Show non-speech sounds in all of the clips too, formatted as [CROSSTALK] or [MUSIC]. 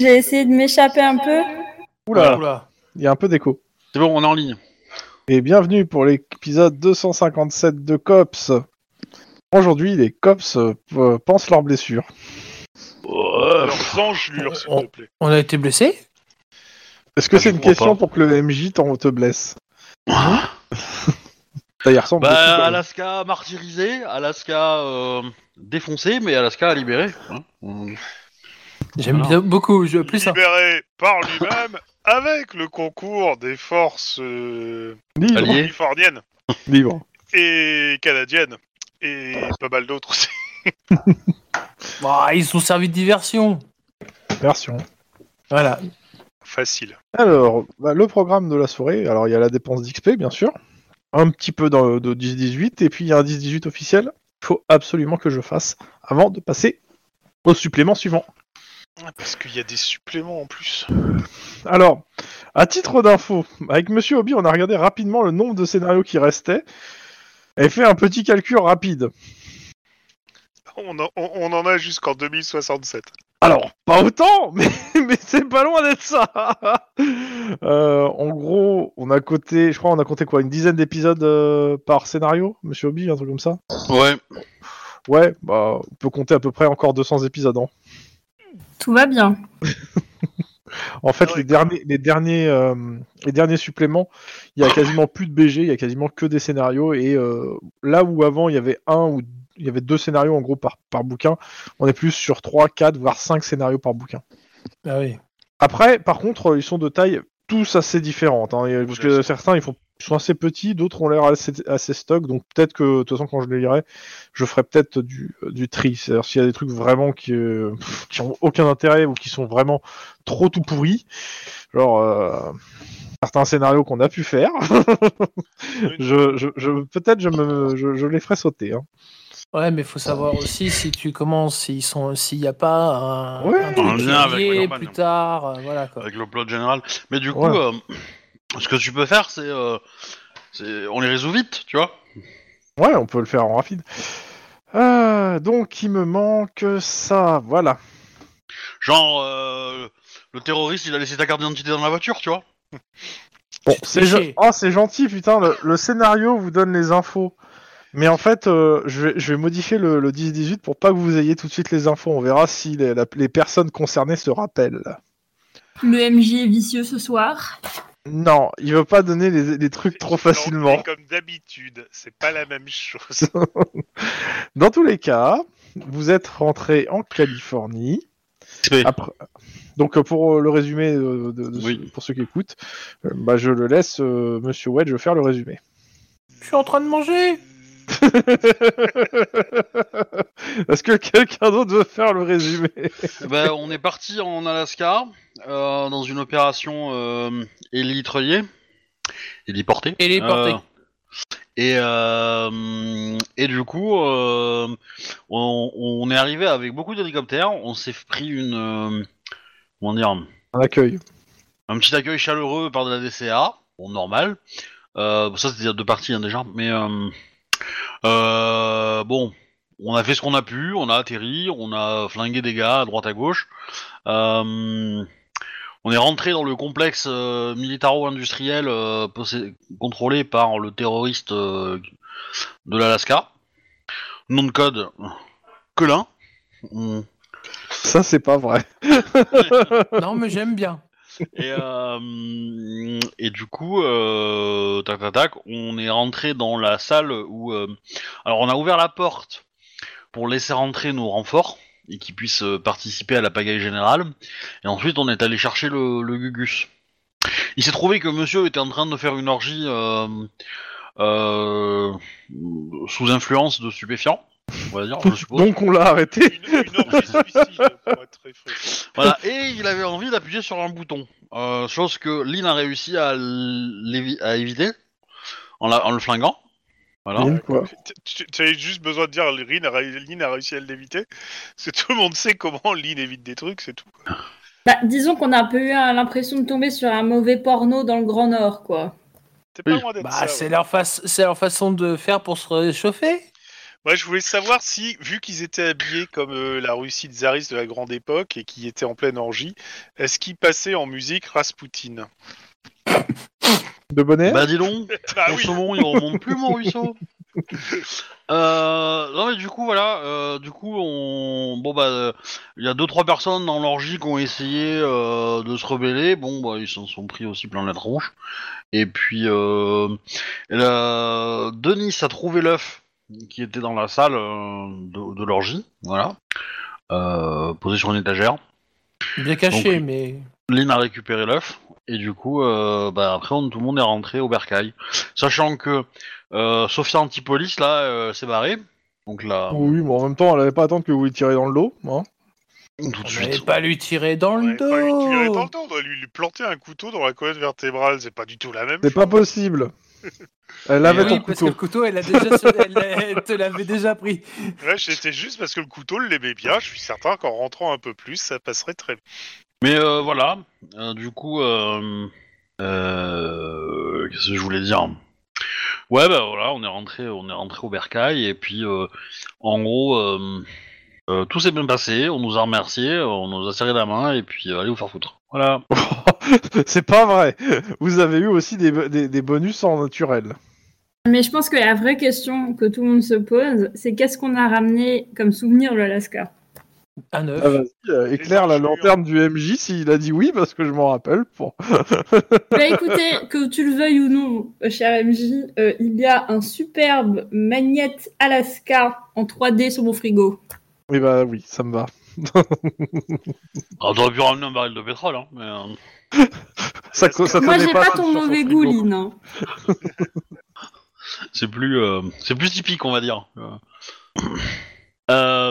J'ai essayé de m'échapper un peu. Oula, Oula. il y a un peu d'écho. C'est bon, on est en ligne. Et bienvenue pour l'épisode 257 de COPS. Aujourd'hui, les COPS euh, pensent leurs blessures. Leurs engelures, s'il on- te plaît. On a été blessé Est-ce que Ah, c'est je une comprends question pas. Hein pour que le MJ t'en te blesse Hein Ça y ressemble. beaucoup, Bah, quand même. Alaska martyrisé, Alaska euh, défoncé, mais Alaska libéré. hein. Mm. J'aime Non. bien beaucoup, je veux plus ça. Libéré par lui-même avec le concours des forces euh, Libre, Allié. californiennes libre. et canadiennes et pas mal d'autres aussi. [LAUGHS] Ah, ils se sont servis de diversion. Version. Voilà. Facile. Alors, bah, le programme de la soirée, alors il y a la dépense d'XP, bien sûr. Un petit peu dans- de 10-18, et puis il y a un 10-18 officiel. Il faut absolument que je fasse avant de passer au supplément suivant. Parce qu'il y a des suppléments en plus. Alors, à titre d'info, avec Monsieur Hobby, on a regardé rapidement le nombre de scénarios qui restaient et fait un petit calcul rapide. On en, on- on en a jusqu'en 2067. Alors, pas autant, [LAUGHS] mais, mais c'est pas loin d'être ça. [LAUGHS] Euh, en gros, on a coté, je crois, on a compté quoi, une dizaine d'épisodes euh, par scénario, Monsieur Hobby, un truc comme ça. Ouais. Ouais, bah, on peut compter à peu près encore 200 épisodes. hein. Tout va bien. En fait, Ah ouais. les derniers, les derniers, euh, les derniers suppléments, il y a quasiment plus de BG, il y a quasiment que des scénarios. Et euh, là où avant il y avait un ou il y avait deux scénarios en gros par, par bouquin, on est plus sur trois, quatre, voire cinq scénarios par bouquin. Ah oui. Après, par contre, euh, ils sont de taille tous assez différentes, hein, et- parce que certains ils font ils sont assez petits, d'autres ont l'air assez, assez stock, donc peut-être que de toute façon quand je les lirai, je ferai peut-être du, euh, du tri. C'est-à-dire s'il y a des trucs vraiment qui, euh, pff, qui ont aucun intérêt ou qui sont vraiment trop tout pourris, genre euh, certains scénarios qu'on a pu faire, [LAUGHS] je, je, je- peut-être je me je, je les ferai sauter. hein. Ouais, mais faut savoir aussi si tu commences, s'ils sont- s'il n'y a pas un, Ouais. truc Un lien qui est avec lié Norman. plus tard. euh, voilà quoi. Avec le plot général. Mais du coup, Ouais. euh, ce que tu peux faire, c'est. euh, c'est- on les résout vite, tu vois. Ouais, on peut le faire en rapide. Euh, donc il me manque ça, voilà. Genre, euh, le terroriste, il a laissé ta carte d'identité dans la voiture, tu vois. Bon, J'ai c'est triché. gen- oh, c'est gentil, putain, le, le scénario vous donne les infos. Mais en fait, euh, je, vais, je vais modifier le, le 10-18 pour pas que vous ayez tout de suite les infos. On verra si les, la- les personnes concernées se rappellent. Le MJ est vicieux ce soir. Non, il veut pas donner les, les trucs trop Ils l'ont facilement. fait Comme d'habitude, c'est pas la même chose. Dans tous les cas, vous êtes rentré en Californie. Après- Donc euh, pour euh, le résumé, euh, de- de- Oui. pour ceux qui écoutent, euh, bah, je le laisse, euh, Monsieur Wedge, faire le résumé. Je suis en train de manger. [LAUGHS] Est-ce que quelqu'un d'autre veut faire le résumé Eh [LAUGHS] ben, on est parti en Alaska euh, dans une opération euh, hélitrelier, héliportée. Héliportée. Euh, et, euh, et du coup, euh, on, on est arrivé avec beaucoup d'hélicoptères. On s'est pris une, euh, comment dire, Un accueil. un petit accueil chaleureux par de la DCA, bon normal. Euh, ça c'était il y a deux parties hein, déjà, mais euh, euh, bon, on a fait ce qu'on a pu, on a atterri, on a flingué des gars à droite à gauche. Euh, on est rentré dans le complexe euh, militaro-industriel euh, possé- contrôlé par le terroriste euh, de l'Alaska. Nom de code Colin. Hum. Ça, c'est pas vrai. non, mais j'aime bien. Et, euh, et du coup, euh, tac tac tac, on est rentré dans la salle où. euh, alors, on a ouvert la porte pour laisser rentrer nos renforts et qu'ils puissent euh, participer à la pagaille générale. Et ensuite, on est allé chercher le, le Gugus. Il s'est trouvé que monsieur était en train de faire une orgie euh, euh, sous influence de stupéfiants, on va dire, je suppose. Donc, on l'a arrêté. Une, une orgie suicide, pour être très franc. Voilà, et il avait envie d'appuyer sur un bouton. Euh, chose que Lynn a réussi à, l'évi- à éviter en, la- en le flinguant. Voilà. Lynn, quoi. Tu tu avais juste besoin de dire Lynn a, ré- Lynn a réussi à l'éviter. Parce que tout le monde sait comment Lynn évite des trucs, c'est tout. Bah, disons qu'on a un peu eu euh, l'impression de tomber sur un mauvais porno dans le Grand Nord, quoi. T'es pas Oui. loin d'être Bah, ça. c'est ouais. leur, face- c'est leur façon de faire pour se réchauffer. Ouais, je voulais savoir si, vu qu'ils étaient habillés comme euh, la Russie tsariste de la grande époque et qu'ils étaient en pleine orgie, est-ce qu'ils passaient en musique [LAUGHS] Raspoutine De bonnet Bah dis donc, Ah en oui, ce moment il remonte plus mon [LAUGHS] ruisseau. Euh, non mais du coup voilà, euh, du coup on, bon bah euh, il y a deux trois personnes dans l'orgie qui ont essayé euh, de se rebeller, bon bah ils s'en sont pris aussi plein la tronche. Et puis euh, la- Denis a trouvé l'œuf qui était dans la salle euh, de, de l'orgie, voilà, euh, posé sur une étagère. Bien caché, Donc- mais. Lynn a récupéré l'œuf et du coup, euh, bah, après, on- tout le monde est rentré au bercail. Sachant que euh, Sophia Antipolis, là, euh, s'est barrée. Donc là, Oui, mais en même temps, elle n'allait pas attendre que vous lui tirez dans le dos. Hein. tout de On n'allait suite. pas lui tirer dans le Ouais, bah, lui tirer dans dos le dos, on doit lui, lui planter un couteau dans la colonne vertébrale, c'est pas du tout la même. C'est pas possible. Elle avait oui, ton parce que couteau. le Ah, couteau, elle, a déjà se- elle, elle te l'avait déjà pris. Ouais, c'était juste parce que le couteau l'aimait bien, je suis certain qu'en rentrant un peu plus, ça passerait très bien. Mais euh, voilà, Euh, du coup, euh, euh, qu'est-ce que je voulais dire Ouais, bah voilà, on est rentré, on est rentré au bercail et puis, euh, en gros, euh, euh, tout s'est bien passé. On nous a remerciés, euh, on nous a serré la main et puis euh, allez vous faire foutre. Voilà. C'est pas vrai. Vous avez eu aussi des, des- des bonus en naturel. Mais je pense que la vraie question que tout le monde se pose, c'est qu'est-ce qu'on a ramené comme souvenir de l'Alaska Un œuf. Ah, vas-y, euh, éclaire la lanterne du MJ s'il a dit oui, parce que je m'en rappelle. Pour... Bah écoutez, [LAUGHS] que tu le veuilles ou non, euh, cher MJ, euh, il y a un superbe magnète Alaska en 3D sur mon frigo. Eh bah oui, ça me va. On aurait pu ramener un baril de pétrole, hein, mais. euh, Ça, co- ça Moi, tenait j'ai pas, ça, ton sur son mauvais goût, frigo. Lynn. hein. C'est plus, euh, c'est plus typique, on va dire. Euh,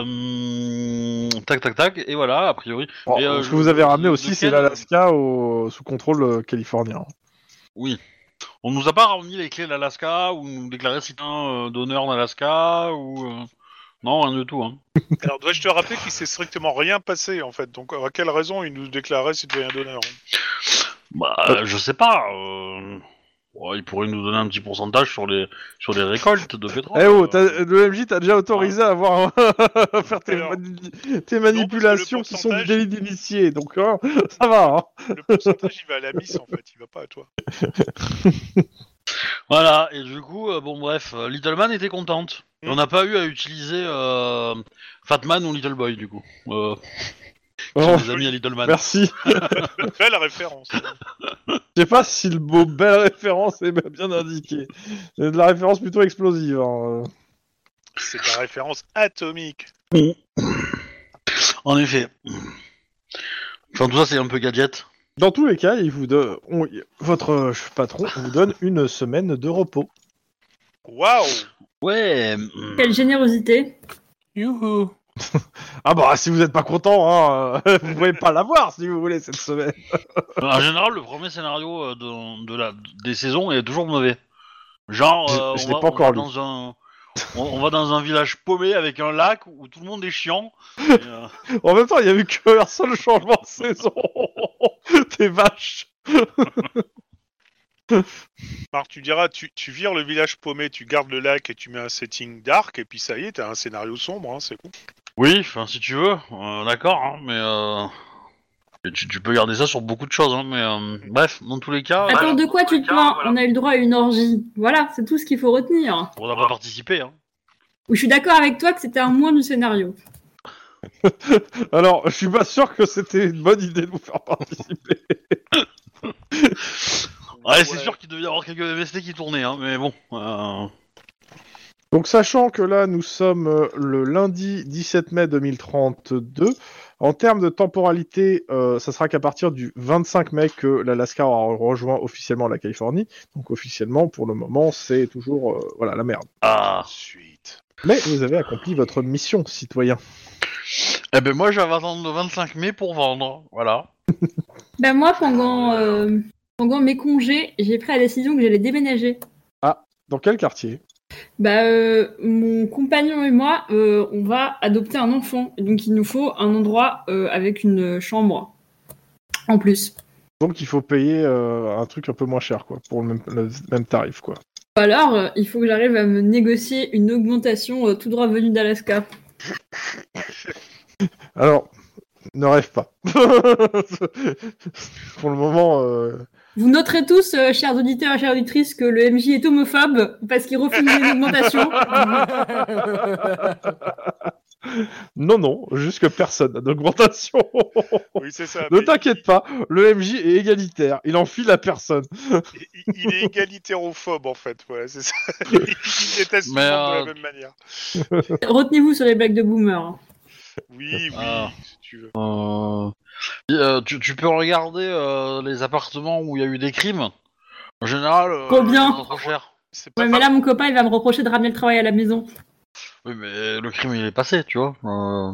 euh, tac, tac, tac. Et voilà, a priori. Bon, Et, euh, ce je- que vous avez ramené de aussi, c'est quel- l'Alaska au... sous contrôle euh, californien. On nous a pas remis les clés d'Alaska ou nous déclaré citoyen euh, d'honneur d'Alaska ou. euh, Non, rien du tout. Hein. [LAUGHS] Alors, dois-je te rappeler qu'il s'est strictement rien passé en fait Donc, à quelle raison il nous déclarait citoyen d'honneur Bah, euh, je sais pas. euh, ouais, ils pourraient nous donner un petit pourcentage sur les, sur les récoltes de pétrole. Eh oh, euh. t'as- le MJ t'a déjà autorisé à avoir [LAUGHS] à faire tes, Alors, mani- tes manipulations le qui sont du pourcentage- délit d'initié, donc hein, [LAUGHS] ça va. hein. Le pourcentage, il va à la miss en fait, il va pas à [LAUGHS] toi. Voilà, et du coup, euh, bon, bref, euh, Little Man était contente. Et Mm. On n'a pas eu à utiliser euh, Fat Man ou Little Boy, du coup. Euh, qui sont Oh, des amis à Little Man. merci. Belle référence. Je sais pas si le mot belle référence est bien indiqué. C'est de la référence plutôt explosive. hein. C'est de la référence atomique. En effet. Enfin, tout ça, c'est un peu gadget. Dans tous les cas, il vous donne- on- votre euh, patron vous donne une semaine de repos. Waouh Ouais. mm. Quelle générosité. [LAUGHS] Youhou. Ah bah si vous n'êtes pas content, hein, [LAUGHS] euh, vous pouvez pas l'avoir si vous voulez cette semaine. En général, le premier scénario euh, de, de la, des saisons est toujours mauvais. Genre, Je- euh, je on, l'ai va, pas encore on va lu. dans un, on, on va dans un village paumé avec un lac où tout le monde est chiant. Et, euh, En même temps, il y a eu qu'un seul changement de saison. [LAUGHS] T'es vache. Marc, tu diras, tu, tu vires le village paumé, tu gardes le lac et tu mets un setting dark, et puis ça y est, t'as un scénario sombre, hein, c'est bon. oui, enfin, si tu veux, euh, d'accord, hein, mais. euh, et tu, tu peux garder ça sur beaucoup de choses, hein, mais euh, bref, dans tous les cas, Attends, de quoi tu te plains Voilà. On a eu le droit à une orgie. Voilà, c'est tout ce qu'il faut retenir. on n'a pas participé. Hein. Oui, je suis d'accord avec toi que c'était un moins du scénario. Alors, je suis pas sûr que c'était une bonne idée de vous faire participer. Ouais, Ah, c'est Ouais. sûr qu'il devait y avoir quelques MST qui tournaient, hein, mais bon. euh, Donc, sachant que là, nous sommes euh, le lundi 17 mai 2032, en termes de temporalité, euh, ça sera qu'à partir du 25 mai que l'Alaska aura rejoint officiellement la Californie. Donc, officiellement, pour le moment, c'est toujours euh, voilà la merde. ah. Ensuite. Mais vous avez accompli votre mission, citoyen. Eh ben moi, je vais attendre le 25 mai pour vendre. Voilà. Ben moi, pendant, euh, pendant mes congés, j'ai pris la décision que j'allais déménager. Dans quel quartier Bah, euh, mon compagnon et moi, euh, on va adopter un enfant. Et Donc, il nous faut un endroit euh, avec une chambre en plus. Donc, il faut payer euh, un truc un peu moins cher, quoi, pour le même, le même tarif, quoi. Ou alors, euh, il faut que j'arrive à me négocier une augmentation euh, tout droit venue d'Alaska. Alors, ne rêve pas. [LAUGHS] Pour le moment, euh, Vous noterez tous, euh, chers auditeurs et chères auditrices, que le MJ est homophobe parce qu'il refuse une augmentation. non, non, jusque personne n'a d'augmentation. Oui, c'est ça. ne mais t'inquiète pas, le MJ est égalitaire, il enfile à personne. il, il- il est égalitérofhobe en fait, voilà, c'est ça. [LAUGHS] il il déteste tout le Mais, monde de la euh, même manière. Retenez-vous sur les blagues de boomer. Oui, oui, Ah. si tu veux. Euh, et, euh, tu, tu peux regarder euh, les appartements où il y a eu des crimes. En général, euh, Combien ils sont trop chers. C'est pas Ouais, mais là, mon copain, il va me reprocher de ramener le travail à la maison. Oui, mais le crime il est passé, tu vois. Euh,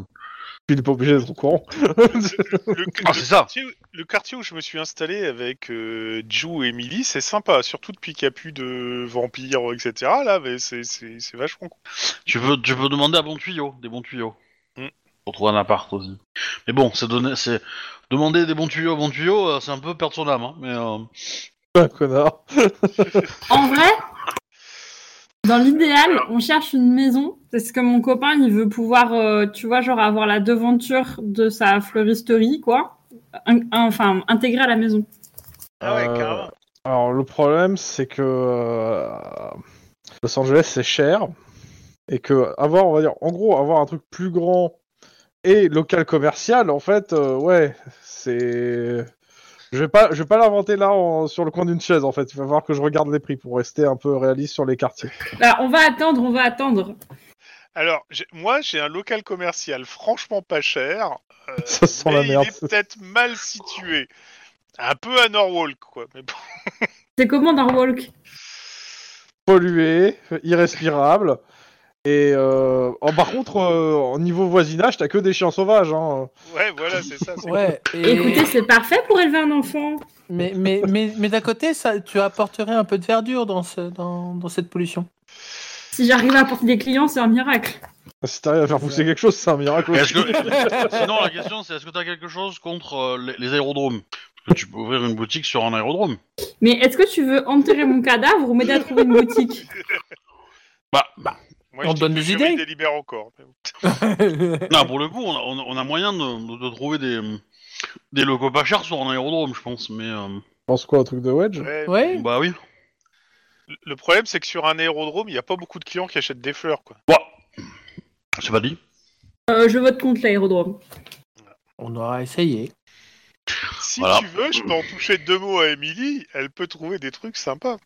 Il n'est pas obligé d'être au courant. [LAUGHS] Le, Ah, le c'est ça. quartier, le quartier où je me suis installé avec euh, Ju et Millie, c'est sympa, surtout depuis qu'il n'y a plus de vampires, etc. Là, mais c'est- c'est c'est vachement cool. Tu peux, tu peux demander un bon tuyau, des bons tuyaux. Hmm. Pour trouver un appart aussi. Mais bon, c'est donner, c'est demander des bons tuyaux, bons tuyaux, euh, c'est un peu perdre son âme. hein, mais euh, Un connard. En vrai, dans l'idéal, on cherche une maison parce que mon copain, il veut pouvoir, euh, tu vois, genre avoir la devanture de sa fleuristerie, quoi. Un- un- Enfin, intégrée à la maison. Ah ouais, Euh, carrément. Alors, le problème, c'est que euh, Los Angeles, c'est cher. Et que, avoir, on va dire, en gros, avoir un truc plus grand et local commercial, en fait, euh, ouais, c'est. Je vais pas, je vais pas l'inventer là en- sur le coin d'une chaise, en fait. Il va falloir que je regarde les prix pour rester un peu réaliste sur les quartiers. Bah, on va attendre, on va attendre. Alors, j'ai- moi, j'ai un local commercial franchement pas cher. euh, [LAUGHS] Ça sent la mais merde. Il est peut-être mal situé. Un peu à Norwalk, quoi. Mais bon, [LAUGHS] C'est comment dans Walk pollué, irrespirable. Et euh, en- par contre, euh, en niveau voisinage, t'as que des chiens sauvages. Hein. ouais, voilà, c'est ça. c'est- Ouais. et- Écoutez, c'est parfait pour élever un enfant. mais mais, mais, mais d'à côté, ça, tu apporterais un peu de verdure dans, ce, dans, dans cette [LAUGHS] pollution. Si j'arrive à apporter des clients, c'est un miracle. Si t'arrives à faire pousser quelque chose, c'est un miracle. est-ce que- sinon, la question c'est est-ce que t'as quelque chose contre euh, les, les aérodromes Parce que tu peux ouvrir une boutique sur un aérodrome. Mais est-ce que tu veux enterrer mon cadavre ou m'aider à trouver une boutique Bah, bah, Moi, On je dis donne que des je idées. me délibère encore. mais bon. non, pour le coup, on a, on a- on a moyen de, de- de trouver des, des locaux pas chers sur un aérodrome, je pense. Mais euh, Tu penses quoi au truc de Wedge Ouais, ouais. bah oui. le- Le problème, c'est que sur un aérodrome, il n'y a pas beaucoup de clients qui achètent des fleurs, quoi. Bon, c'est pas dit. Euh, Je vote contre l'aérodrome. On aura essayé. Si Voilà. tu veux, je peux en toucher deux mots à Émilie. Elle peut trouver des trucs sympas.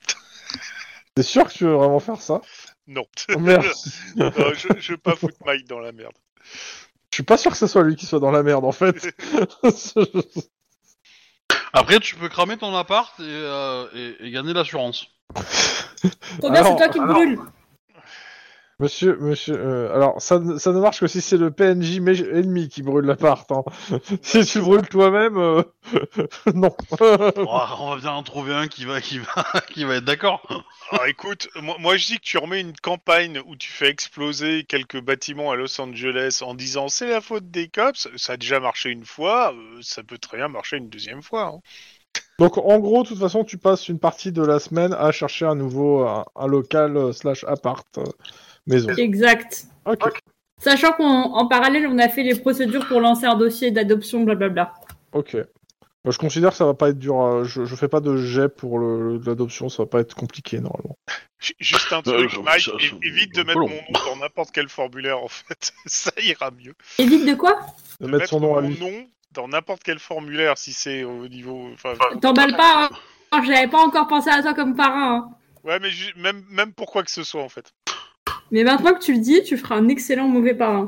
T'es sûr que tu veux vraiment faire ça Non. [LAUGHS] Oh, [LAUGHS] merde. Non, je, je veux pas foutre Mike dans la merde. Je suis pas sûr que ce soit lui qui soit dans la merde en [LAUGHS] fait. Après, tu peux cramer ton appart et, euh, et- et gagner l'assurance. Trop bien, Alors, c'est toi qui te alors. brûle. monsieur, monsieur. euh, alors, ça, ne- ça ne marche que si c'est le PNJ mé- ennemi qui brûle l'appart. [LAUGHS] Hein. si tu brûles toi-même, euh, [LAUGHS] non. Oh, on va bien en trouver un qui va, qui va, [LAUGHS] qui va être d'accord. Alors écoute, moi, moi, je dis que tu remets une campagne où tu fais exploser quelques bâtiments à Los Angeles en disant c'est la faute des cops, ça a déjà marché une fois, euh, ça peut très bien marcher une deuxième fois. hein. Donc en gros, de toute façon, tu passes une partie de la semaine à chercher un nouveau un, un local euh, slash appart euh, maison. Exact. Ok. Sachant qu'en parallèle, on a fait les procédures pour lancer un dossier d'adoption, blablabla. Ok. Bah, je considère que ça va pas être dur. à- Je, je fais pas de jet pour le- l'adoption, ça va pas être compliqué normalement. Ju- Juste [LAUGHS] un Euh, truc, je- Mike, ça- ça- é- évite de un peu mettre long. mon nom dans n'importe quel formulaire en fait, [LAUGHS] ça ira mieux. Évite de quoi De mettre son nom à mon lui. nom dans n'importe quel formulaire si c'est au niveau... enfin, T'emballes pas, hein J'avais pas encore pensé à toi comme parrain. hein. ouais mais ju- même, même pour quoi que ce soit en fait. Mais maintenant que tu le dis, tu feras un excellent mauvais parrain.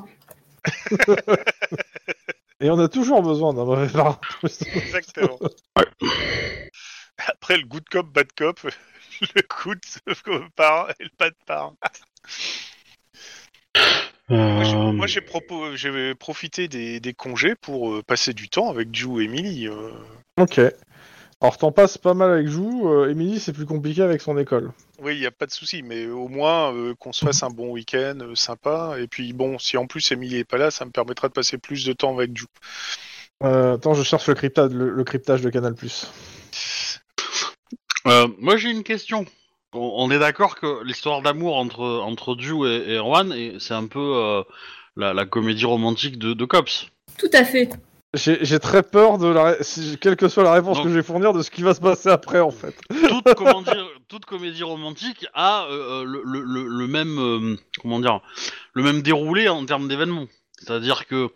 Et on a toujours besoin d'un mauvais parrain. Exactement. [LAUGHS] Après le good cop, bad cop, [LAUGHS] le good par et le pas de par. Moi, j'ai- Euh, Moi j'ai propo- j'ai profité des, des congés pour euh, passer du temps avec Ju et Emily. euh. [LAUGHS] Ok. Alors t'en passes pas mal avec Jou. euh, Émilie, c'est plus compliqué avec son école. Oui, il n'y a pas de souci, mais au moins euh, qu'on se fasse un bon week-end euh, sympa. Et puis bon, si en plus Emily est pas là, ça me permettra de passer plus de temps avec Ju. Euh, attends, je cherche le cryptage, le, le cryptage de Canal+. Euh, moi, j'ai une question. on, on est d'accord que l'histoire d'amour entre, entre Drew et, et Erwan, et c'est un peu euh, la, la comédie romantique de, de Cops. Tout à fait. J'ai j'ai très peur de la, ré- si- quelle que soit la réponse Donc- que je vais fournir, de ce qui va se passer après en fait. Toute, comment dire, toute comédie romantique a euh, euh, le, le- le- le même euh, comment dire, le même déroulé en termes d'événements. C'est-à-dire que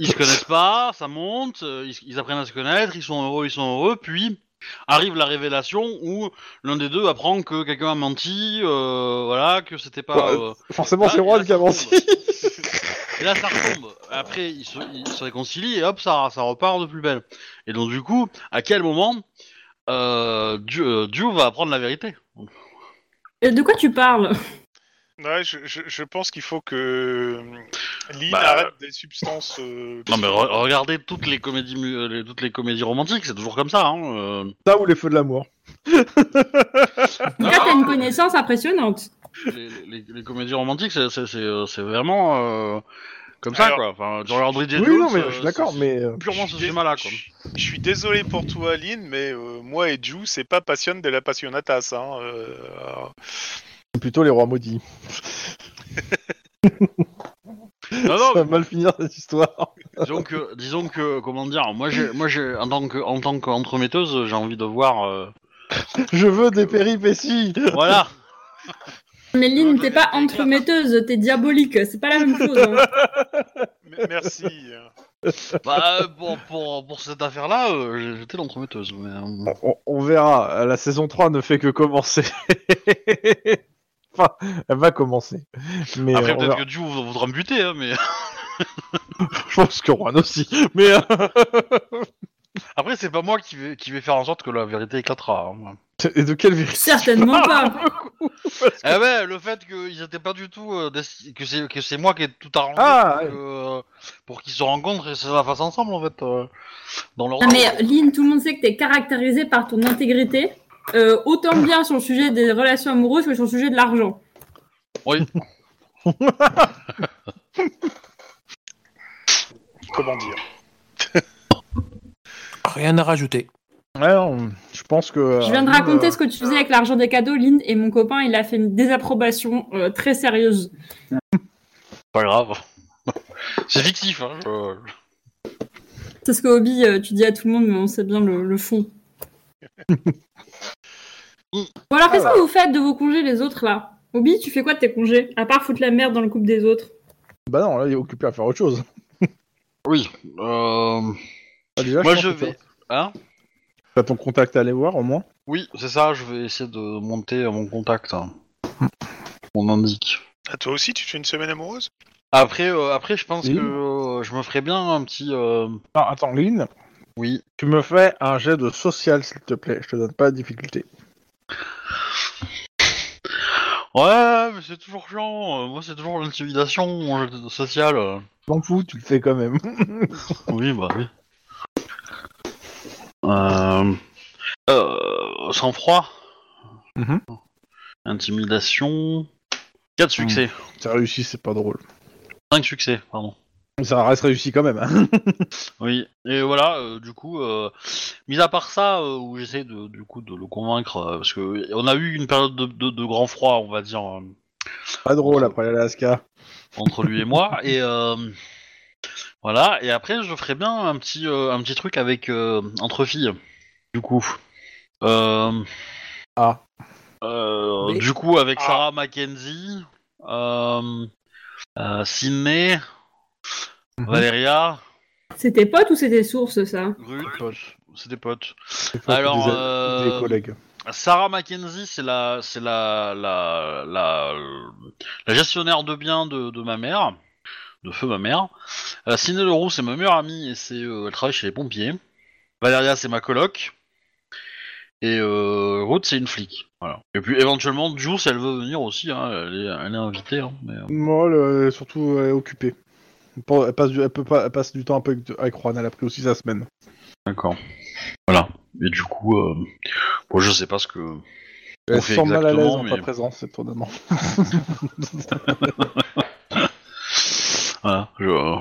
ils se connaissent pas, ça monte, euh, ils, ils apprennent à se connaître, ils sont heureux, ils sont heureux, puis arrive la révélation où l'un des deux apprend que quelqu'un a menti, euh, voilà, que c'était pas. Ouais, euh, Forcément, Ah, c'est Juan là, qui a ça menti. [LAUGHS] Et là, ça retombe. Après, ils se, ils se réconcilient et hop, ça, ça repart de plus belle. Et donc, du coup, à quel moment euh, Dieu, euh, Dieu va apprendre la vérité Et de quoi tu parles Ouais, je, je, je pense qu'il faut que euh, Lynn Bah, arrête des substances. euh, Non, mais re- regardez toutes les comédies, mu- euh, les- toutes les comédies romantiques, c'est toujours comme ça. Hein, euh. Ça ou les feux de l'amour. En tout cas, t'as une connaissance impressionnante. les, les- les comédies romantiques, c'est- c'est c'est, euh, c'est vraiment euh, comme ça, Alors, quoi. Enfin, genre Landry J. Oui, Jones, non, mais euh, je suis d'accord, c'est- mais euh, c'est Purement je ce suis dé- schéma-là, quoi. je- Je suis désolé pour toi, Lynn, mais euh, moi et Ju, c'est pas passion de la passionatas. Hein, euh, alors, c'est plutôt les rois maudits. [LAUGHS] Non, Ah non, Ça va mal finir cette histoire. [LAUGHS] disons que, disons que, comment dire, moi, j'ai, moi, j'ai, en tant que, en tant qu'entremetteuse, j'ai envie de voir, euh, Je veux des péripéties. voilà. Mais Non, Lynn, je t'es vais pas être avec la- entremetteuse, t'es diabolique. C'est pas la même chose. hein. m- [LAUGHS] merci. [LAUGHS] Bah, euh, pour, pour, pour cette affaire-là, euh, j'étais l'entremetteuse. Mais, euh, On, on verra. La saison 3 ne fait que commencer. [LAUGHS] enfin, elle va commencer. Mais euh, Après, on peut-être verra. que Dieu voudra me buter, hein, mais [LAUGHS] je pense que Juan aussi. Mais euh, après, c'est pas moi qui vais, qui vais faire en sorte que la vérité éclatera. hein. et euh, de quelle vérité Certainement pas. Eh ouais, le fait qu'ils étaient pas du tout. euh, desti- que c'est que c'est moi qui ai tout arrangé Ah, pour, ouais. que, euh, pour qu'ils se rencontrent et se la fassent ensemble, en fait, euh, dans leur. Non, mais Lynn, tout le monde sait que t'es caractérisée par ton intégrité, euh, autant bien sur le sujet des relations amoureuses que sur le sujet de l'argent. Comment dire Rien à rajouter. Ouais, non, je pense que. euh, Je viens de nous, raconter euh, ce que tu faisais avec l'argent des cadeaux, Lynn, et mon copain, il a fait une désapprobation euh, très sérieuse. Pas grave. [LAUGHS] c'est fictif, hein. je- C'est ce que Obi, euh, tu dis à tout le monde, mais on sait bien le, le fond. bon alors, qu'est-ce que vous faites de vos congés, les autres, là Obi, tu fais quoi de tes congés À part foutre la merde dans le couple des autres. Bah non, là, il est occupé à faire autre chose. Oui. euh, Ah, déjà, Moi, pense je que vais. t'as- Hein T'as ton contact à aller voir au moins. Oui, c'est ça, je vais essayer de monter euh, mon contact. hein. On indique. Ah, toi aussi, tu te fais une semaine amoureuse Après, euh, après, je pense Oui. que euh, je me ferais bien un petit. euh, Ah, attends, Lynn, Oui. tu me fais un jet de social, s'il te plaît. Je te donne pas de difficulté. Ouais, mais c'est toujours chiant. euh, Moi, c'est toujours l'intimidation mon jeu social. euh. M'en fous, tu le fais quand même. Oui, bah oui. Euh... euh, Sang froid. Mhm. Intimidation. 4 succès. [LAUGHS] Ça réussi, c'est pas drôle. 5 succès, pardon. Mais Ça reste réussi quand même. hein. Oui. Et voilà, euh, du coup, euh, mis à part ça, euh, où j'essaie de, du coup de le convaincre, euh, parce que on a eu une période de, de- de grand froid, on va dire. euh, pas drôle après l'Alaska. entre lui et moi et euh, voilà et après je ferais bien un petit euh, un petit truc avec euh, entre filles du coup Euh, Ah. euh, Mais- du coup avec Ah. Sarah Mackenzie euh, euh, Sydney Mhm. Valeria C'est tes potes ou c'est tes sources, ça Ruth c'est des potes Des fois, alors des, des euh, collègues. Sarah Mackenzie, c'est la, c'est la, la, la, la gestionnaire de biens de, de ma mère, de feu ma mère. Euh, Ciné Leroux, c'est ma meilleure amie et c'est, euh, elle travaille chez les pompiers. Valeria, c'est ma coloc. Et euh, Ruth, c'est une flic. Voilà. Et puis éventuellement, Jules, elle veut venir aussi. hein, elle, est, elle est invitée. hein, mais, euh, Moi, le- surtout, elle est occupée. Pour- Elle passe, du, elle peut pas, elle passe du temps un peu avec, avec Juan. Elle a pris aussi sa semaine. D'accord. Voilà. Et du coup, euh, bon, je sais pas ce que. Elle fait se sent mal à l'aise exactement, en mais- ta présence, étonnamment. Voilà. Je, euh,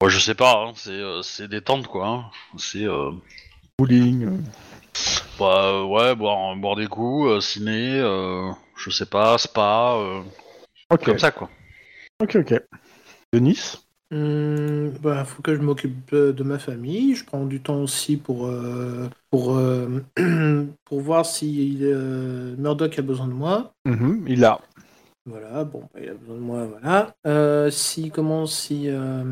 bon, je sais pas. hein, c'est, euh, c'est détente quoi. hein. C'est. euh, Bowling. euh. Bah euh, ouais, boire, boire des coups, euh, ciné, euh, je sais pas, spa, euh, Ok, comme ça quoi. ok, ok. Denis Hum, bah, faut que je m'occupe euh, de ma famille. Je prends du temps aussi pour euh, pour euh, [CLEARS THROAT] pour voir si euh, Murdoch a besoin de moi. Mhm, Il a. Voilà, bon, bah, il a besoin de moi, voilà. Euh, si comment si euh,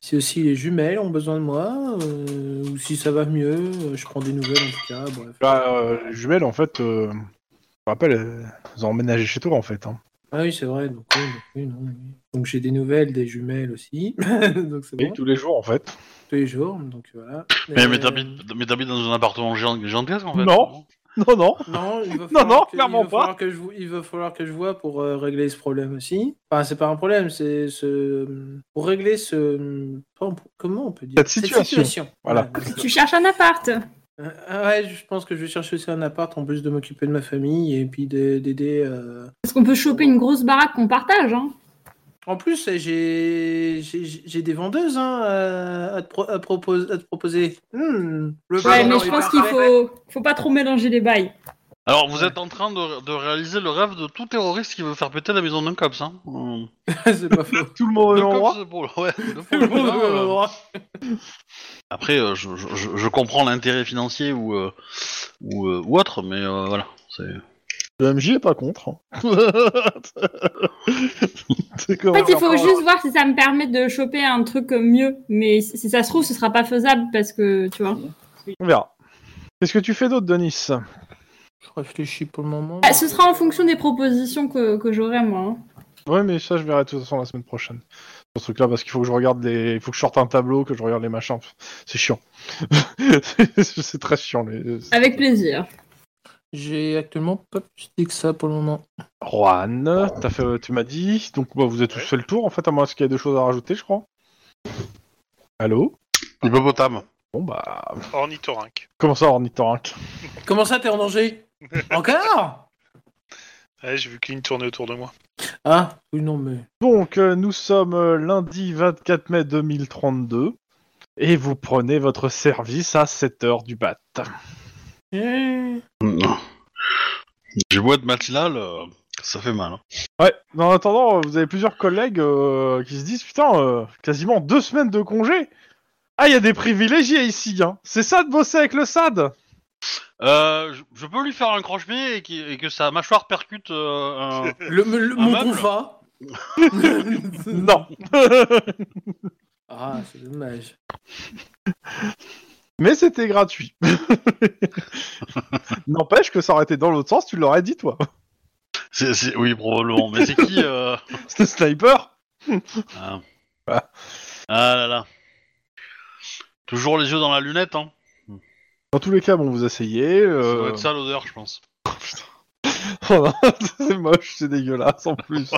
si aussi les jumelles ont besoin de moi euh, ou si ça va mieux, euh, je prends des nouvelles en tout cas. Bref. Bah, euh, les jumelles, en fait, euh, je te rappelle, elles ont emménagé chez toi, en fait. hein. Ah oui, c'est vrai. Donc, oui, donc, oui, non, oui. donc j'ai des nouvelles des jumelles aussi. [LAUGHS] donc c'est Et bon. tous les jours, en fait. Tous les jours. Donc voilà. Mais, mais Euh, t'habites mais t'habites dans un appartement géant- gigantesque en fait Non. [LAUGHS] Non, non. Non, il va [LAUGHS] Non, falloir, non, que, clairement il va pas. falloir que je, vo- il va falloir que je vois pour euh, régler ce problème aussi. Enfin, c'est pas un problème, c'est ce... pour régler ce. enfin, pour- Comment on peut dire Cette situation. Voilà. Tu cherches un appart. Euh, ah ouais, je pense que je vais chercher aussi un appart en plus de m'occuper de ma famille et puis de- d'aider. euh, Parce qu'on peut choper une grosse baraque qu'on partage. Hein. En plus, eh, j'ai j'ai- j'ai des vendeuses hein, à, à te pro- à propos- à te proposer. Hmm, le Ouais, plan mais est je pense parfait. qu'il faut, faut pas trop mélanger les bails. Alors vous êtes en train de, de réaliser le rêve de tout terroriste qui veut faire péter la maison d'un cops. Hein. Euh, [LAUGHS] c'est [LAUGHS] pas faux. Tout le monde au deux même endroit. cops pour le- ouais, deux Tout pour le le monde coup, au même hein, euh. endroit. Après, euh, je, je- je- je comprends l'intérêt financier ou, euh, ou, euh, ou autre, mais euh, voilà. c'est- Le MJ est pas contre. [LAUGHS] hein. [LAUGHS] C'est En fait, il faut juste voir si ça me permet de choper un truc mieux. Mais si si ça se trouve, ce sera pas faisable parce que, tu vois. On verra. Qu'est-ce que tu fais d'autre, Denis Je réfléchis pour le moment. Ah, ce sera en fonction des propositions que, que j'aurai, moi. hein. Ouais, mais ça, je verrai de toute façon la semaine prochaine. Ce truc-là, parce qu'il faut que je regarde les. Il faut que je sorte un tableau, que je regarde les machins. C'est chiant. [LAUGHS] c'est très chiant. Les... Avec plaisir. J'ai actuellement pas plus dit que ça pour le moment. Juan, t'as fait... tu m'as dit. Donc, bah, vous êtes tous fait le tour, en fait, à moins qu'il y ait des choses à rajouter, je crois. Allô Hippopotame. Bon, bah. Ornithorynque. Comment ça, ornithorynque Comment ça, t'es en danger Encore Ouais, J'ai vu Clint tourner autour de moi. Ah, oui, non, mais. Donc, euh, nous sommes euh, lundi 24 mai 2032. Et vous prenez votre service à 7h du bat. Eh, Non. J'ai beau être matinal, euh, ça fait mal. hein. Ouais, mais en attendant, euh, vous avez plusieurs collègues euh, qui se disent Putain, euh, quasiment deux semaines de congé Ah, il y a des privilégiés ici, hein C'est ça de bosser avec le SAD Euh, je, je peux lui faire un croche-pied et, qui- et que sa mâchoire percute [LAUGHS] euh, un- Le, me- le- Un mon meuble compas Non [LAUGHS] Ah, c'est dommage. Mais c'était [LAUGHS] gratuit. N'empêche que ça aurait été dans l'autre sens, tu l'aurais dit, toi. [LAUGHS] C'est- c'est- oui, probablement. Mais c'est qui euh, C'est le sniper ah. Ah. Ah là là. Toujours les yeux dans la lunette, hein. Dans tous les cas, bon, vous essayez. Ça euh, [LAUGHS] doit être ça l'odeur, je pense. Oh non, c'est moche, c'est dégueulasse en [LAUGHS] plus.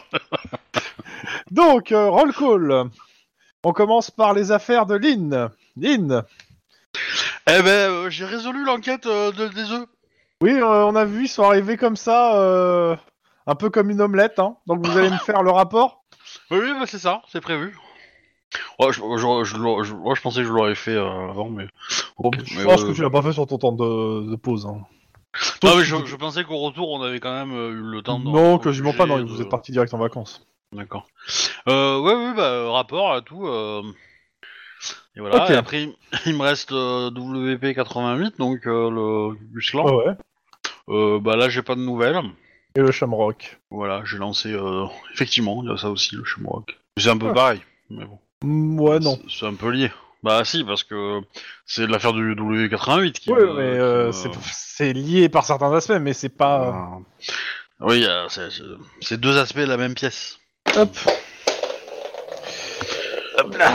Donc, euh, roll call. On commence par les affaires de Lynn. Lynn, Eh ben, euh, j'ai résolu l'enquête euh, de- des œufs. oui, euh, on a vu, ils sont arrivés comme ça, euh, un peu comme une omelette. hein. Donc, vous allez me faire le rapport Oui, oui, bah, c'est ça, c'est prévu. Ouais, je, je- je l'aurais- je- ouais, je pensais que je l'aurais fait euh, avant, mais. Je mais, pense euh, que tu l'as pas fait sur ton temps de, de pause. hein. Non, mais je, je pensais qu'au retour, on avait quand même euh, eu le temps de. euh, Non, quasiment pas, non, de- vous êtes parti direct en vacances. D'accord. Euh, ouais, ouais, bah, euh, rapport à tout. euh, Et voilà, Ok. et après, [LAUGHS] il- il me reste euh, WP88, donc euh, le Cubus Clan. Ah ouais. Euh, bah là, j'ai pas de nouvelles. Et le Shamrock. Voilà, j'ai lancé. euh, Effectivement, il y a ça aussi, le Shamrock. C'est un peu pareil, mais bon. Mm, ouais, Ah. non. C'est- C'est un peu lié. Bah si, parce que c'est de l'affaire du W88 qui... Ouais, me- mais qui euh, me- c'est- c'est lié par certains aspects, mais c'est pas. Ah. Oui, euh, c'est- c'est- c'est deux aspects de la même pièce. Hop. Hop là.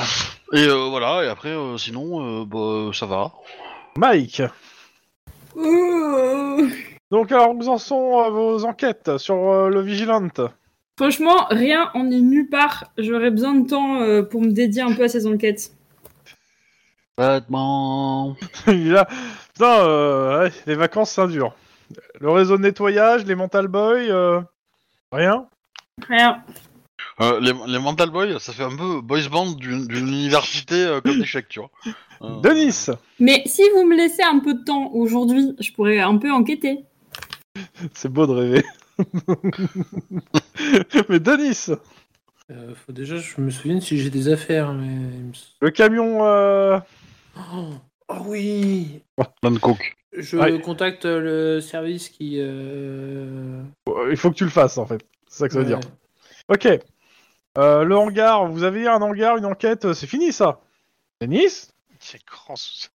Et euh, voilà, et après, euh, sinon, euh, bah, ça va. Mike. Ouh. Donc alors nous en sont à vos enquêtes sur euh, le vigilante. [LAUGHS] Franchement, rien, on est nulle part. J'aurais besoin de temps euh, pour me dédier un peu à ces enquêtes. Vêtements... Il est là, putain, euh, ouais, les vacances c'est dur. Le réseau de nettoyage, les mental boys, euh, rien. Rien. Euh, les, les Mental Boys, ça fait un peu boys band d'une d'une université euh, comme échec, tu vois. Euh, Denis Mais si vous me laissez un peu de temps aujourd'hui, je pourrais un peu enquêter. C'est beau de rêver. [LAUGHS] Mais Denis Euh, faut déjà, je me souviens si j'ai des affaires, mais. il me s- Le camion. euh, Oh, oh oui plein de coke. Je Ouais. contacte le service qui. euh, Il faut que tu le fasses en fait. C'est ça que ça veut ouais. dire. Ok. Euh, le hangar, vous avez un hangar, une enquête, euh, c'est fini ça Denis Quel grand sou-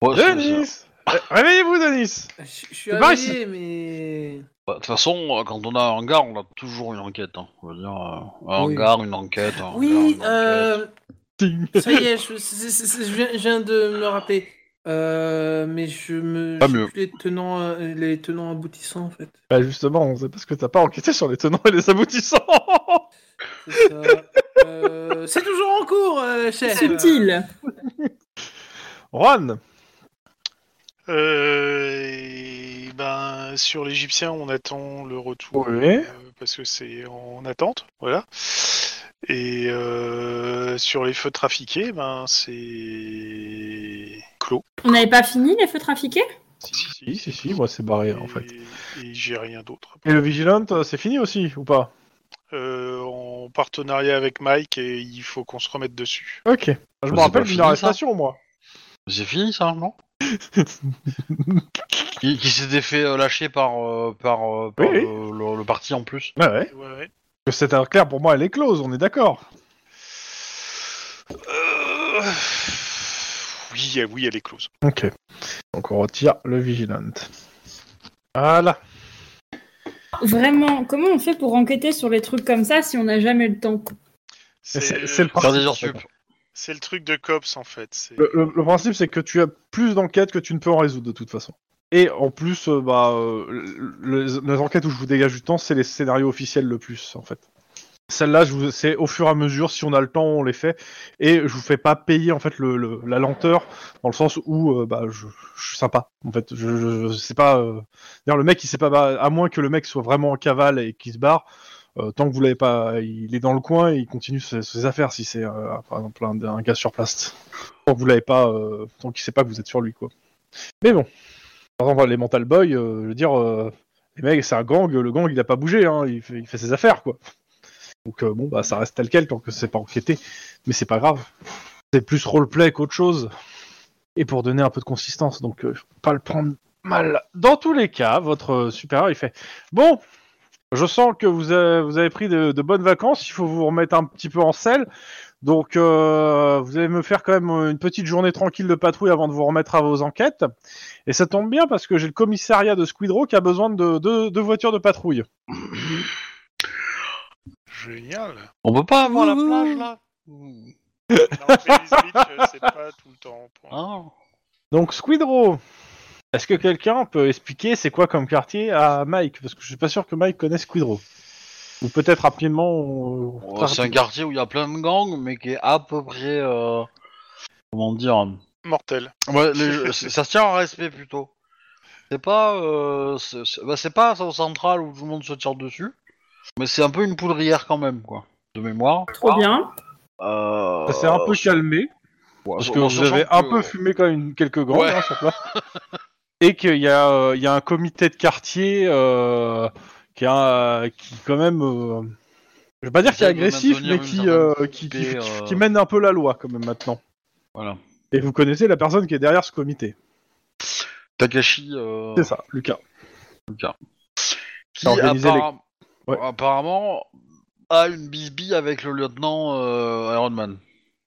Ouais, c'est- c'est- Denis Ré- Réveillez-vous, Denis Je je suis C'est pareil, arrivé, mais. Bah, De toute façon, euh, quand on a un hangar, on a toujours une enquête. hein. On va dire euh, un Oui. hangar, une enquête. un hangar, Oui, une enquête. euh, Ting. ça y est, je, c'est- c'est- c'est- je viens, je viens de me rappeler. Euh, mais je me. Pas je sais mieux. plus Les tenants, euh, les tenants aboutissants, en fait. Bah justement, c'est parce que t'as pas enquêté sur les tenants et les aboutissants [LAUGHS] C'est ça. [LAUGHS] Euh, c'est toujours en cours, euh, chef. Subtil. Juan Euh, et ben, sur l'Égyptien, on attend le retour Oui. euh, parce que c'est en attente, voilà. Et euh, sur les feux trafiqués, ben c'est clos. On n'avait pas fini les feux trafiqués Si, Si, si, si, moi c'est barré en Et- fait. Et, j'ai rien d'autre. Et le Vigilante, euh, c'est fini aussi, ou pas Euh, en partenariat avec Mike, et il faut qu'on se remette dessus. Ok. Je Bah, c'est me pas rappelle fini, d'une ça arrestation, moi. [LAUGHS] C'est fini ça, non Qui, qui s'était fait euh, lâcher par, euh, par, euh, par Oui, oui. le, le- le parti en plus. Ouais, ouais. Ouais, ouais. Que c'est clair, pour moi, elle est close, on est d'accord. Euh, Oui, euh, oui, elle est close. Ok. Donc on retire le Vigilante. Voilà. Vraiment, comment on fait pour enquêter sur les trucs comme ça si on n'a jamais le temps C'est Ah, c'est le Faire principe. des heures sup. c'est le truc de cops en fait. c'est- Le, le- le principe, c'est que tu as plus d'enquêtes que tu ne peux en résoudre de toute façon. Et en plus, euh, bah, euh, le- le- les enquêtes où je vous dégage du temps, c'est les scénarios officiels le plus, en fait. Celle-là, je vous- c'est au fur et à mesure, si on a le temps, on les fait. Et je vous fais pas payer, en fait, le, le- la lenteur, dans le sens où, euh, bah, je, je suis sympa, en fait. Je, je- je sais pas... euh, D'ailleurs, le mec, il sait pas... bah, à moins que le mec soit vraiment en cavale et qu'il se barre, euh, tant que vous l'avez pas... Il est dans le coin et il continue ses, ses affaires, si c'est, euh, par exemple, un, un gars sur place tant que vous l'avez pas, euh, tant qu'il sait pas que vous êtes sur lui, quoi. Mais bon, par exemple, les Mental Boys, euh, je veux dire, euh, les mecs, c'est un gang, le gang, il a pas bougé, hein, il, fait, il fait ses affaires, quoi. Donc euh, bon, bah ça reste tel quel tant que c'est pas enquêté, mais c'est pas grave. C'est plus roleplay qu'autre chose, et pour donner un peu de consistance, donc euh, faut pas le prendre mal. Dans tous les cas, votre euh, supérieur, il fait bon. Je sens que vous avez, vous avez pris de- de bonnes vacances, il faut vous remettre un petit peu en selle. Donc, euh, vous allez me faire quand même euh, une petite journée tranquille de patrouille avant de vous remettre à vos enquêtes. Et ça tombe bien parce que j'ai le commissariat de Squidrow qui a besoin de deux deux voitures de patrouille. Génial. On peut pas avoir la Ouh. plage là Hein Non, mais les glitches, euh, c'est pas tout le temps. point. Ah, Hein Donc, Squidrow, est-ce que quelqu'un peut expliquer c'est quoi comme quartier à Mike Parce que je suis pas sûr que Mike connaisse Squidrow. Ou peut-être rapidement. ou- Bon, très Oh, C'est un rapidement. quartier où il y a plein de gangs, mais qui est à peu près. euh, comment dire Mortel. Ouais, [LAUGHS] les- c'est- ça se tient en respect plutôt. C'est pas, euh, c'est c'est- bah, c'est pas South Central où tout le monde se tire dessus, mais c'est un peu une poudrière quand même, quoi, de mémoire. Trop bien. Euh, Ça s'est un peu calmé. ouais, Parce en- que en vous avez sachant un que- peu fumé quand même quelques grandes Ouais. hein, sur place. [LAUGHS] Et qu'il y, a, euh, il y a un comité de quartier euh, qui, a, qui quand même... euh, je vais pas dire qui est Essaye de agressif, maintenir mais une qui, certaine euh, qui, qui- sécurité, qui- euh, qui mène un peu la loi quand même maintenant. Voilà. Et vous connaissez la personne qui est derrière ce comité. Takashi. euh, C'est ça, Lucas. qui a organisé les- appara- Ouais. apparemment a une bisbille avec le lieutenant euh, Iron Man.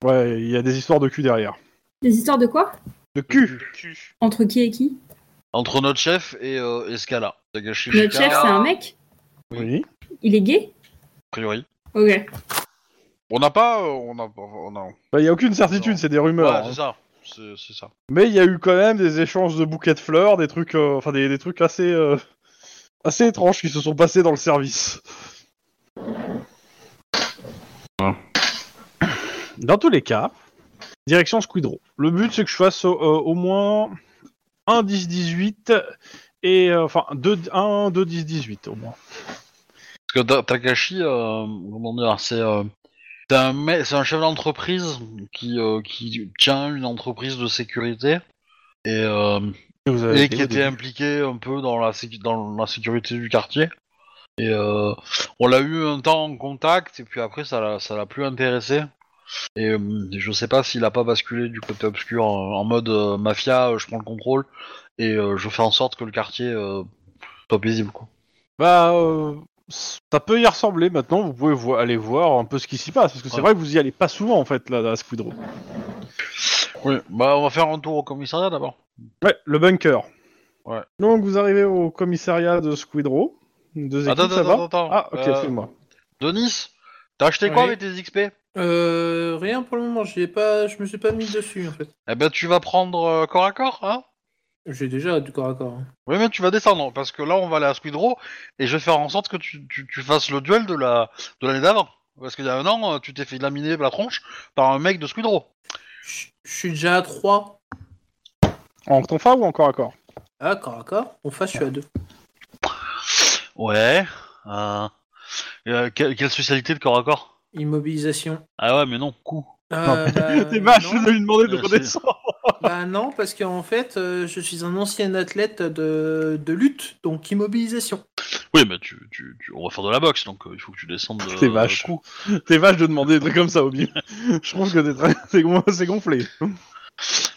Ouais, il y a des histoires de cul derrière. Des histoires de quoi De cul Cul. Entre qui et qui Entre notre chef et euh, Escala. Takashi Notre Shika, chef, c'est un mec Oui. Il est gay A priori. Ok. On n'a pas. euh, on n'a pas- on a- Bah, Il y a aucune certitude, Non. c'est des rumeurs. Ouais, hein. c'est ça. C'est c'est ça. Mais il y a eu quand même des échanges de bouquets de fleurs, des trucs, euh, enfin des, des trucs assez, euh, assez étranges qui se sont passés dans le service. Ouais. Dans tous les cas, direction Squidrow. Le but c'est que je fasse euh, au moins 1 10 18 et euh, enfin 2 1 2 10 18 au moins. Parce que Ta- Takashi, euh, comment dire, c'est euh, c'est un, mec- c'est un chef d'entreprise qui, euh, qui tient une entreprise de sécurité et, euh, Vous avez et été qui au était début. impliqué un peu dans la, sécu- dans la sécurité du quartier. Et euh, on l'a eu un temps en contact et puis après ça l'a- ça l'a plus intéressé. Et euh, je sais pas s'il a pas basculé du côté obscur en, en mode euh, mafia, euh, je prends le contrôle et euh, je fais en sorte que le quartier euh, soit paisible quoi. Bah, euh, ça peut y ressembler. Maintenant, vous pouvez vo- aller voir un peu ce qui s'y passe, parce que c'est Ouais. vrai que vous y allez pas souvent en fait là, à Squidrow. Oui, bah on va faire un tour au commissariat d'abord. Ouais, le bunker. Ouais. Donc vous arrivez au commissariat de Squidrow. Deux équipes, Attends, ça va attends, attends. Ah, ok, Euh, excuse-moi. Denis, t'as acheté quoi Oui. avec tes XP Euh, rien pour le moment, j'ai pas, je me suis pas mis dessus en fait. Eh ben tu vas prendre euh, corps à corps, hein J'ai déjà du corps hein. à corps. Oui, mais tu vas descendre, parce que là, on va aller à Squidrow, et je vais faire en sorte que tu, tu, tu fasses le duel de la de l'année d'avant. Parce qu'il y a un an, euh, tu t'es fait laminer la tronche par un mec de Squidrow. Je je suis déjà à 3. En tonfa ou encore à corps Ah, corps à corps On face, je suis à 2. Ouais. Euh, euh, que- quelle spécialité de corps à corps Immobilisation. Ah ouais, mais non, coup. Euh, bah, C'est vache, non. je vais lui demander de Euh, [LAUGHS] redescendre. Bah non, parce qu'en fait, euh, je suis un ancien athlète de, de lutte, donc immobilisation. Oui, mais tu, tu, tu- on va faire de la boxe, donc euh, il faut que tu descendes de... T'es vache. coup. T'es vache de demander des trucs comme ça, Obi. [LAUGHS] je trouve que t'es très- c'est gon- c'est gonflé.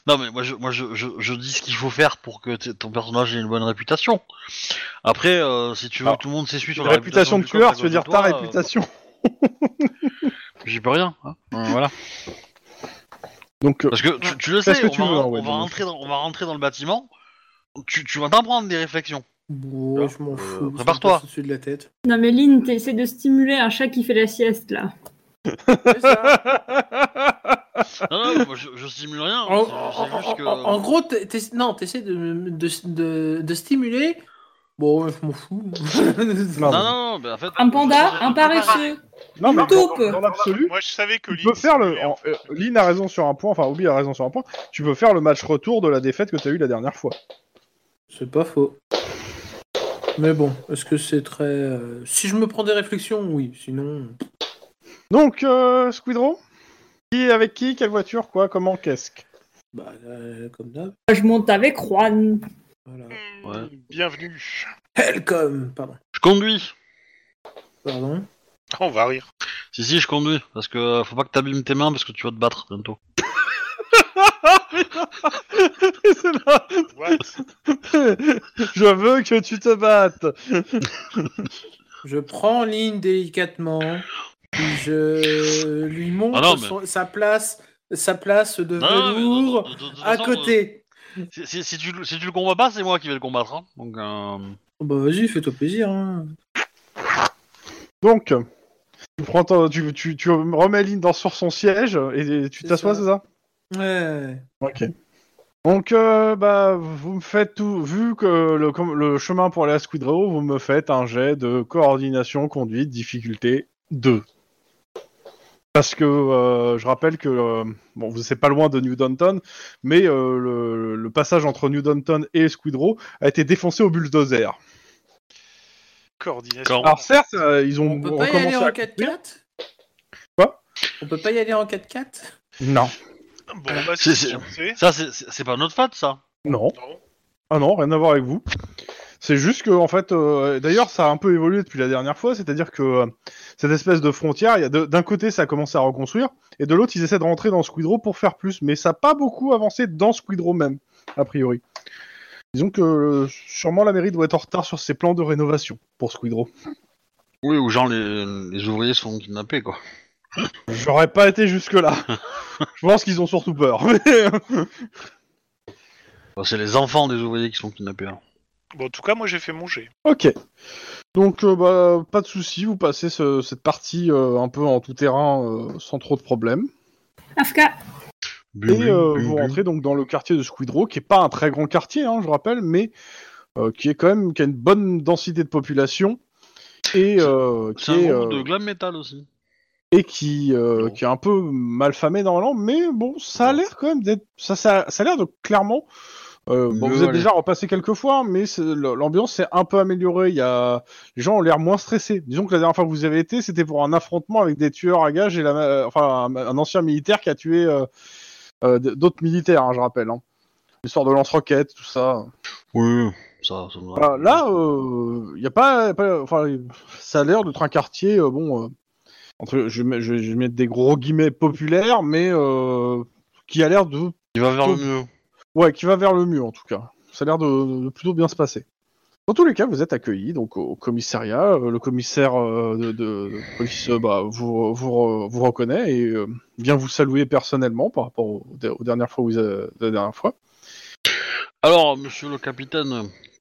Non, mais moi, je, moi je, je, je dis ce qu'il faut faire pour que t- ton personnage ait une bonne réputation. Après, euh, si tu veux Alors, que tout le monde s'essuie sur Une la réputation de du cop à tueur, tu veux cause de dire ta toi, euh, réputation. J'y peux rien. hein. Euh, voilà. Donc, euh, [LAUGHS] Parce que tu, tu le Fais sais, ce que on, tu va, veux, hein, ouais, on, va donc. rentrer dans, on va rentrer dans le bâtiment. Tu, tu vas t'en prendre des réflexions. Bon, je m'en Euh, fous. ça me prépare-toi. passe Au-dessus de la tête. Non, mais Lynn, t'essaies de stimuler un chat qui fait la sieste, là. C'est ça. [LAUGHS] Non, non, moi, je, je stimule rien. En, c'est- c'est en- juste que- en- en gros, t'es- t'es- non, t'essaies de, de, de, de stimuler. Bon, je m'en fous. [LAUGHS] Non, Non, non, mais en fait, Un Ah, panda, un pareil. paresseux. non, mais Une taupe. dans- dans l'absolu, Moi, je savais que tu peux faire le. en- euh, Lynn a raison sur un point, enfin, Obi a raison sur un point. Tu peux faire le match retour de la défaite que t'as eu la dernière fois. C'est pas faux. Mais bon, est-ce que c'est très. euh, Si je me prends des réflexions, oui. Sinon. Donc, euh, Squidrow Qui est avec qui Quelle voiture Quoi Comment Qu'est-ce que- Bah, euh, comme d'hab. Ah, Je monte avec Juan. Voilà. Ouais. Hmm, Bienvenue. [LAUGHS] Helcom Pardon. Je conduis. Pardon. On va rire. Si, si, je conduis. Parce que euh, faut pas que t'abîmes tes mains parce que tu vas te battre bientôt. C'est là. What [LAUGHS] Je veux que tu te battes. Je prends ligne délicatement. puis je lui montre Ah non, mais- son- sa place sa place de Non, mais de- velours de- de- de toute à façon, côté. euh, si, si- si tu, le- si tu le combats pas, c'est moi qui vais le combattre. hein. Donc, euh, Bah vas-y, fais-toi plaisir. hein. Donc, tu, prends ton- tu, tu, tu remets Lynn dans, sur son siège et tu C'est t'assois, ça. c'est ça Ouais. Ok. Donc, euh, bah, vous me faites tout. Vu que le, com- le chemin pour aller à Squidrow, vous me faites un jet de coordination, conduite, difficulté 2. Parce que euh, je rappelle que. euh, bon, vous c'est pas loin de New Downton, mais euh, le, le passage entre New Downton et Squidrow a été défoncé au bulldozer. Coordination. Alors, certes, euh, ils ont On peut pas y aller recommencé en à- 4x4 Quoi On peut pas y aller en 4x4 Non. Bon, bah, [LAUGHS] C'est- c'est c'est- ce qu'on sait. ça, c'est- c'est c'est pas notre faute, ça. Non. Non. Ah non, rien à voir avec vous. C'est juste que, en fait, euh, d'ailleurs, ça a un peu évolué depuis la dernière fois, c'est-à-dire que euh, cette espèce de frontière, il y a de- d'un côté, ça a commencé à reconstruire, et de l'autre, ils essaient de rentrer dans Squidrow pour faire plus, mais ça n'a pas beaucoup avancé dans Squidrow même, a priori. Disons que euh, sûrement la mairie doit être en retard sur ses plans de rénovation pour Squidrow. Oui, ou genre les, les ouvriers sont kidnappés, quoi. J'aurais pas été jusque-là. Je pense qu'ils ont surtout peur. [LAUGHS] euh, Enfin, c'est les enfants des ouvriers qui sont kidnappés. alors. Bon, en tout cas, moi, j'ai fait mon jet. Ok. Donc, euh, bah, pas de souci, vous passez ce- cette partie euh, un peu en tout terrain euh, sans trop de problèmes. Afka. Bum, Et bum, euh, bum, vous bum. rentrez donc dans le quartier de Squidrow, qui est pas un très grand quartier, hein, je rappelle, mais euh, qui est quand même qui a une bonne densité de population et euh, qui C'est un est, groupe euh, de glam metal aussi. et qui euh, Bon. qui est un peu malfamé normalement, mais bon, ça a l'air quand même d'être ça, ça, ça a l'air de clairement Euh, bon, Mieux, vous êtes allez. déjà repassé quelques fois, hein, mais c'est- l- l'ambiance s'est un peu améliorée. Il y a... Les gens ont l'air moins stressés. Disons que la dernière fois que vous y avez été, c'était pour un affrontement avec des tueurs à gages et la... ma- enfin, un, un ancien militaire qui a tué euh, euh, d- d'autres militaires, hein, je rappelle. hein. L'histoire de lance-roquettes, tout ça. hein. Oui, ça, ça me va. Voilà, Ah, Bah, là, euh, il y a pas, pas- enfin, ça a l'air d'être un quartier, euh, bon, euh, entre, je, vais mettre- je, vais- je vais mettre des gros guillemets populaires, mais euh, qui a l'air de, Il va vers oh. le mieux. ouais, qui va vers le mieux en tout cas. Ça a l'air de, de plutôt bien se passer. Dans tous les cas, vous êtes accueillis donc au commissariat. Euh, Le commissaire euh, de, de police euh, bah, vous, vous, vous reconnaît et euh, vient vous saluer personnellement par rapport aux, aux dernières fois où vous avez- la dernière fois. Alors, monsieur le capitaine,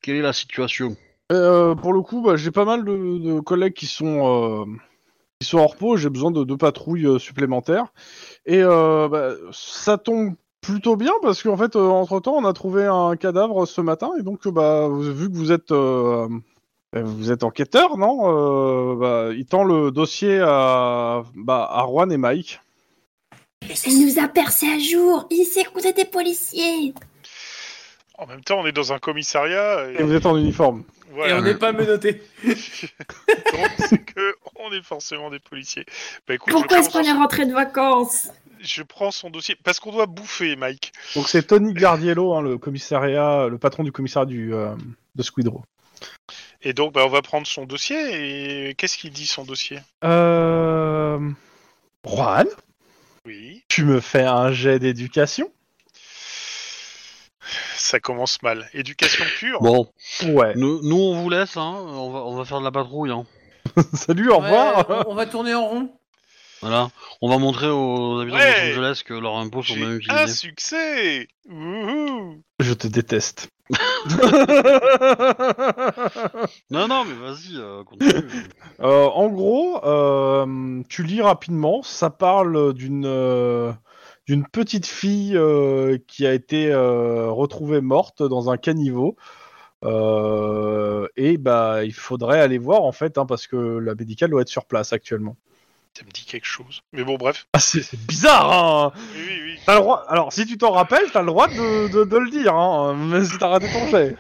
quelle est la situation Euh, pour le coup, bah, j'ai pas mal de, de collègues qui sont, euh, qui sont en repos. J'ai besoin de deux patrouilles euh, supplémentaires. Et euh, bah, ça tombe plutôt bien parce qu'en fait, entre temps, on a trouvé un cadavre ce matin. Et donc, euh, bah, vous- vu que vous êtes, euh, euh, vous êtes enquêteur, non Euh, bah, Il tend le dossier à, bah, à Juan et Mike. Il nous a percé à jour. Il sait qu'on était policiers. En même temps, on est dans un commissariat. Et vous êtes en uniforme. Et on Voilà. n'est pas menotté. Donc, c'est que on est forcément des policiers. Bah écoute, Pourquoi je, est-ce prends qu'on est son, rentré de vacances je prends son dossier parce qu'on doit bouffer, Mike. Donc, c'est Tony Gardiello, hein, le commissariat, le patron du commissariat du, euh, de Squidrow. Et donc, bah, on va prendre son dossier. Et qu'est-ce qu'il dit son dossier Euh... Juan, Oui. tu me fais un jet d'éducation Ça commence mal. Éducation pure. Bon, Ouais. nous, nous, on vous laisse, hein. on, va, on va faire de la patrouille. Hein. [LAUGHS] Salut, au revoir Ouais, on on va tourner en rond. Voilà. On va montrer aux habitants Ouais. de Los Angeles que leurs impôts sont J'ai bien un utilisés. succès. Wouhou [LAUGHS] Je te [LAUGHS] déteste. Non, non, mais vas-y, euh, continue. Euh, en gros, euh, tu lis rapidement, ça parle d'une euh, d'une petite fille euh, qui a été euh, retrouvée morte dans un caniveau. Euh, et bah, il faudrait aller voir en fait, hein, parce que la médicale doit être sur place actuellement. Ça me dit quelque chose. Mais bon, bref. Ah. Ah, c'est c'est bizarre, hein Oui, oui, oui. T'as le droit. Alors, si tu t'en rappelles, t'as le droit de, de, de le dire, hein. Mais si t'as raté ton jet.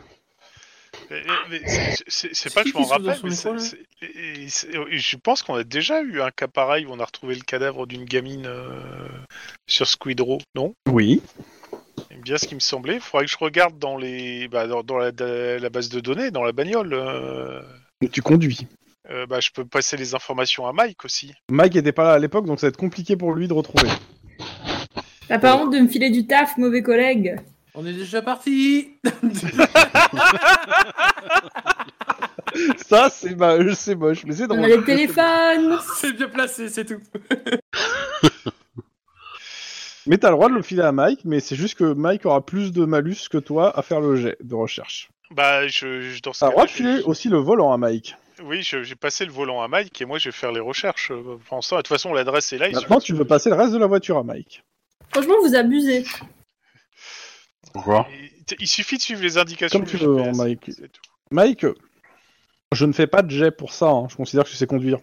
Mais- mais c'est- c'est c'est C'est pas que qui je m'en qui s'ouvre dans rappelle, son mais micro, c'est- c'est- et- et- c'est- et je pense qu'on a déjà eu un cas pareil où on a retrouvé le cadavre d'une gamine euh, sur Squidrow, non Oui. Eh bien ce qui me semblait. Il faudrait que je regarde dans les, bah, dans, dans la, da- la base de données, dans la bagnole. euh, Tu conduis. euh, bah, je peux passer les informations à Mike aussi. Mike était pas là à l'époque, donc ça va être compliqué pour lui de retrouver. T'as pas honte de me filer du taf, mauvais collègue On est déjà parti. [LAUGHS] [LAUGHS] ça, c'est bah, euh, c'est moche, mais c'est On drôle. a les téléphones c'est bien placé, c'est tout. Mais t'as le droit de le filer à Mike, mais c'est juste que Mike aura plus de malus que toi à faire le jet de recherche. Bah, je, je dans ce T'as le cas-là, droit de filer je- aussi le volant à Mike. Oui, je- j'ai passé le volant à Mike et moi je vais faire les recherches. euh, pour l'instant. de toute façon, l'adresse est là. il Maintenant, suffit- tu veux passer le reste de la voiture à Mike. Franchement, vous abusez. Pourquoi il- il suffit de suivre les indications. Comme du tu veux, GPS, Mike. c'est tout. Mike, euh, je ne fais pas de jet pour ça, hein. je considère que tu sais conduire.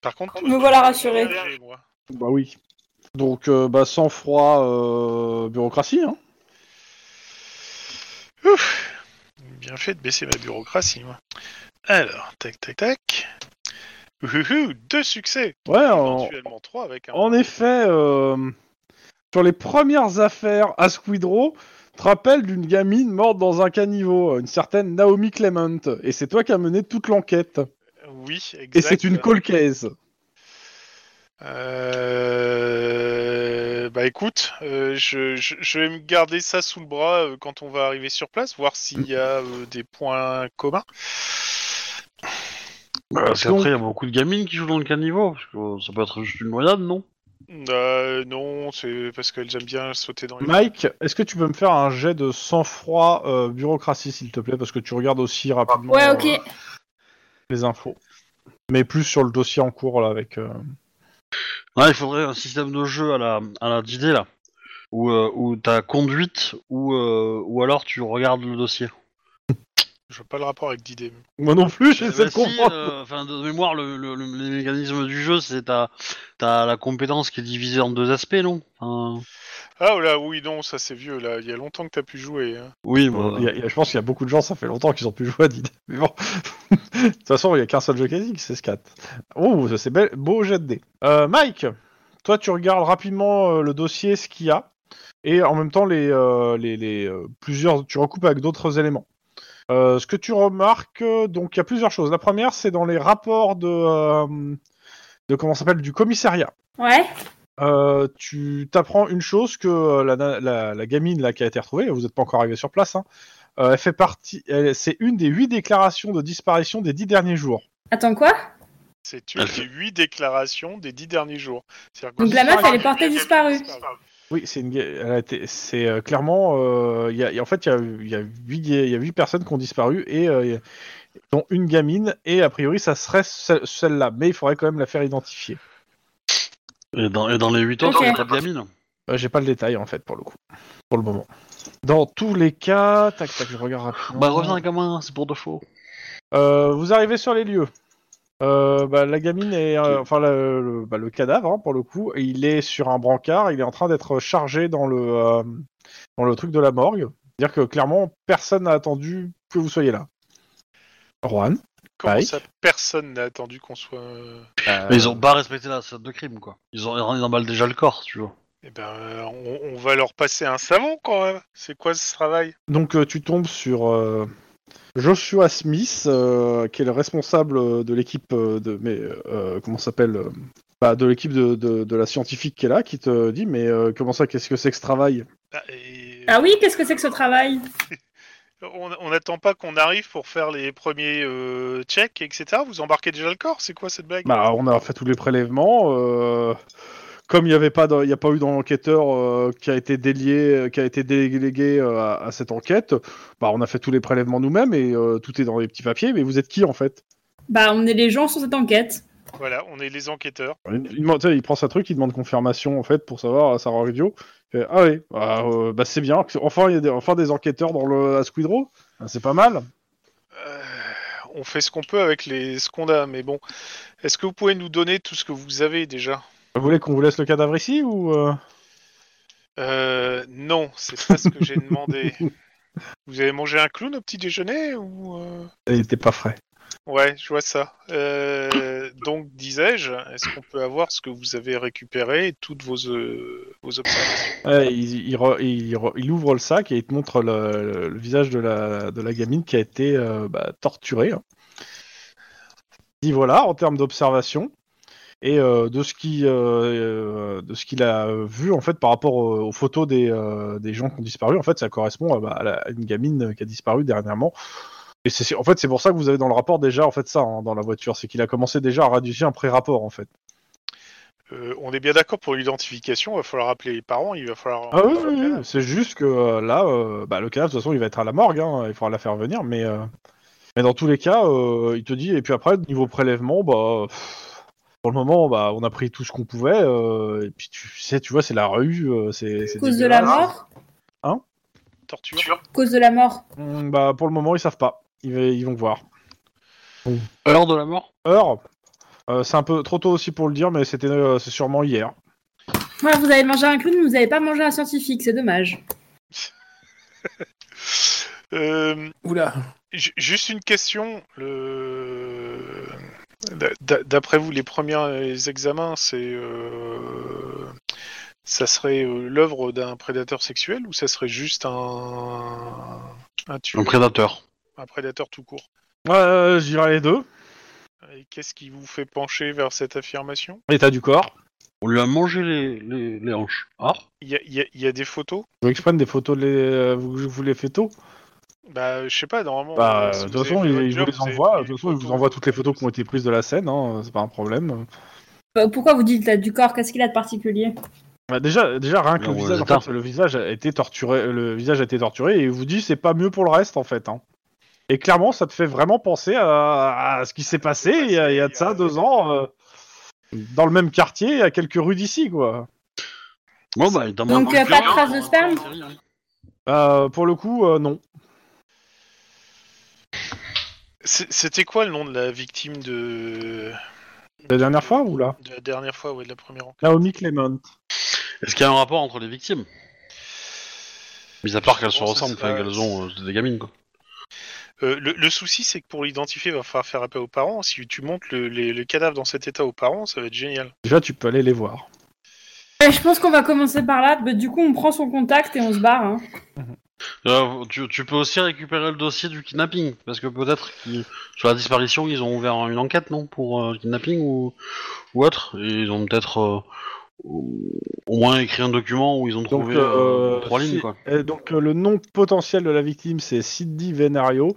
Par contre, Me voilà rassuré. Allez, moi. Bah oui. Donc, euh, bah, sang-froid, euh, bureaucratie, hein. Bien fait de baisser ma bureaucratie, moi. Alors, tac, tac, tac. Uhuhu, deux succès Ouais, en, Éventuellement trois avec un... en effet, euh, sur les premières affaires à Squidrow, te rappelles d'une gamine morte dans un caniveau, une certaine Naomi Clement, et c'est toi qui as mené toute l'enquête. Oui, exact. Et c'est une call case. Euh, Bah écoute, euh, je, je- je vais me garder ça sous le bras euh, quand on va arriver sur place, voir s'il y a euh, des points communs. Parce Donc- qu'après, il y a beaucoup de gamines qui jouent dans le caniveau. Parce que euh, ça peut être juste une noyade, non Euh, non, c'est parce qu'elles aiment bien sauter dans les... Mike, est-ce que tu peux me faire un jet de sang-froid, euh, bureaucratie, s'il te plaît, parce que tu regardes aussi rapidement Ouais, ok. euh, les infos. Mais plus sur le dossier en cours, là, avec... euh, Ouais, il faudrait un système de jeu à la, à la JD, là. Où, euh, où ta conduite, ou, euh, ou alors tu regardes le dossier. Je veux pas le rapport avec Didé. Moi non plus, Euh, j'essaie bah de si, comprendre. euh, Enfin, de mémoire, le, le- le- les mécanismes du jeu, c'est ta, ta la compétence qui est divisée en deux aspects, non Enfin, Ah oh là, oui, non, ça c'est vieux, là. Il y a longtemps que t'as pu jouer. hein. Oui, Il y a- il y a- je pense qu'il y a beaucoup de gens, ça fait longtemps qu'ils ont plus joué à Didé. Mais bon, [LAUGHS] de toute façon, il n'y a qu'un seul jeu classique, c'est Scat. Oh, ça, c'est bel- beau jet de dés. Euh, Mike, toi tu regardes rapidement euh, le dossier, ce qu'il y a, et en même temps les, euh, les, les, euh, plusieurs, tu recoupes avec d'autres éléments. Euh, ce que tu remarques, euh, donc il y a plusieurs choses. La première, c'est dans les rapports de, euh, de comment ça s'appelle, du commissariat. Ouais. Euh, tu t'apprends une chose que euh, la, na- la- la gamine là qui a été retrouvée, vous n'êtes pas encore arrivé sur place, hein, euh, elle fait partie, elle- c'est une des huit déclarations de disparition des dix derniers jours. Attends quoi C'est une Elle des fait- huit déclarations des dix derniers jours. C'est-à-dire que- Donc la meuf, elle est portée disparue. Oui, c'est une, ga- elle a été, c'est euh, clairement, euh, il y a- il y a- en fait, il y a, il y a huit, ga- il y a huit personnes qui ont disparu et euh, il y a- dont une gamine et a priori ça serait ce- celle-là, mais il faudrait quand même la faire identifier. euh, Et dans, et dans les 8 autres, Ok. il y a pas de gamine. Euh, J'ai pas le détail en fait pour le coup, pour le moment. Dans tous les cas, tac tac, je regarde rapidement. Bah reviens, gamin, c'est pour de faux. Euh, vous arrivez sur les lieux. Euh, bah, la gamine est, euh, enfin le, le- bah, le cadavre hein, pour le coup, et il est sur un brancard, il est en train d'être chargé dans le euh, dans le truc de la morgue. C'est-à-dire que clairement personne n'a attendu que vous soyez là. Juan. Comment Mike. ça, personne n'a attendu qu'on soit. euh, Mais ils ont pas respecté la scène de crime, quoi. Ils, ont, ils emballent déjà le corps, tu vois. Eh ben, euh, on, on va leur passer un savon quand même. C'est quoi ce travail Donc euh, tu tombes sur euh, Joshua Smith, euh, qui est le responsable euh, de l'équipe euh, de mais euh, comment ça s'appelle euh, bah, de l'équipe de, de- de la scientifique qui est là, qui te dit mais euh, comment ça, qu'est-ce que c'est que ce travail Ah, et- Ah oui, qu'est-ce que c'est que ce travail On on n'attend pas qu'on arrive pour faire les premiers euh, checks, etc. Vous embarquez déjà le corps C'est quoi cette blague Bah, on a fait tous les prélèvements. euh, Comme il n'y avait pas, de- il y a pas eu d'enquêteur euh, qui a été délié, qui a été délégué euh, à, à cette enquête, bah on a fait tous les prélèvements nous-mêmes et euh, tout est dans les petits papiers. Mais vous êtes qui en fait Bah, on est les gens sur cette enquête. Voilà, on est les enquêteurs. il, il demande- tu sais, il prend sa truc, il demande confirmation en fait pour savoir à Sarah Rudio. Il fait, ah oui, bah, euh, bah, c'est bien. Enfin, il y a des, enfin des enquêteurs dans le à Squid Row. Ah, C'est pas mal. Euh, on fait ce qu'on peut avec les ce qu'on a, mais bon. Est-ce que vous pouvez nous donner tout ce que vous avez déjà Vous voulez qu'on vous laisse le cadavre ici ou euh Euh, Non, c'est pas ce que [LAUGHS] j'ai demandé. Vous avez mangé un clown au petit déjeuner ou euh, Il était pas frais. Ouais, je vois ça. Euh, donc, disais-je, est-ce qu'on peut avoir ce que vous avez récupéré, toutes vos, euh, vos observations Ouais, il, il re- il re- il ouvre le sac et il te montre le, le- le visage de la, de la gamine qui a été euh, bah, torturée. hein. Il dit voilà, en termes d'observation et euh, de ce qui, euh, euh, de ce qu'il a vu en fait par rapport aux, aux photos des, euh, des gens qui ont disparu, en fait, ça correspond à, bah, à la- à une gamine qui a disparu dernièrement. Et c'est- c'est- en fait, c'est pour ça que vous avez dans le rapport déjà en fait ça hein, dans la voiture, c'est qu'il a commencé déjà à rédiger un pré-rapport en fait. Euh, on est bien d'accord pour l'identification, il va falloir appeler les parents, il va falloir... Ah oui, oui, oui, c'est juste que euh, là, euh, bah, le cadavre, de toute façon, il va être à la morgue, hein, il faudra la faire venir, mais, euh, mais dans tous les cas, euh, il te dit, et puis après, niveau prélèvement, bah, pff, pour le moment, bah, on a pris tout ce qu'on pouvait, euh, et puis tu sais, tu vois, c'est la rue, euh, c'est... c'est Cause de la dégueulasse. mort Torture. Cause de la mort. Mm, Bah, pour le moment, ils savent pas, ils, va- ils vont voir. Heure de la mort Heure, euh, c'est un peu trop tôt aussi pour le dire, mais c'était euh, c'est sûrement hier. Ouais, vous avez mangé un clown, mais vous n'avez pas mangé un scientifique, c'est dommage. Euh, Oula. ju- juste une question, le... d'a- d'a- d'après vous, les premiers examens, c'est... euh, Ça serait euh, l'œuvre d'un prédateur sexuel ou ça serait juste un... Un, tueur, Un prédateur. un prédateur tout court Euh, J'irai les deux, Et qu'est-ce qui vous fait pencher vers cette affirmation état du corps. On lui a mangé les, les, les hanches. Ah Il y a- il y a- il y a des photos Vous exprime des photos, de les... euh, vous, vous les faites tôt Bah, je sais pas, normalement. Bah, euh, de si vous toute avez façon, fait il, votre il vous job, les avez envoie. pris De toute les façon, il vous photos, envoie toutes les photos qui ont avez- été prises de la scène. Hein, c'est pas un problème. Euh, Pourquoi vous dites là, du corps Qu'est-ce qu'il a de particulier Bah, déjà, déjà rien que Non, le on visage, les en éteint. fait, le visage a été torturé. Le visage a été torturé et il vous dit c'est pas mieux pour le reste en fait. hein. Et clairement, ça te fait vraiment penser à, à ce qui s'est passé il y a, il y a de ça deux ans euh, dans le même quartier, à quelques rues d'ici quoi. Bon, bah, il t'a Donc, mangé euh, le pas de cœur, traces hein. de sperme Euh, pour le coup, euh, non. C'est- C'était quoi le nom de la victime de. La dernière fois ou là De la dernière fois, ouais, de la première rencontre. Naomi Clement. Est-ce qu'il y a un rapport entre les victimes Mis à part qu'elles se Bon, ça ressemblent, enfin sera- qu'elles ont euh, c'est des gamines quoi. Euh, le, le souci, c'est que pour l'identifier, il va falloir faire appel aux parents. Si tu montes le, les- le cadavre dans cet état aux parents, ça va être génial. Déjà, tu peux aller les voir. Ouais, Euh, je pense qu'on va commencer par là. Bah, du coup, on prend son contact et on se barre. hein. Euh, tu, tu peux aussi récupérer le dossier du kidnapping, parce que peut-être qu'ils- sur la disparition, ils ont ouvert une enquête, non, pour euh, kidnapping ou, ou autre. Et ils ont peut-être euh, au au moins écrit un document où ils ont trouvé euh, euh, trois si- lignes quoi. euh, donc euh, le nom potentiel de la victime, c'est Sidney Venario.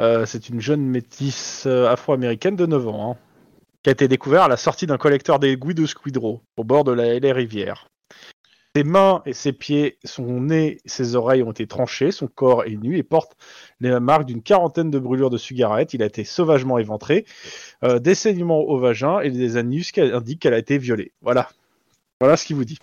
Euh, c'est une jeune métisse euh, afro-américaine de 9 ans, hein, qui a été découverte à la sortie d'un collecteur d'égouts de Squidrow, au bord de la LA rivière. Ses mains et ses pieds, son nez, ses oreilles ont été tranchés, son corps est nu et porte les marques d'une quarantaine de brûlures de cigarettes. Il a été sauvagement éventré, euh, des saignements au vagin et des anus qui indiquent qu'elle a été violée. Voilà. Voilà ce qu'il vous dit.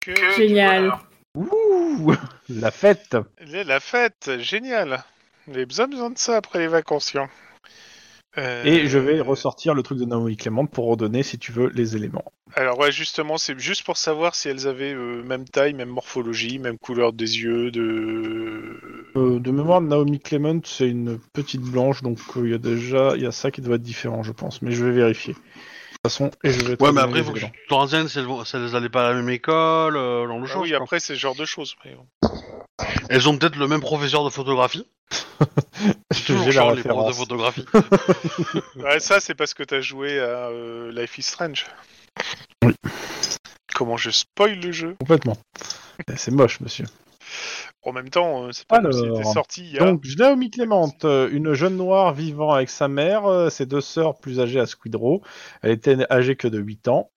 Que Génial. Ouh, la fête La, la fête, génial. J'ai bien besoin de ça après les vacances. hein. Euh, Et je vais ressortir le truc de Naomi Clément pour redonner, si tu veux, les éléments. Alors ouais, justement, c'est juste pour savoir si elles avaient euh, même taille, même morphologie, même couleur des yeux, de... Euh, de mémoire, Naomi Clement, c'est une petite blanche, donc euh, il y a déjà il y a ça qui doit être différent, je pense. Mais je vais vérifier. De toute façon, et je vais. te Ouais, mais donner après, les faut que tu éléments. te renseignes si elles, vont- si elles allaient pas à la même école, euh, genre de Ah choses. oui, quoi. après, c'est ce genre de choses. mais bon. Elles ont peut-être le même professeur [LAUGHS] de photographie. C'est toujours J'ai la chiant, les profs de référence. photographie. Ouais, ça, c'est parce que t'as joué à euh, Life is Strange. Oui. Comment je spoil le jeu Complètement. c'est moche, monsieur. En même temps, euh, c'est pas comme s'il Alors, était sorti il y a... Donc, Naomi Clément, euh, une jeune noire vivant avec sa mère, euh, ses deux sœurs plus âgées à Squidrow. Elle était âgée que de 8 ans.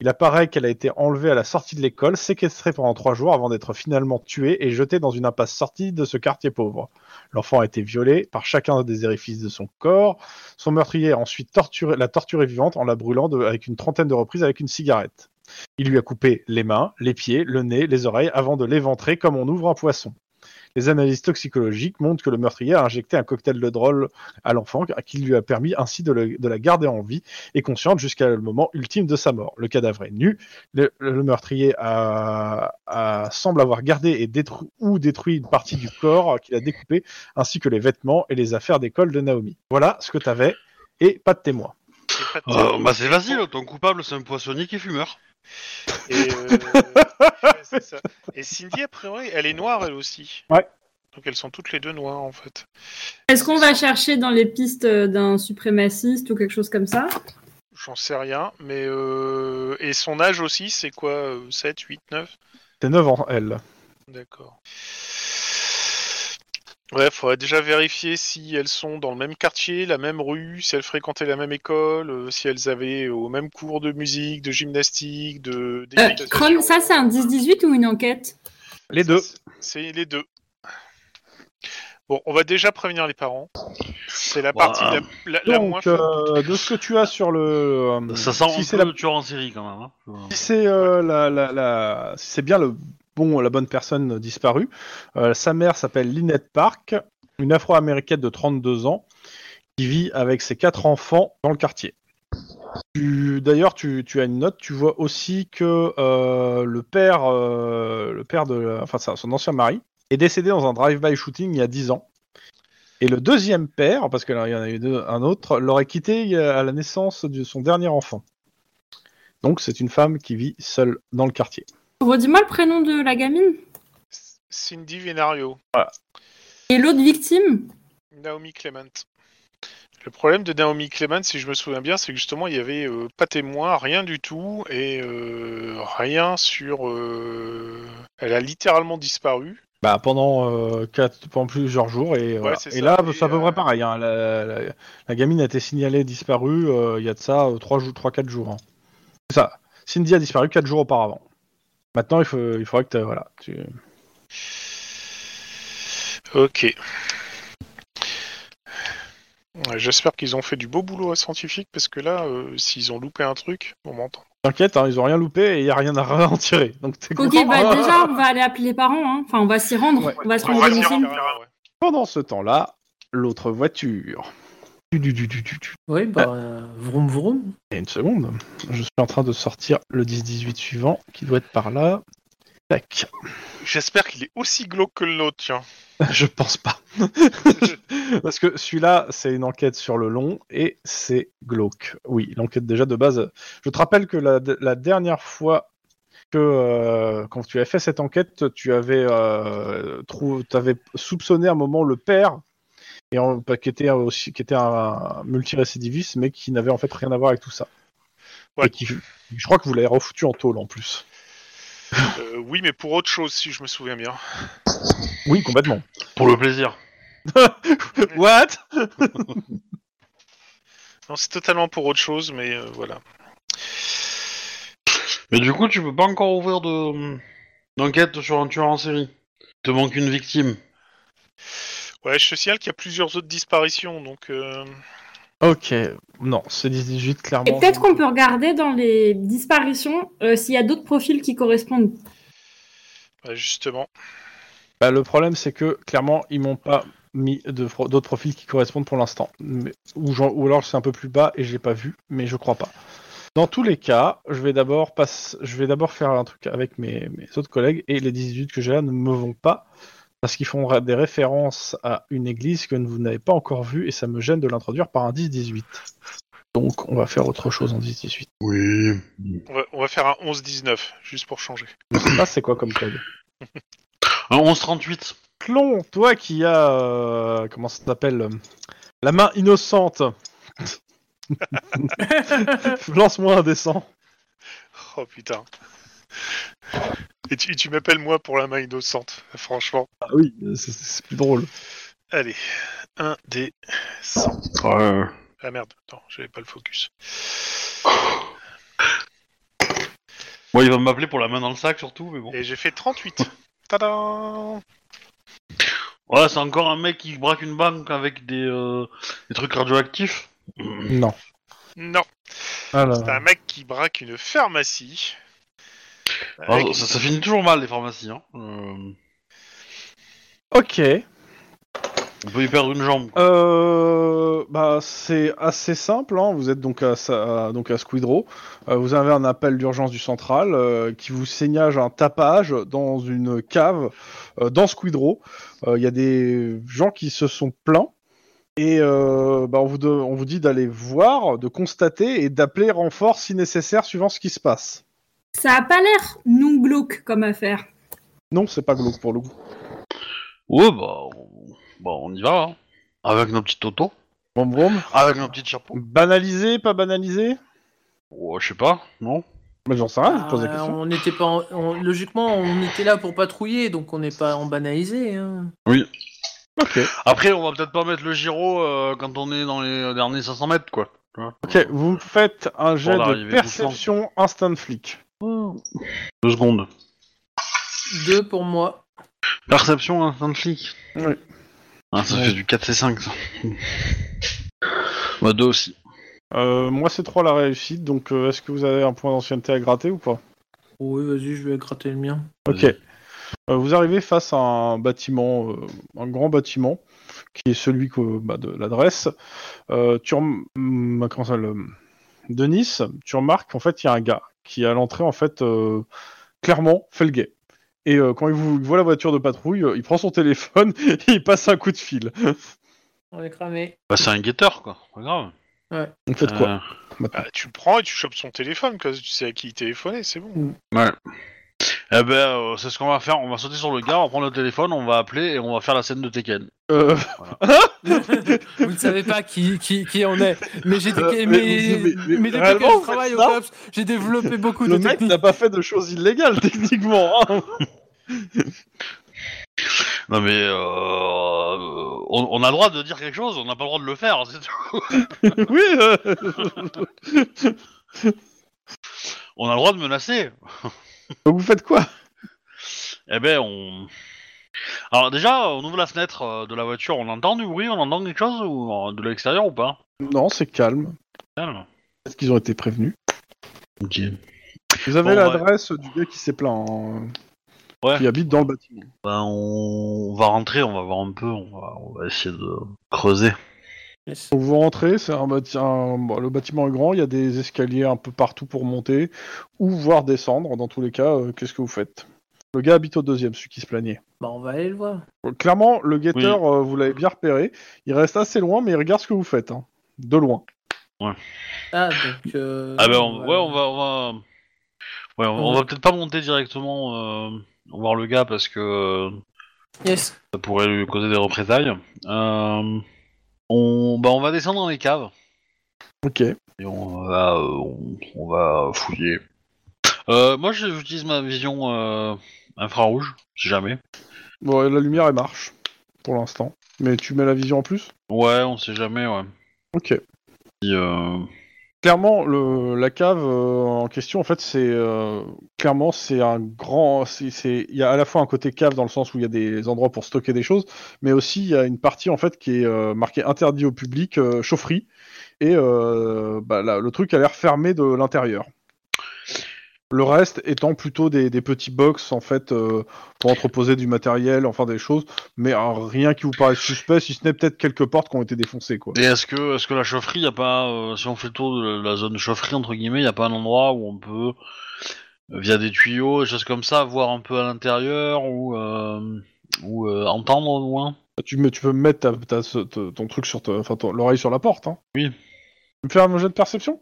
Il apparaît qu'elle a été enlevée à la sortie de l'école, séquestrée pendant trois jours avant d'être finalement tuée et jetée dans une impasse sortie de ce quartier pauvre. L'enfant a été violé par chacun des orifices de son corps. Son meurtrier a ensuite torturé, l'a torturée vivante en la brûlant de- avec une trentaine de reprises avec une cigarette. Il lui a coupé les mains, les pieds, le nez, les oreilles avant de l'éventrer comme on ouvre un poisson. Les analyses toxicologiques montrent que le meurtrier a injecté un cocktail de drôle à l'enfant qui lui a permis ainsi de, le- de la garder en vie et consciente jusqu'à le moment ultime de sa mort. Le cadavre est nu, le, le meurtrier a- a- semble avoir gardé et détru- ou détruit une partie du corps qu'il a découpé, ainsi que les vêtements et les affaires d'école de Naomi. Voilà ce que t'avais et pas de témoin. c'est pas Euh, terrible. bah, c'est facile, ton coupable, c'est un poissonnier qui est fumeur. Et, euh, [LAUGHS] ouais, c'est ça. Et Cindy, a priori, elle est noire, elle aussi. Ouais. Donc elles sont toutes les deux noires, en fait. Est-ce qu'on va chercher dans les pistes euh, d'un suprémaciste ou quelque chose comme ça J'en sais rien, mais... euh, Et son âge aussi, c'est quoi euh, 7, 8, 9 T'es 9 ans, elle. D'accord. Ouais, faudrait déjà vérifier si elles sont dans le même quartier, la même rue, si elles fréquentaient la même école, euh, si elles avaient au même cours de musique, de gymnastique, de... Euh, d'équitation. Chrome, ça, c'est un 10-18 ou une enquête Les deux. C'est- C'est les deux. Bon, on va déjà prévenir les parents. C'est la Bon, partie euh, la, la- la moins Bah, Donc, fun. euh, de ce que tu as sur le... euh, Ça sent si un c'est peu la le tueur en série quand même. hein. Si c'est euh, la, la- la- si c'est bien le bon, la bonne personne disparue, euh, sa mère s'appelle Lynette Park, une Afro-américaine de 32 ans qui vit avec ses quatre enfants dans le quartier. Tu- D'ailleurs, tu, tu as une note. Tu vois aussi que euh, le père, euh, le père de, la- enfin sa- son ancien mari, est décédé dans un drive-by shooting il y a 10 ans. Et le deuxième père, parce qu'il y en a eu deux- un autre, l'aurait quitté à la naissance de son dernier enfant. Donc c'est une femme qui vit seule dans le quartier. Redis-moi le prénom de la gamine. Cindy Venario, Et l'autre victime Naomi Clement. Le problème de Naomi Clement, si je me souviens bien, c'est que justement il y avait euh, pas témoin, rien du tout, et euh, rien sur. euh, Elle a littéralement disparu. Bah, pendant, euh, quatre, pendant plusieurs jours. Et, voilà. c'est et ça. là, Et, c'est à peu euh, près pareil. hein. La, la- la gamine a été signalée disparue euh, il y a de ça 3-4 jours. hein. C'est ça. Cindy a disparu 4 jours auparavant. Maintenant, il, faut, il faudrait que t'as- voilà, tu... Ok. Ouais, J'espère qu'ils ont fait du beau boulot scientifique parce que là, euh, s'ils ont loupé un truc, on m'entend. t'inquiète, hein, ils ont rien loupé et il n'y a rien à rien en tirer. [LAUGHS] Donc t'es Ok, content. bah [LAUGHS] déjà, on va aller appeler les parents. hein. Enfin, on va s'y rendre. Ouais. On va se On rendre va domicile. dire, ouais. Pendant ce temps-là, l'autre voiture. Du, du, du, du, du, du. Oui, bah, euh, vroom vroom. Et une seconde. Je suis en train de sortir le 10-18 suivant, qui doit être par là. Tac. J'espère qu'il est aussi glauque que le nôtre, tiens. Je pense pas. Parce que celui-là, c'est une enquête sur le long et c'est glauque. Oui, l'enquête déjà de base. Je te rappelle que la, la dernière fois que euh, quand tu as fait cette enquête, tu avais, euh, trou- t'avais soupçonné à un moment le père et en- qui était aussi qui était un multirécidiviste, mais qui n'avait en fait rien à voir avec tout ça. Ouais. Et qui, je crois que vous l'avez refoutu en tôle en plus. Euh, oui, mais pour autre chose, si je me souviens bien. Oui, complètement. Pour le plaisir. What Non, c'est totalement pour autre chose, mais euh, voilà. Mais du coup, tu peux pas encore ouvrir de d'enquête sur un tueur en série. Il te manque une victime. Ouais, je te signale qu'il y a plusieurs autres disparitions, donc... euh, Ok, non, c'est 18 clairement. Et peut-être qu'on peut regarder dans les disparitions euh, s'il y a d'autres profils qui correspondent. bah, justement. Bah, le problème, c'est que clairement, ils m'ont pas mis de fro- d'autres profils qui correspondent pour l'instant. Mais- Ou, j'en- ou alors c'est un peu plus bas et j'ai pas vu, mais je crois pas. Dans tous les cas, je vais d'abord passe- je vais d'abord faire un truc avec mes, mes autres collègues et les 18 que j'ai là ne me vont pas parce qu'ils font ra- des références à une église que vous n'avez pas encore vue et ça me gêne de l'introduire par un 10-18. Donc on va faire autre chose en 10-18. Oui. On va, on va faire un 11-19, juste pour changer. Ça c'est quoi comme code Un 11-38. Clon, toi qui as. euh, comment ça s'appelle euh, La main [LAUGHS] innocente. Lance-moi un dessin. Oh putain. Et tu, tu m'appelles moi pour la main innocente, franchement. Ah oui, c'est- c'est plus drôle. Allez, un des 100. Ouais. Ah merde, non, j'avais pas le focus. Moi, il va m'appeler pour la main dans le sac surtout, mais bon. Et j'ai fait 38. Tadam Ouais, c'est encore un mec qui braque une banque avec des, euh, des trucs radioactifs. Non. Non, Alors, c'est un mec qui braque une pharmacie. Ah, Avec- ça, ça finit toujours mal les pharmacies. Hein. Euh, ok. on peut y perdre une jambe. quoi. Euh, bah, c'est assez simple. hein. Vous êtes donc à, sa- donc à Squidrow. Euh, vous avez un appel d'urgence du central euh, qui vous signale un tapage dans une cave euh, dans Squidrow. Euh, Il y a des gens qui se sont plaints. Et euh, bah, on, vous de- on vous dit d'aller voir, de constater et d'appeler renfort si nécessaire suivant ce qui se passe. Ça a pas l'air non glauque comme affaire. Non, c'est pas glauque pour le coup. Ouais, bah on, bah, on y va. hein. Avec nos petites autos. Bon, bon. Avec nos petits chapeaux. Banalisé, pas banalisé Ouais, je sais pas, non bah, J'en sais rien, je Ah, pose la question. on n'était pas en- on- logiquement, on était là pour patrouiller, donc on n'est pas en banalisé. hein. Ok. Après, on va peut-être pas mettre le gyro euh, quand on est dans les derniers 500 mètres, quoi. Tu vois Ok, vous me faites un jet de d'arriver perception instant flic. Deux secondes. Deux pour moi. Perception instant flic. Ouais. Ah, ça Ouais. fait du 4C5, ça. bah, deux aussi. Euh, moi, c'est 3 la réussite, donc euh, est-ce que vous avez un point d'ancienneté à gratter ou pas Oui, vas-y, je vais gratter le mien. Ok. Vas-y. Euh, vous arrivez face à un bâtiment, euh, un grand bâtiment, qui est celui que- bah, de l'adresse. Euh, tu rem- hum, comment ça, le- de Nice, tu remarques qu'en fait, il y a un gars qui, à l'entrée, en fait, euh, clairement, fait le guet. Et euh, quand il, vous, il voit la voiture de patrouille, euh, il prend son téléphone [LAUGHS] et il passe un coup de fil. On est cramé. Bah, c'est un guetteur, quoi. Pas grave. Vous faites quoi Euh, Bah, tu le prends et tu chopes son téléphone, parce que tu sais à qui téléphoner, c'est bon. Eh ben, euh, c'est ce qu'on va faire. On va sauter sur le gars, on va prendre le téléphone, on va appeler et on va faire la scène de Tekken. Euh, Vous ne savez pas qui, qui, qui on est. Mais j'ai Euh, mais, mais vous- mais- mais mais depuis que réellement, je travaille au vous faites ça COPS, j'ai développé beaucoup le de mec techniques. n'a pas fait de choses illégales, [LAUGHS] techniquement. hein. Non mais euh, on, on a le droit de dire quelque chose, on n'a pas le droit de le faire. c'est tout. oui. euh. On a le droit de menacer. Donc vous faites quoi Eh ben on. Alors déjà, on ouvre la fenêtre euh, de la voiture, on entend du bruit, on entend quelque chose ou euh, de l'extérieur ou pas Non, c'est calme. Calme. Est-ce qu'ils ont été prévenus Ok. Vous avez Bon, l'adresse du gars qui s'est plaint, hein, Ouais. qui habite dans le bâtiment. Ben on... on va rentrer, on va voir un peu, on va, on va essayer de creuser. Yes. Donc vous rentrez, c'est un bâti- un- bon, le bâtiment est grand, il y a des escaliers un peu partout pour monter ou voir descendre. Dans tous les cas, euh, qu'est-ce que vous faites Le gars habite au deuxième, celui qui se plaignait. Bah, on va aller le voir. Euh, Clairement, le guetteur, euh, vous l'avez bien repéré. Il reste assez loin, mais il regarde ce que vous faites. hein. De loin. Ah, donc. euh, Ah ben, on- voilà. ouais, on va, on va, ouais, on, on va peut-être pas monter directement euh, voir le gars parce que euh, Yes. ça pourrait lui causer des représailles. Euh, on, bah, on va descendre dans les caves Ok. et on va, euh, on, on va fouiller. Euh, moi, je- j'utilise ma vision euh, infrarouge, si jamais. Bon, la lumière, elle marche pour l'instant. Mais tu mets la vision en plus Ouais, on sait jamais, ouais. Ok. Si, euh, Clairement, le, la cave euh, en question, en fait, c'est euh, clairement c'est un grand. c'est- c'est- Il y a à la fois un côté cave dans le sens où il y a des endroits pour stocker des choses, mais aussi il y a une partie en fait qui est euh, marquée interdit au public, euh, chaufferie, et euh, bah, là, le truc a l'air fermé de l'intérieur. Le reste étant plutôt des, des petits box en fait euh, pour entreposer du matériel, enfin des choses, mais euh, rien qui vous paraisse suspect, si ce n'est peut-être quelques portes qui ont été défoncées quoi. Et est-ce que, est-ce que la chaufferie, y a pas, euh, si on fait le tour de la zone chaufferie entre guillemets, y a pas un endroit où on peut, euh, via des tuyaux, des choses comme ça, voir un peu à l'intérieur ou, euh, ou euh, entendre au loin Tu, me- tu peux mettre ta- ta- ce- te- ton truc sur ta- enfin, ton- l'oreille sur la porte. Hein. Oui. Tu me fais un jeu de perception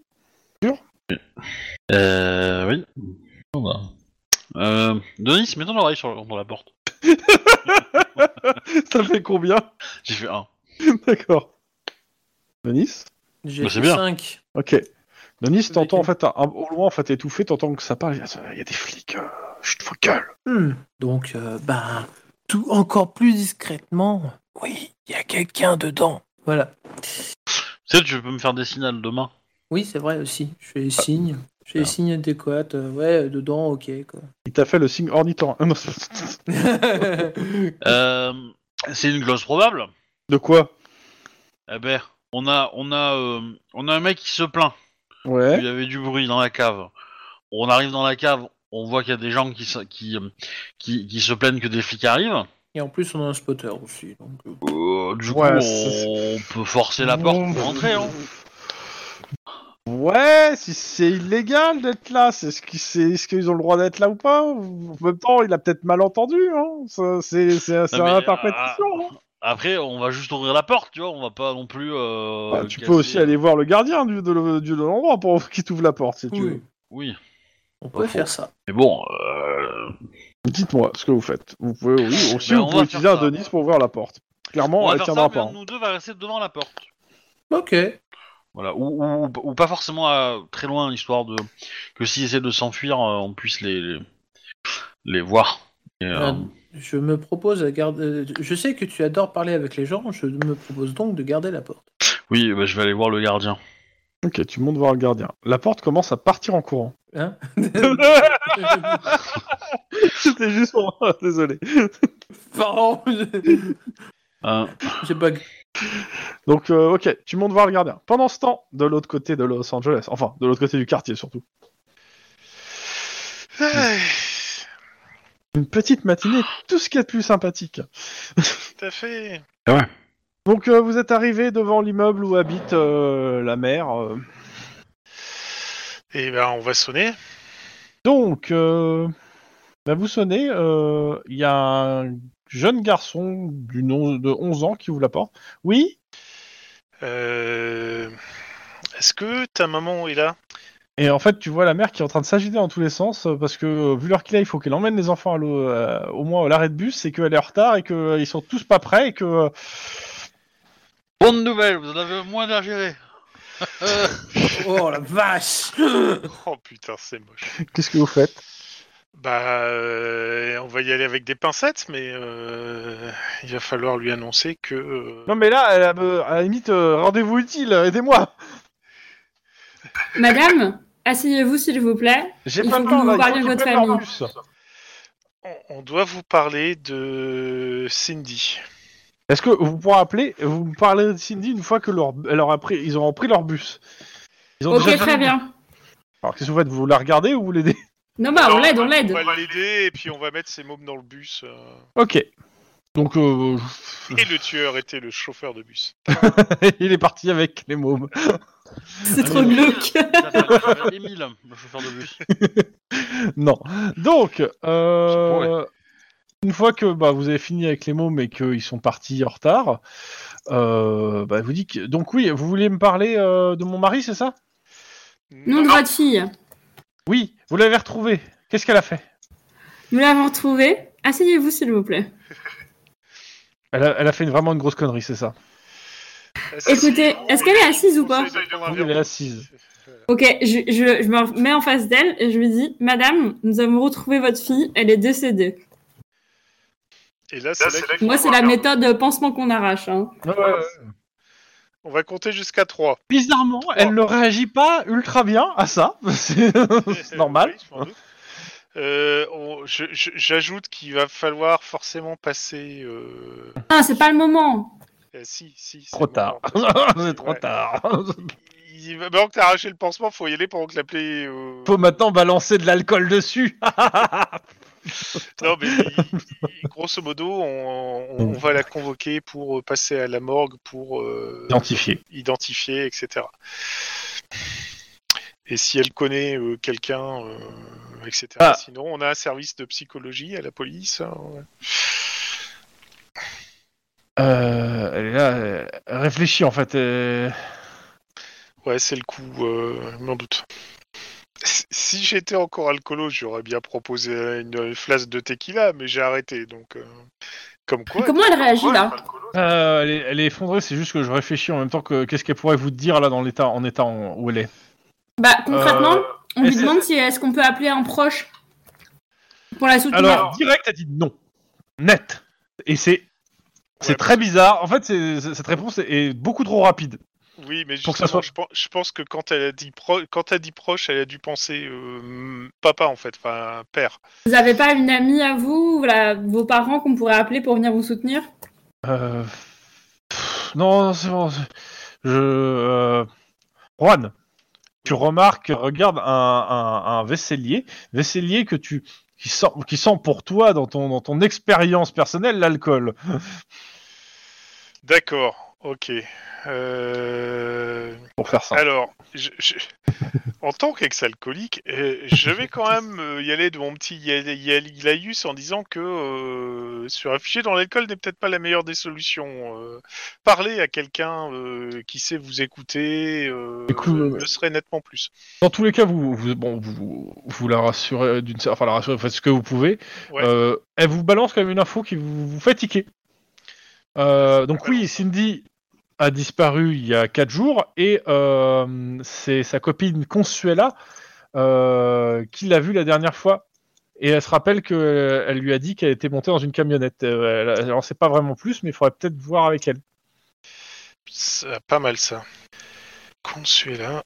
[LAUGHS] Euh, oui. Bon, bah. Euh, Denis, mets ton oreille sur, le- dans la porte. Ça fait combien [LAUGHS] J'ai fait un. D'accord. Denis J'ai Bah, c'est fait bien. 5. Ok. Denis, t'entends en fait un- un- au loin en fait étouffé, t'entends que ça parle. Il y a, il y a des flics. euh, Chut, faut gueule. Donc, euh, ben, tout encore plus discrètement. Oui, il y a quelqu'un dedans. Voilà. Tu sais, tu peux me faire des signals demain. Oui, c'est vrai aussi. Je fais les signes. Je fais les Ah. signes adéquats. euh, ouais, euh, dedans, ok. [LAUGHS] Quoi. Il t'a fait le signe ornithorynque. [LAUGHS] Ah, non, c'est- Euh, c'est une glosse probable. De quoi Eh ben, on a, on a, euh, on a un mec qui se plaint. Il Ouais. y avait du bruit dans la cave. On arrive dans la cave, on voit qu'il y a des gens qui, se- qui, euh, qui, qui se plaignent que des flics arrivent. Et en plus, on a un spotter aussi. Donc, euh, Euh, du coup, Ouais, on peut forcer la porte pour rentrer. Hein. Ouais, si c'est illégal d'être là, c'est ce qui- c'est- est-ce qu'ils ont le droit d'être là ou pas En même temps, il a peut-être mal entendu. Hein. Ça, C'est c'est- c'est Non, mais, euh, une interprétation. hein. ah, Après, on va juste ouvrir la porte, tu vois. On va pas non plus. euh, Bah, tu casser- peux aussi aller voir le gardien du, de, le- du- de l'endroit pour [LAUGHS] qu'il t'ouvre la porte si tu oui, veux. Oui. on peut Faut- faire ça. Mais bon, euh, Dites-moi ce que vous faites. Vous pouvez [LAUGHS] oui, aussi Ben, on vous pouvez va faire utiliser un ça. Denis pour ouvrir la porte. Clairement, on va elle faire tiendra ça, mais pas. hein. un de nous deux va rester devant la porte. Ok. Voilà. Ou, ou- ou pas forcément à- très loin, histoire de que s'ils essaient de s'enfuir, euh, on puisse les les, les voir. Et, euh, Euh, Je me propose à garder. euh, Je sais que tu adores parler avec les gens. Je me propose donc de garder [LAUGHS] la porte. Oui, bah, je vais aller voir le [LAUGHS] gardien. hein. Ok, tu montes voir le gardien. La porte commence à partir en courant. [LAUGHS] Hein C'était juste pour moi, désolé. Pardon, je- Euh, j'ai bug. Donc, euh, ok, tu montes voir le gardien. Pendant ce temps, de l'autre côté de Los Angeles, enfin, de l'autre côté du quartier surtout, Tout une petite matinée, tout ce qu'il y a de plus sympathique. à fait. Donc, euh, vous êtes arrivé devant l'immeuble où habite euh, la mère. euh, Et ben, on va sonner. Donc, euh, bah, vous sonnez, euh, il y a un jeune garçon du nom de 11 ans qui vous l'apporte. Oui Euh, Est-ce que ta maman est là Et en fait, tu vois la mère qui est en train de s'agiter dans tous les sens euh, parce que, euh, vu l'heure qu'il a, il faut qu'elle emmène les enfants à l'eau, euh, au moins à l'arrêt de bus et qu'elle est en retard et qu'ils sont tous pas prêts et que. euh, Bonne nouvelle, vous en avez moins à [LAUGHS] gérer. Oh la vache Oh putain, c'est moche. Qu'est-ce que vous faites Bah, euh, on va y aller avec des pincettes, mais euh, il va falloir lui annoncer que. euh, Non, mais là, elle a, euh, à la limite, euh, rendez-vous utile, aidez-moi Madame, asseyez-vous s'il vous plaît. J'ai Il pas faut le que temps vous là, parliez il de faut votre qu'ils prennent leur famille. bus. on, on doit vous parler de Cindy. Est-ce que vous pourrez appeler, vous me parlez de Cindy une fois que leur, elle aura pris, ils auront pris leur bus Ils ont Ok, déjà fait- très bien. Alors qu'est-ce que vous faites Vous la regardez ou vous l'aidez [LAUGHS] Non, bah on Non, l'aide, on va- l'aide. On va l'aider et puis on va mettre ses mômes dans le bus. euh. Ok. Donc, euh, [LAUGHS] Et le tueur était le chauffeur de bus. il est parti avec les mômes. [LAUGHS] C'est trop glauque. Ça fait Émile, le chauffeur de bus. Non. Donc, euh, Je pourrais. une fois que bah, vous avez fini avec les mômes et qu'ils sont partis en retard, euh, bah, vous dites que... Donc oui, vous voulez me parler euh, de mon mari, c'est ça Nom de Non, votre fille. Oui, vous l'avez retrouvé. Qu'est-ce qu'elle a fait Nous l'avons retrouvée. Asseyez-vous, s'il vous plaît. elle a, elle a fait une- vraiment une grosse connerie, c'est ça. Écoutez, est-ce qu'elle est assise ou pas Oui, elle est assise. Ok, je, je, je me mets en face d'elle et je lui dis Madame, nous avons retrouvé votre fille, elle est décédée. Et là, c'est là qu'il Moi, c'est la méthode pansement qu'on arrache. Hein. faut- On va compter jusqu'à 3. Bizarrement, elle ne réagit pas ultra bien à ça. [LAUGHS] C'est c'est normal. Euh, on- je- je- J'ajoute qu'il va falloir forcément passer. euh, Ah, c'est pas le moment. euh, si, si. c'est Trop bon, tard. [LAUGHS] alors. C'est trop Ouais. tard. Il va- Maintenant que t'as arraché le pansement, faut y aller pendant que la plaie. euh, Faut maintenant balancer de l'alcool dessus. [LAUGHS] Non, mais il- il- grosso modo, on, on- on va la convoquer pour euh, passer à la morgue pour euh, Identifié. identifier, etc. Et si elle connaît euh, quelqu'un, euh, etc. Ah. Sinon, on a un service de psychologie à la police. hein, ouais. Euh, elle est là, euh, elle réfléchit en fait. euh. Ouais, c'est le coup, euh, je m'en doute. Si- Si j'étais encore alcoolo, j'aurais bien proposé une flasque de tequila, mais j'ai arrêté, donc... euh, Comme quoi... Et comment elle réagit Ouais, là Euh, elle, est, elle est effondrée, c'est juste que je réfléchis en même temps que qu'est-ce qu'elle pourrait vous dire là dans l'état en état en- où elle est. Bah, concrètement, Euh, on lui est-ce- demande si est-ce qu'on peut appeler un proche pour la soutenir. Alors, direct, elle dit non. Net. Et c'est c'est Ouais, très bizarre. En fait, c'est- c'est- cette réponse est, est beaucoup trop rapide. Oui, mais Pour que ça justement, soit- je, pense, je pense que quand elle a dit pro... quand elle dit proche, elle a dû penser euh, papa en fait, enfin père. Vous avez pas une amie à vous, voilà, vos parents qu'on pourrait appeler pour venir vous soutenir Euh, pff, Non, non, c'est bon. c'est- Je euh, Juan, tu remarques, regarde un, un, un vaisselier, vaisselier que tu qui sent qui sent pour toi dans ton dans ton expérience personnelle l'alcool. D'accord, ok. Euh, Pour faire ça. Alors, je- je- [LAUGHS] en tant qu'ex-alcoolique, euh, je vais quand même euh, y aller de mon petit Yel- Yel- Hilaius en disant que euh, se réfugier dans l'alcool n'est peut-être pas la meilleure des solutions. Euh, parler à quelqu'un euh, qui sait vous écouter euh, Écoute, euh, le serait nettement plus. Dans tous les cas, vous, vous, bon, vous, vous la rassurez d'une cer- enfin la rassurez, faites ce que vous pouvez. Ouais. Euh, elle vous balance quand même une info qui vous, vous fait tiquer. Euh, donc oui, Cindy a disparu il y a 4 jours et euh, c'est sa copine Consuela euh, qui l'a vue la dernière fois. Et elle se rappelle qu'elle lui a dit qu'elle était montée dans une camionnette. Euh, Elle elle en sait pas vraiment plus, mais il faudrait peut-être voir avec elle. C'est pas mal ça. Consuela.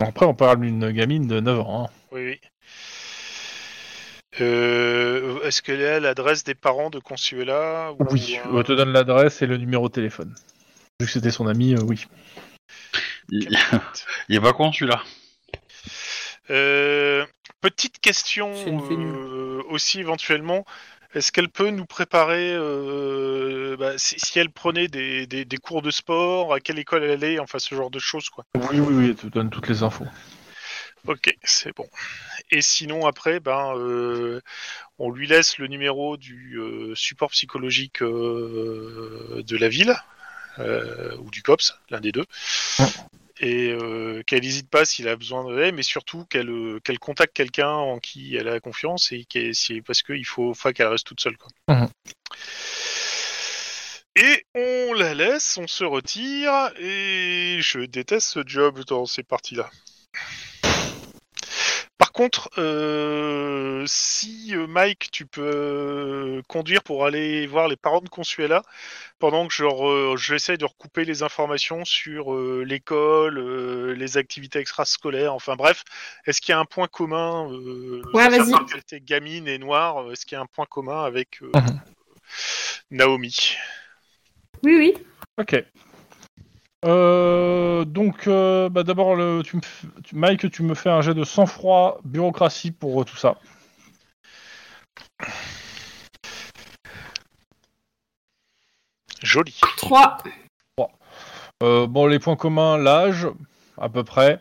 Après, on parle d'une gamine de 9 ans. hein. Oui, oui. Euh, Est-ce qu'elle a l'adresse des parents de Consuela ou- hein, Oui, ou un- on te donne l'adresse et le numéro de téléphone. Vu que c'était son ami, euh, oui. Il il est pas con celui-là. Euh, petite question C'est une fée nulle. euh, aussi éventuellement. Est-ce qu'elle peut nous préparer euh, bah, si, si elle prenait des, des- des cours de sport, à quelle école elle allait, enfin ce genre de choses quoi. Oui, oui, oui, elle te donne toutes les infos. Ok, c'est bon. Et sinon, après, ben, euh, on lui laisse le numéro du euh, support psychologique euh, de la ville, euh, ou du COPS, l'un des deux. Ouais. Et euh, qu'elle n'hésite pas s'il a besoin de l'aide, mais surtout qu'elle euh, qu'elle contacte quelqu'un en qui elle a confiance, et qu'elle- si- parce qu'il faut pas qu'elle reste toute seule. Quoi. Mhm. Et on la laisse, on se retire, et je déteste ce job dans ces parties-là. Par contre, euh, si euh, Mike, tu peux euh, conduire pour aller voir les parents de Consuela, pendant que je re- j'essaie de recouper les informations sur euh, l'école, euh, les activités extrascolaires, enfin bref, est-ce qu'il y a un point commun euh, Ouais, sur vas-y. certaines qui étaient gamines et noires, euh, est-ce qu'il y a un point commun avec euh, Mhm. Naomi Oui, oui. Ok. Euh, donc, euh, bah, d'abord, le- tu me f- tu- Mike, tu me fais un jet de sang-froid, bureaucratie pour euh, tout ça. Joli. 3. Euh, bon, les points communs, l'âge, à peu près.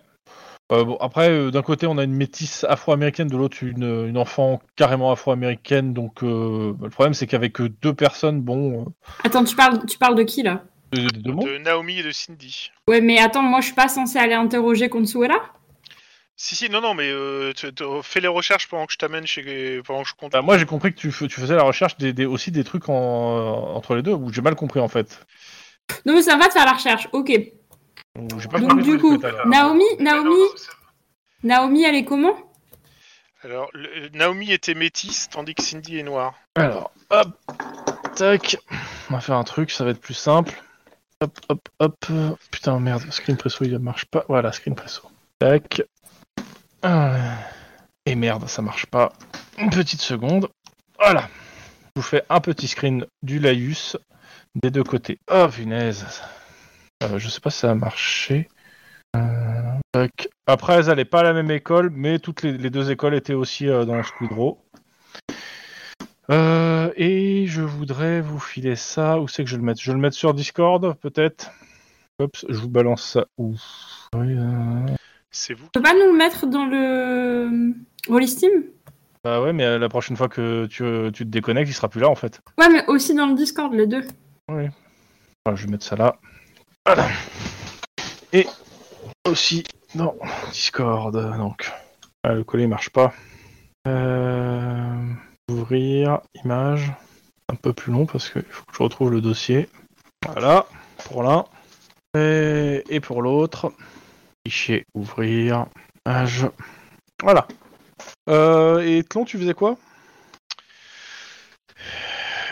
Euh, bon, après, euh, d'un côté, on a une métisse afro-américaine, de l'autre, une, une enfant carrément afro-américaine. Donc, euh, le problème, c'est qu'avec deux personnes, bon, Attends, tu parles, tu parles de qui là euh, des deux mondes. De Naomi et de Cindy. Ouais, mais attends, moi je suis pas censée aller interroger Consuela Si, si, non, non, mais euh, tu- tu- fais les recherches pendant que je t'amène chez. pendant que je compte. Bah, moi, j'ai compris que tu, f- tu faisais la recherche des, des- aussi des trucs en- entre les deux, où j'ai mal compris en fait. Non, mais ça va de faire la recherche, ok. Ou J'ai pas Donc compris du ce coup, que t'as- Naomi, Naomi, Naomi, elle est comment Alors, le- Naomi était métisse, tandis que Cindy est noire. Alors, hop, tac. On va faire un truc, ça va être plus simple. Hop, hop, hop. euh, Putain, merde, Screen Presso, il marche pas. Voilà, Screen Presso. Tac. Euh, Et merde, ça marche pas. Une petite seconde. Voilà. Je vous fais un petit screen du Laïus des deux côtés. Oh, punaise. Euh, je sais pas si ça a marché. Euh, tac. Après, elles allaient pas à la même école, mais toutes les, les deux écoles étaient aussi euh, dans le squidro. Euh, et je voudrais vous filer ça. Où c'est que je vais le mettre Je vais le mettre sur Discord, peut-être Oups, je vous balance ça. Où Oui, euh, C'est vous. Tu peux pas nous le euh, mettre dans le Rollis Team Bah ouais, mais euh, la prochaine fois que tu, euh, tu te déconnectes, il sera plus là en fait. Ouais, mais aussi dans le Discord, les deux. Enfin, Ah, je vais mettre ça là. Voilà. Et aussi dans Discord, donc. Ah, le collet marche pas. Euh, Ouvrir, image. Un peu plus long parce qu'il faut que je retrouve le dossier. Voilà, pour l'un. Et, et pour l'autre. Fichier, ouvrir, page. Voilà. Euh, et Tlon, tu faisais quoi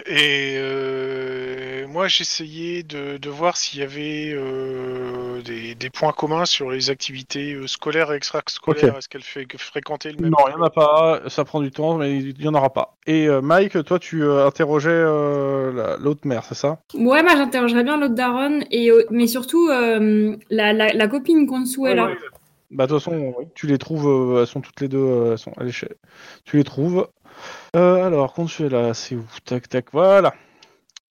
Et euh, moi, j'essayais de, de voir s'il y avait euh, des, des points communs sur les activités euh, scolaires et extrascolaires. Est-ce qu'elle fait que fréquenter le même Non, il n'y en a pas, ça prend du temps, mais il n'y en aura pas. Et euh, Mike, toi, tu euh, interrogeais euh, la- l'autre mère, c'est ça Ouais, moi j'interrogerais bien l'autre Daron, et, euh, mais surtout euh, la, la, la copine Consuela. Bah, de toute façon, oui, tu les trouves, euh, elles sont toutes les deux, euh, elles sont à l'échelle. Tu les trouves. Euh, alors, Consuela, c'est où Tac, tac, voilà.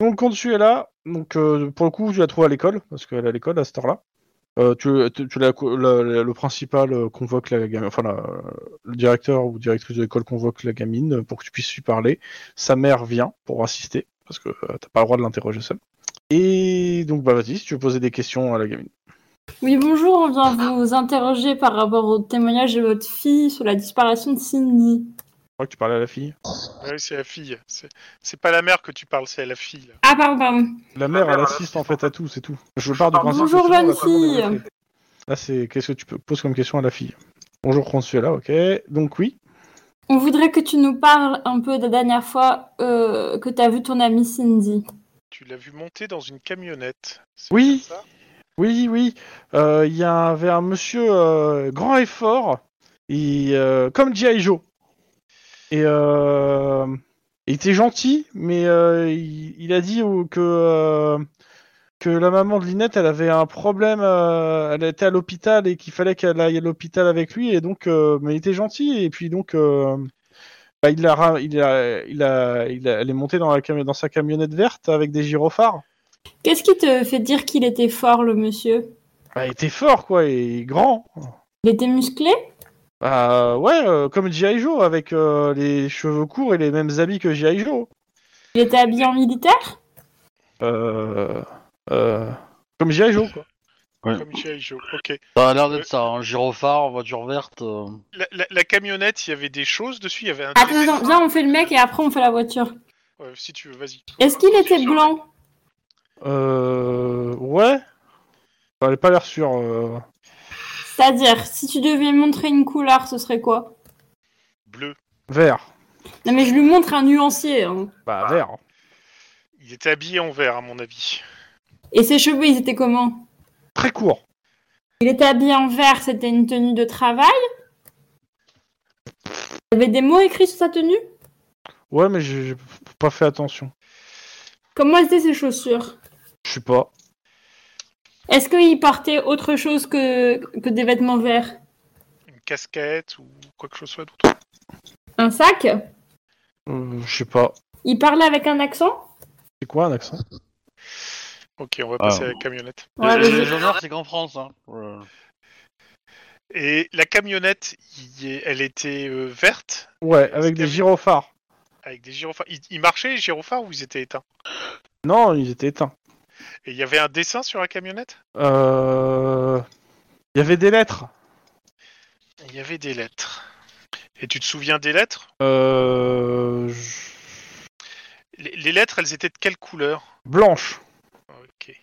Donc, Consuela, donc, euh, pour le coup, tu la trouves à l'école, parce qu'elle est à l'école à cette heure-là. Euh, tu, tu, tu la- la- la- le principal euh, convoque la gamine, enfin la- le directeur ou directrice de l'école convoque la gamine pour que tu puisses lui parler. Sa mère vient pour assister parce que euh, t'as pas le droit de l'interroger seul. Et donc bah vas-y, si tu veux poser des questions à la gamine. Oui, bonjour, on vient vous interroger par rapport au témoignage de votre fille sur la disparition de Cindy. Je crois que tu parlais à la fille. Ouais, c'est la fille. C'est- C'est pas la mère que tu parles, c'est la fille. là. Ah, pardon, pardon. La mère, elle assiste en fait à tout, c'est tout. Je pars du principe. Bonjour, que c'est jeune tout, on va fille. pas demander. Là c'est qu'est-ce que tu peux poses comme question à la fille. Bonjour Consuela, ok. Donc oui. On voudrait que tu nous parles un peu de la dernière fois euh, que t'as vu ton amie Cindy. Tu l'as vu monter dans une camionnette. C'est Oui. bien ça Oui, oui. Euh, Il y avait un monsieur euh, grand et fort, il, euh, comme G.I. Joe. Et euh, il était gentil, mais euh, il, il a dit au- que, euh, que la maman de Linette, elle avait un problème, euh, elle était à l'hôpital et qu'il fallait qu'elle aille à l'hôpital avec lui. Et donc, euh, mais il était gentil. Et puis donc, euh, bah, il, l'a ra- il, a, il, a, il a- elle est montée dans, la cami- dans sa camionnette verte avec des gyrophares. Qu'est-ce qui te fait dire qu'il était fort, le monsieur Bah, il était fort, quoi, et grand. Il était musclé Bah ouais, euh, comme G.I. Joe, avec euh, les cheveux courts et les mêmes habits que G.I. Joe. Il était habillé en militaire Euh, euh, comme G.I. Joe, quoi. Ouais. Comme G.I. Joe. Ok. Ça a l'air d'être ça, un gyrophare, voiture verte. euh. La, la- la camionnette, il y avait des choses dessus. Il y avait un. Attends, attends, viens, on fait le mec et après on fait la voiture. Ouais, si tu veux, vas-y. Est-ce qu'il était blanc Euh, ouais. Enfin, elle a pas l'air sûre. euh. C'est-à-dire, si tu devais montrer une couleur, ce serait quoi Bleu. Vert. Non, mais je lui montre un nuancier. hein. Bah, vert. Il était habillé en vert, à mon avis. Et ses cheveux, ils étaient comment Très court. Il était habillé en vert, c'était une tenue de travail Il y avait des mots écrits sur sa tenue Ouais, mais j'ai j'ai pas fait attention. Comment étaient ses chaussures Je sais pas. Est-ce qu'il portait autre chose que, que des vêtements verts Une casquette ou quoi que ce soit d'autre. Un sac Euh, Je sais pas. Il parlait avec un accent C'est quoi un accent Ok, on va passer à la camionnette. Ouais, le, le- vas-y. le genre, c'est qu'en France. Hein. Euh, Et la camionnette, il est- elle était euh, verte Ouais, avec des gyrophares. avec des gyrophares. Ils, ils marchaient les gyrophares ou ils étaient éteints Non, ils étaient éteints. Et il y avait un dessin sur la camionnette Euh... Il y avait des lettres. Il y avait des lettres. Et tu te souviens des lettres Euh... je- les, les lettres, elles étaient de quelle couleur Blanches. Ok.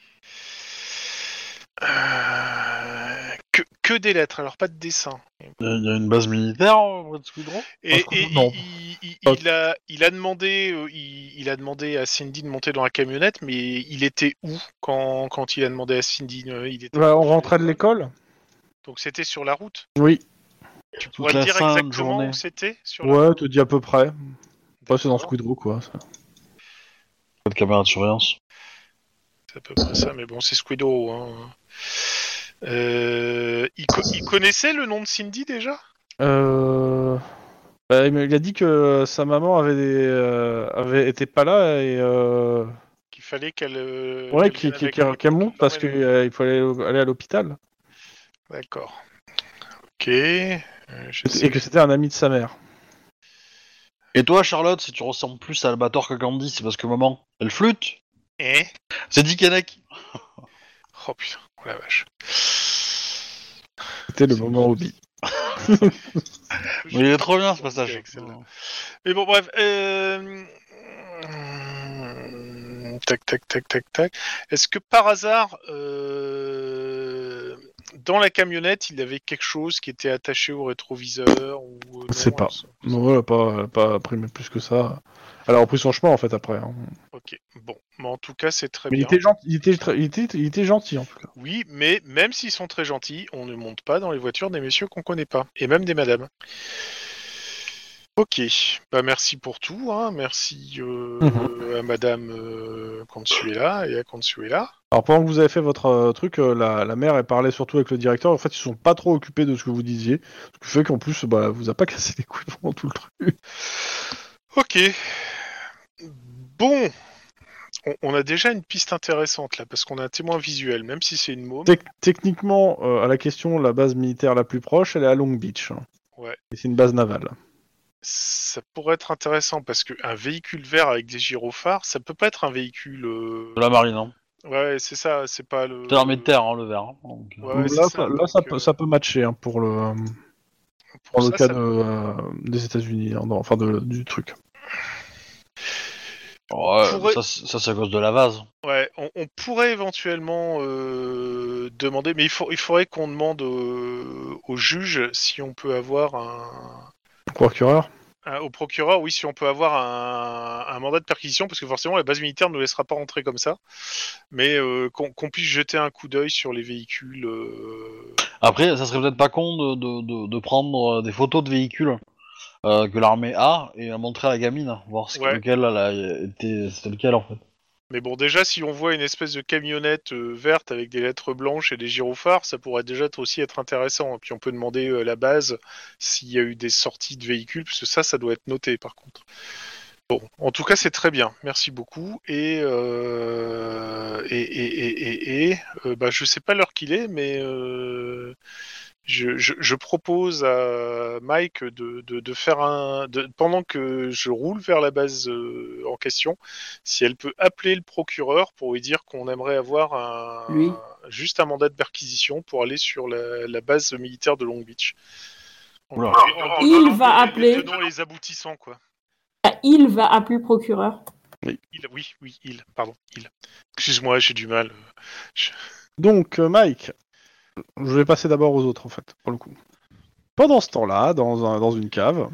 Euh, que, que des lettres, alors pas de dessin. Il y a une base militaire euh, près de Squidron Et, Parce que- et non. il, il- Ok. il a, il a demandé, euh, il, il a demandé à Cindy de monter dans la camionnette, mais il était où quand, quand il a demandé à Cindy euh, Il était. Bah, on rentrait de l'école. Donc c'était sur la route. Oui. Tu Toute pourrais la me dire fin de exactement journée. où c'était sur la Ouais, te dis à peu près. Ouais, c'est dans D'accord. Squidrow, quoi. ça. Pas de caméra de surveillance. C'est à peu près ça, mais bon, c'est Squiddo. Hein. Euh, il, co- il connaissait le nom de Cindy déjà Euh... bah, il me- il a dit que sa maman avait, des... euh, avait été pas là et euh... Qu'il fallait qu'elle. euh, ouais, qu'il qu'elle vienne qu'il- avec qu'il- elle. qu'elle monte parce euh, qu'il Ouais, fallait aller à l'hôpital D'accord. Ok. Euh, je sais et que c'était un ami de sa mère. Et toi, Charlotte, si tu ressembles plus à Albator que Candy, c'est parce que maman, elle flûte Eh C'est Dick Henneck. Oh putain, oh la vache. C'était le moment où Mais il est trop bien ce passage. Excellent. Mais bon, bref. euh, hum, Tac, tac, tac, tac, tac. Est-ce que par hasard, euh, dans la camionnette, il avait quelque chose qui était attaché au rétroviseur ou... euh, Je sais non, pas. ça- Non, elle a pas, elle a pas pris mais plus que ça. Elle a repris son chemin en fait après. hein. Ok, bon. Mais en tout cas, c'est très Mais il bien. était gentil, il était, très- il était- il était gentil en tout cas. Oui, mais même s'ils sont très gentils, on ne monte pas dans les voitures des messieurs qu'on connaît pas, et même des madames. Ok, bah merci pour tout, hein. merci euh, Mhm. à Madame euh, Consuela et à Consuela. Alors pendant que vous avez fait votre euh, truc, euh, la, la mère elle parlait surtout avec le directeur. En fait, ils se sont pas trop occupés de ce que vous disiez, ce qui fait qu'en plus, bah, elle vous a pas [LAUGHS] cassé les couilles pendant tout le truc. Ok, bon, on, on a déjà une piste intéressante là, parce qu'on a un témoin visuel, même si c'est une môme. Tec- techniquement, euh, à la question, la base militaire la plus proche, elle est à Long Beach. hein. Ouais. Et c'est une base navale. Ça pourrait être intéressant parce qu'un véhicule vert avec des gyrophares, ça peut pas être un véhicule. euh, De la marine, hein. Ouais, c'est ça, c'est pas le. C'est l'armée de terre, hein, le vert. hein. Donc, Ouais, ouais, là, c'est ça, ça, là, donc, ça peut, euh, ça peut matcher hein, pour le, euh, pour pour le cas ça, ça- de, euh, des États-Unis, hein, dans- enfin de- du truc. Ouais, Pourrait- ça, c'est- ça, c'est à cause de la vase. Ouais, on, on pourrait éventuellement euh, demander, mais il, faut, il faudrait qu'on demande euh, au juge si on peut avoir un, Procureur. un- au procureur, oui, si on peut avoir un, un mandat de perquisition, parce que forcément la base militaire ne laissera pas rentrer comme ça, mais euh, qu'on qu'on puisse jeter un coup d'œil sur les véhicules. euh, Après, ça serait peut-être pas con de, de, de, de prendre euh, des photos de véhicules euh, que l'armée a et à montrer à la gamine, voir ce Ouais. lequel elle a été, c'était lequel en fait. Mais bon, déjà, si on voit une espèce de camionnette euh, verte avec des lettres blanches et des gyrophares, ça pourrait déjà être aussi être intéressant. Et puis on peut demander euh, à la base s'il y a eu des sorties de véhicules, parce que ça, ça doit être noté par contre. Bon, en tout cas, c'est très bien. Merci beaucoup. Et euh, et et et, et, et, euh, bah, je sais pas l'heure qu'il est, mais euh, je, je, je propose à Mike de, de, de faire un de, pendant que je roule vers la base euh, en question, si elle peut appeler le procureur pour lui dire qu'on aimerait avoir un Lui. juste un mandat de perquisition pour aller sur la, la base militaire de Long Beach. En- Oula. en- en- Il en- en- va en- en- appeler. tenant les aboutissants quoi. Il va appeler le procureur. Il, oui, oui, il, pardon, il. Excuse-moi, j'ai du mal. Donc, euh, Mike, je vais passer d'abord aux autres, en fait, pour le coup. Pendant ce temps-là, dans, un- dans une cave,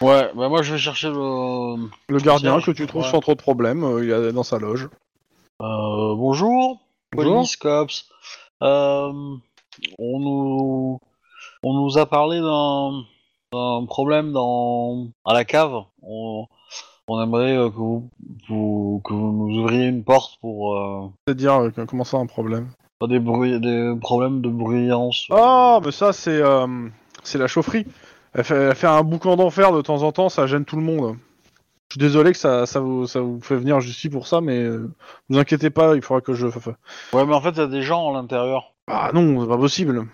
Ouais, bah moi je vais chercher le. le gardien Concierge, que tu trouves ouais. sans trop de problème, euh, il est dans sa loge. Euh, bonjour, Bonjour. police, cops. Euh, on nous, on nous a parlé d'un, d'un problème dans à la cave. On, on aimerait euh, que vous, vous- que vous nous ouvriez une porte pour euh, C'est-à-dire, euh, que- comment ça, un problème pas des bruits, des problèmes de bruyance. Oh, mais ça, c'est euh, c'est la chaufferie. Elle fait, elle fait un boucan d'enfer de temps en temps, ça gêne tout le monde. suis désolé que ça, ça, vous, ça vous fait venir jusqu'ici pour ça, mais euh, vous inquiétez pas, il faudra que je. Ouais, mais en fait, t'as des gens à l'intérieur. Ah non, c'est pas possible.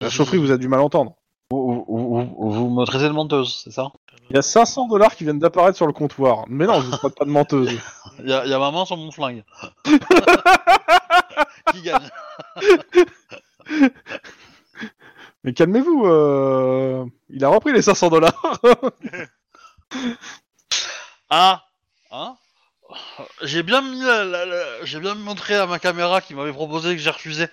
La chaufferie, vous a du mal entendre. Vous, vous- vous- vous me traitez de menteuse, c'est ça Il y a 500 dollars qui viennent d'apparaître sur le comptoir. Mais non, je ne traite pas de [LAUGHS] menteuse. Il y, a- y a ma main sur mon flingue. Qui gagne Mais calmez-vous, euh, il a repris les 500 dollars. Ah Hein J'ai bien mis la- la- la- j'ai bien montré à ma caméra qui m'avait proposé que j'ai refusé.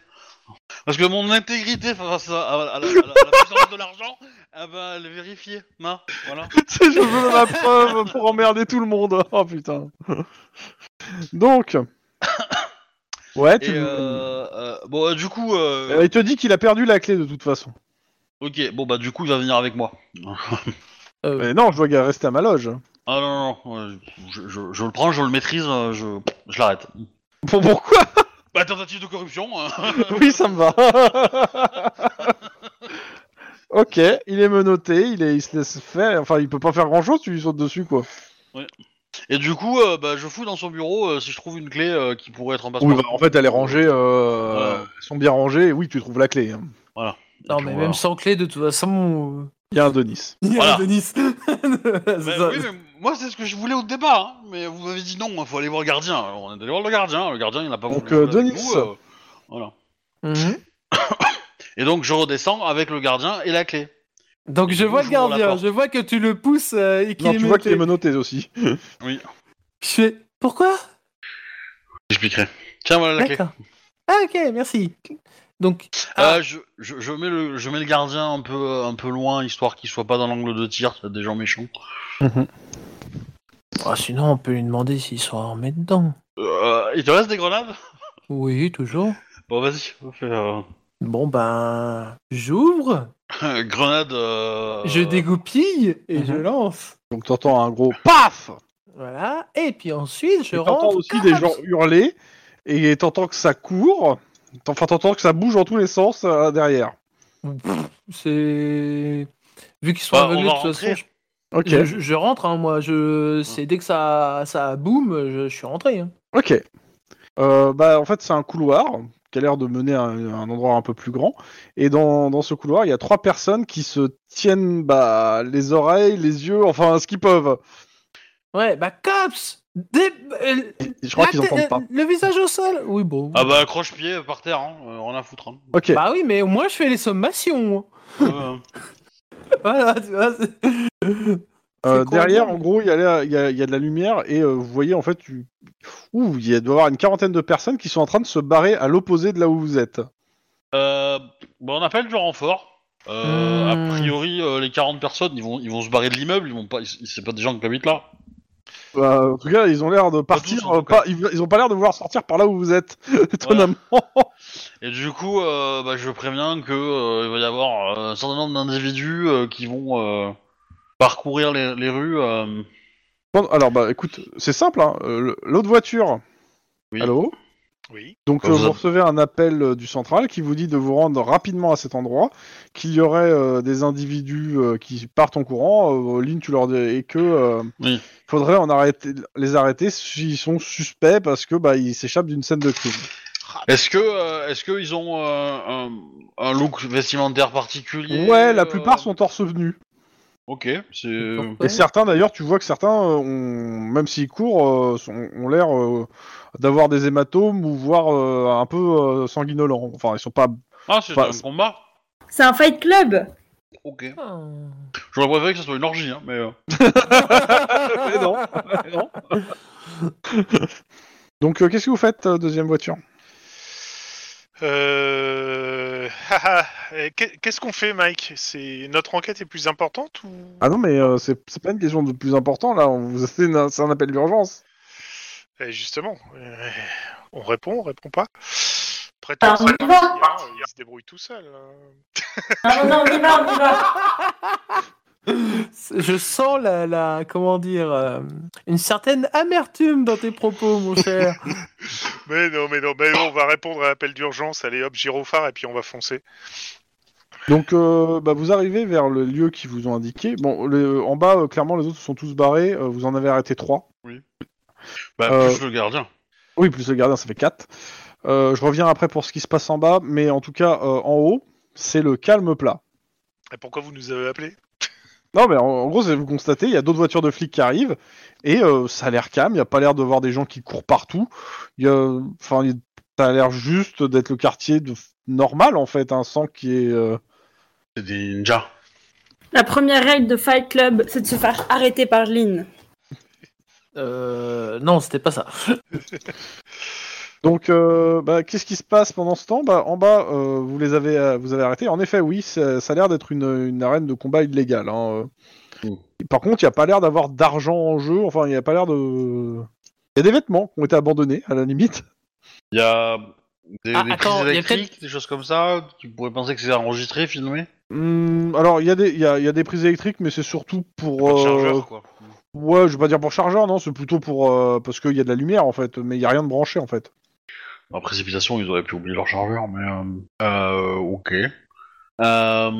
Parce que mon intégrité face à, à la, à la- à la- à la puissance de l'argent, elle va le vérifier. Ma, voilà. [LAUGHS] je veux la preuve pour emmerder tout le monde. Oh putain. [COUGHS] Donc. Ouais, Et tu... euh, euh, bon, euh, du coup, euh, Euh, il te dit qu'il a perdu la clé de toute façon. ok, bon bah du coup il va venir avec moi. Euh, Mais non, je dois ga- rester à ma loge. Ah non, non, non, euh, je, je- je le prends, je le maîtrise, euh, je, je l'arrête. [LAUGHS] Pour pourquoi Bah tentative de corruption. hein. [LAUGHS] Oui, ça me va. [LAUGHS] ok, il est menotté, il, est, il se laisse faire. Enfin, il peut pas faire grand chose, tu lui sautes dessus quoi. Et du coup, euh, bah, je fous dans son bureau euh, si je trouve une clé euh, qui pourrait être en passeport. Oui, bah, en fait, elle est rangée, euh, Voilà. elles sont bien rangées, et oui, tu trouves la clé. hein. Et Non, puis, mais on même va- sans clé, de toute façon. Il y a un Denis. Il y Voilà. a Denis. [LAUGHS] C'est Bah ça. oui, mais moi c'est ce que je voulais au départ, hein, mais vous m'avez dit non, il faut aller voir le gardien. Alors, on est allé voir le gardien, le gardien il n'a pas Donc, voulu euh, jouer avec Denis. nous, euh, voilà. Mhm. Et donc je redescends avec le gardien et la clé. Donc je Du coup, vois le j'ouvre la gardien, porte. je vois que tu le pousses euh, et qu'il Non, est tu vois menotté. qu'il est menotté aussi. Je fais pourquoi J'expliquerai. Tiens, voilà la clé. D'accord. Ah ok, merci. Donc Ah. Euh, je, je, je mets le, je mets le gardien un peu, un peu loin, histoire qu'il soit pas dans l'angle de tir, ça, des gens méchants. ah, sinon on peut lui demander s'il saura en mettre dedans. Euh, il te reste des grenades Oui, toujours. Bon, vas-y. fais, euh, Bon ben j'ouvre, [LAUGHS] grenade. euh, je dégoupille et Mhm. je lance. Donc t'entends un gros PAF Voilà. Et puis ensuite je Et rentre. T'entends aussi des gens hurler et t'entends que ça court. T'en- Enfin, t'entends que ça bouge en tous les sens euh, derrière. C'est vu qu'ils sont Bah, aveuglés on va de toute façon. rentrer. Je, Ok. je- je- je rentre, hein, moi. Je c'est dès que ça ça boum, je, je suis rentré. hein. Ok. Euh, bah, en fait, c'est un couloir qui a l'air de mener à un, un endroit un peu plus grand. Et dans, dans ce couloir, il y a trois personnes qui se tiennent bah, les oreilles, les yeux, enfin ce qu'ils peuvent. Ouais, bah cops. Dé- euh, Et Je crois la qu'ils tête- entendent pas. euh, Le visage au sol Oui, bon. Ah bah, accroche-pied par terre, hein, euh, rien à foutre. hein. Ok. Bah oui, mais au moins je fais les sommations. Euh, Voilà, tu vois. c'est- Euh, c'est con, derrière, mais- en gros, il y, a la- il y a- il y a de la lumière et euh, vous voyez en fait, tu- ouh, il y a- doit y avoir une quarantaine de personnes qui sont en train de se barrer à l'opposé de là où vous êtes. Euh, bah, on appelle du renfort. Euh, A Hmm. priori, euh, les 40 personnes, ils vont, ils vont se barrer de l'immeuble. Ils vont pas, ils- c'est pas des gens qui habitent là. Bah, en tout cas, ils ont l'air de partir. tous, en tout euh, pas, ils, ils ont pas l'air de vouloir sortir par là où vous êtes, [LAUGHS] étonnamment. Et du coup, euh, bah, je préviens que euh, il va y avoir euh, un certain nombre d'individus euh, qui vont euh, parcourir les, les rues. euh. Bon, alors, bah, écoute, c'est simple. Hein. euh, le- L'autre voiture. Oui. Allô. Oui. Donc, Bah, euh, vous vous avez- recevez un appel euh, du central qui vous dit de vous rendre rapidement à cet endroit, qu'il y aurait euh, des individus euh, qui partent en courant. Euh, Lynn, tu leur dis et que euh, Oui. faudrait en arrêter, les arrêter s'ils sont suspects parce que bah ils s'échappent d'une scène de crime. Est-ce que, euh, est-ce qu'ils ont euh, un, un look vestimentaire particulier Ouais, la euh, plupart sont torse nus. Ok, c'est. Et certains d'ailleurs, tu vois que certains, euh, ont, même s'ils courent, euh, sont- ont l'air euh, d'avoir des hématomes ou voire euh, un peu euh, sanguinolents. Enfin, ils sont pas. [LAUGHS] Ah, c'est Bah, un c'est- combat. C'est un fight club Ok. Ah. J'aurais préféré que ce soit une orgie, hein, mais. euh, Mais non, [LAUGHS] Donc, euh, qu'est-ce que vous faites, euh, deuxième voiture Euh... [LAUGHS] haha, euh, qu'est- Qu'est-ce qu'on fait, Mike C'est notre enquête est plus importante ou Ah non, mais euh, c'est c'est pas une question de plus important là. on vous- C'est une- c'est un appel d'urgence. Eh, Justement, euh, on répond, on répond pas. Ah, Prétend, on y va. il se débrouille tout seul. hein. Non, non, on y va, on y va Je sens la, la comment dire euh, une certaine amertume dans tes propos, mon cher. Mais non, mais non, mais non, on va répondre à l'appel d'urgence. Allez, hop, gyrophare, et puis on va foncer. Donc, euh, bah, vous arrivez vers le lieu qu'ils vous ont indiqué. Bon, le- en bas, euh, clairement, les autres sont tous barrés. Euh, vous en avez arrêté trois. Bah, Euh, plus le gardien. Oui, plus le gardien, ça fait 4. je reviens après pour ce qui se passe en bas, mais en tout cas, euh, en haut, c'est le calme plat. Et pourquoi vous nous avez appelé Non, mais en, en gros, c'est- vous constatez, il y a d'autres voitures de flics qui arrivent, et euh, ça a l'air calme, il n'y a pas l'air de voir des gens qui courent partout. Il y a- Enfin, il- ça a l'air juste d'être le quartier de... normal, en fait, hein, sans qu'il y ait... euh, C'est des ninjas. La première règle de Fight Club, c'est de se faire arrêter par Lynn. [LAUGHS] Euh, non, c'était pas ça. Donc, euh, bah, qu'est-ce qui se passe pendant ce temps bah, En bas, euh, vous les avez, euh, vous avez arrêtés. En effet, oui, ça, ça a l'air d'être une, une arène de combat illégale. hein, euh. Mm. Par contre, il n'y a pas l'air d'avoir d'argent en jeu. Enfin, il n'y a pas l'air de. Il y a des vêtements qui ont été abandonnés, à la limite. Il y a des, Ah, des attends, il y prises a électriques, des choses comme ça. Tu pourrais penser que c'est enregistré, filmé. Hum, alors, il y, a des- il y a, il y a des prises électriques, mais c'est surtout pour. Pas de euh, chargeur, quoi. ouais, je vais pas dire pour chargeur, non. C'est plutôt pour. euh, parce qu'il y a de la lumière, en fait. Mais il n'y a rien de branché, en fait. En précipitation, ils auraient pu oublier leur chargeur, mais... Euh, euh, ok. Euh,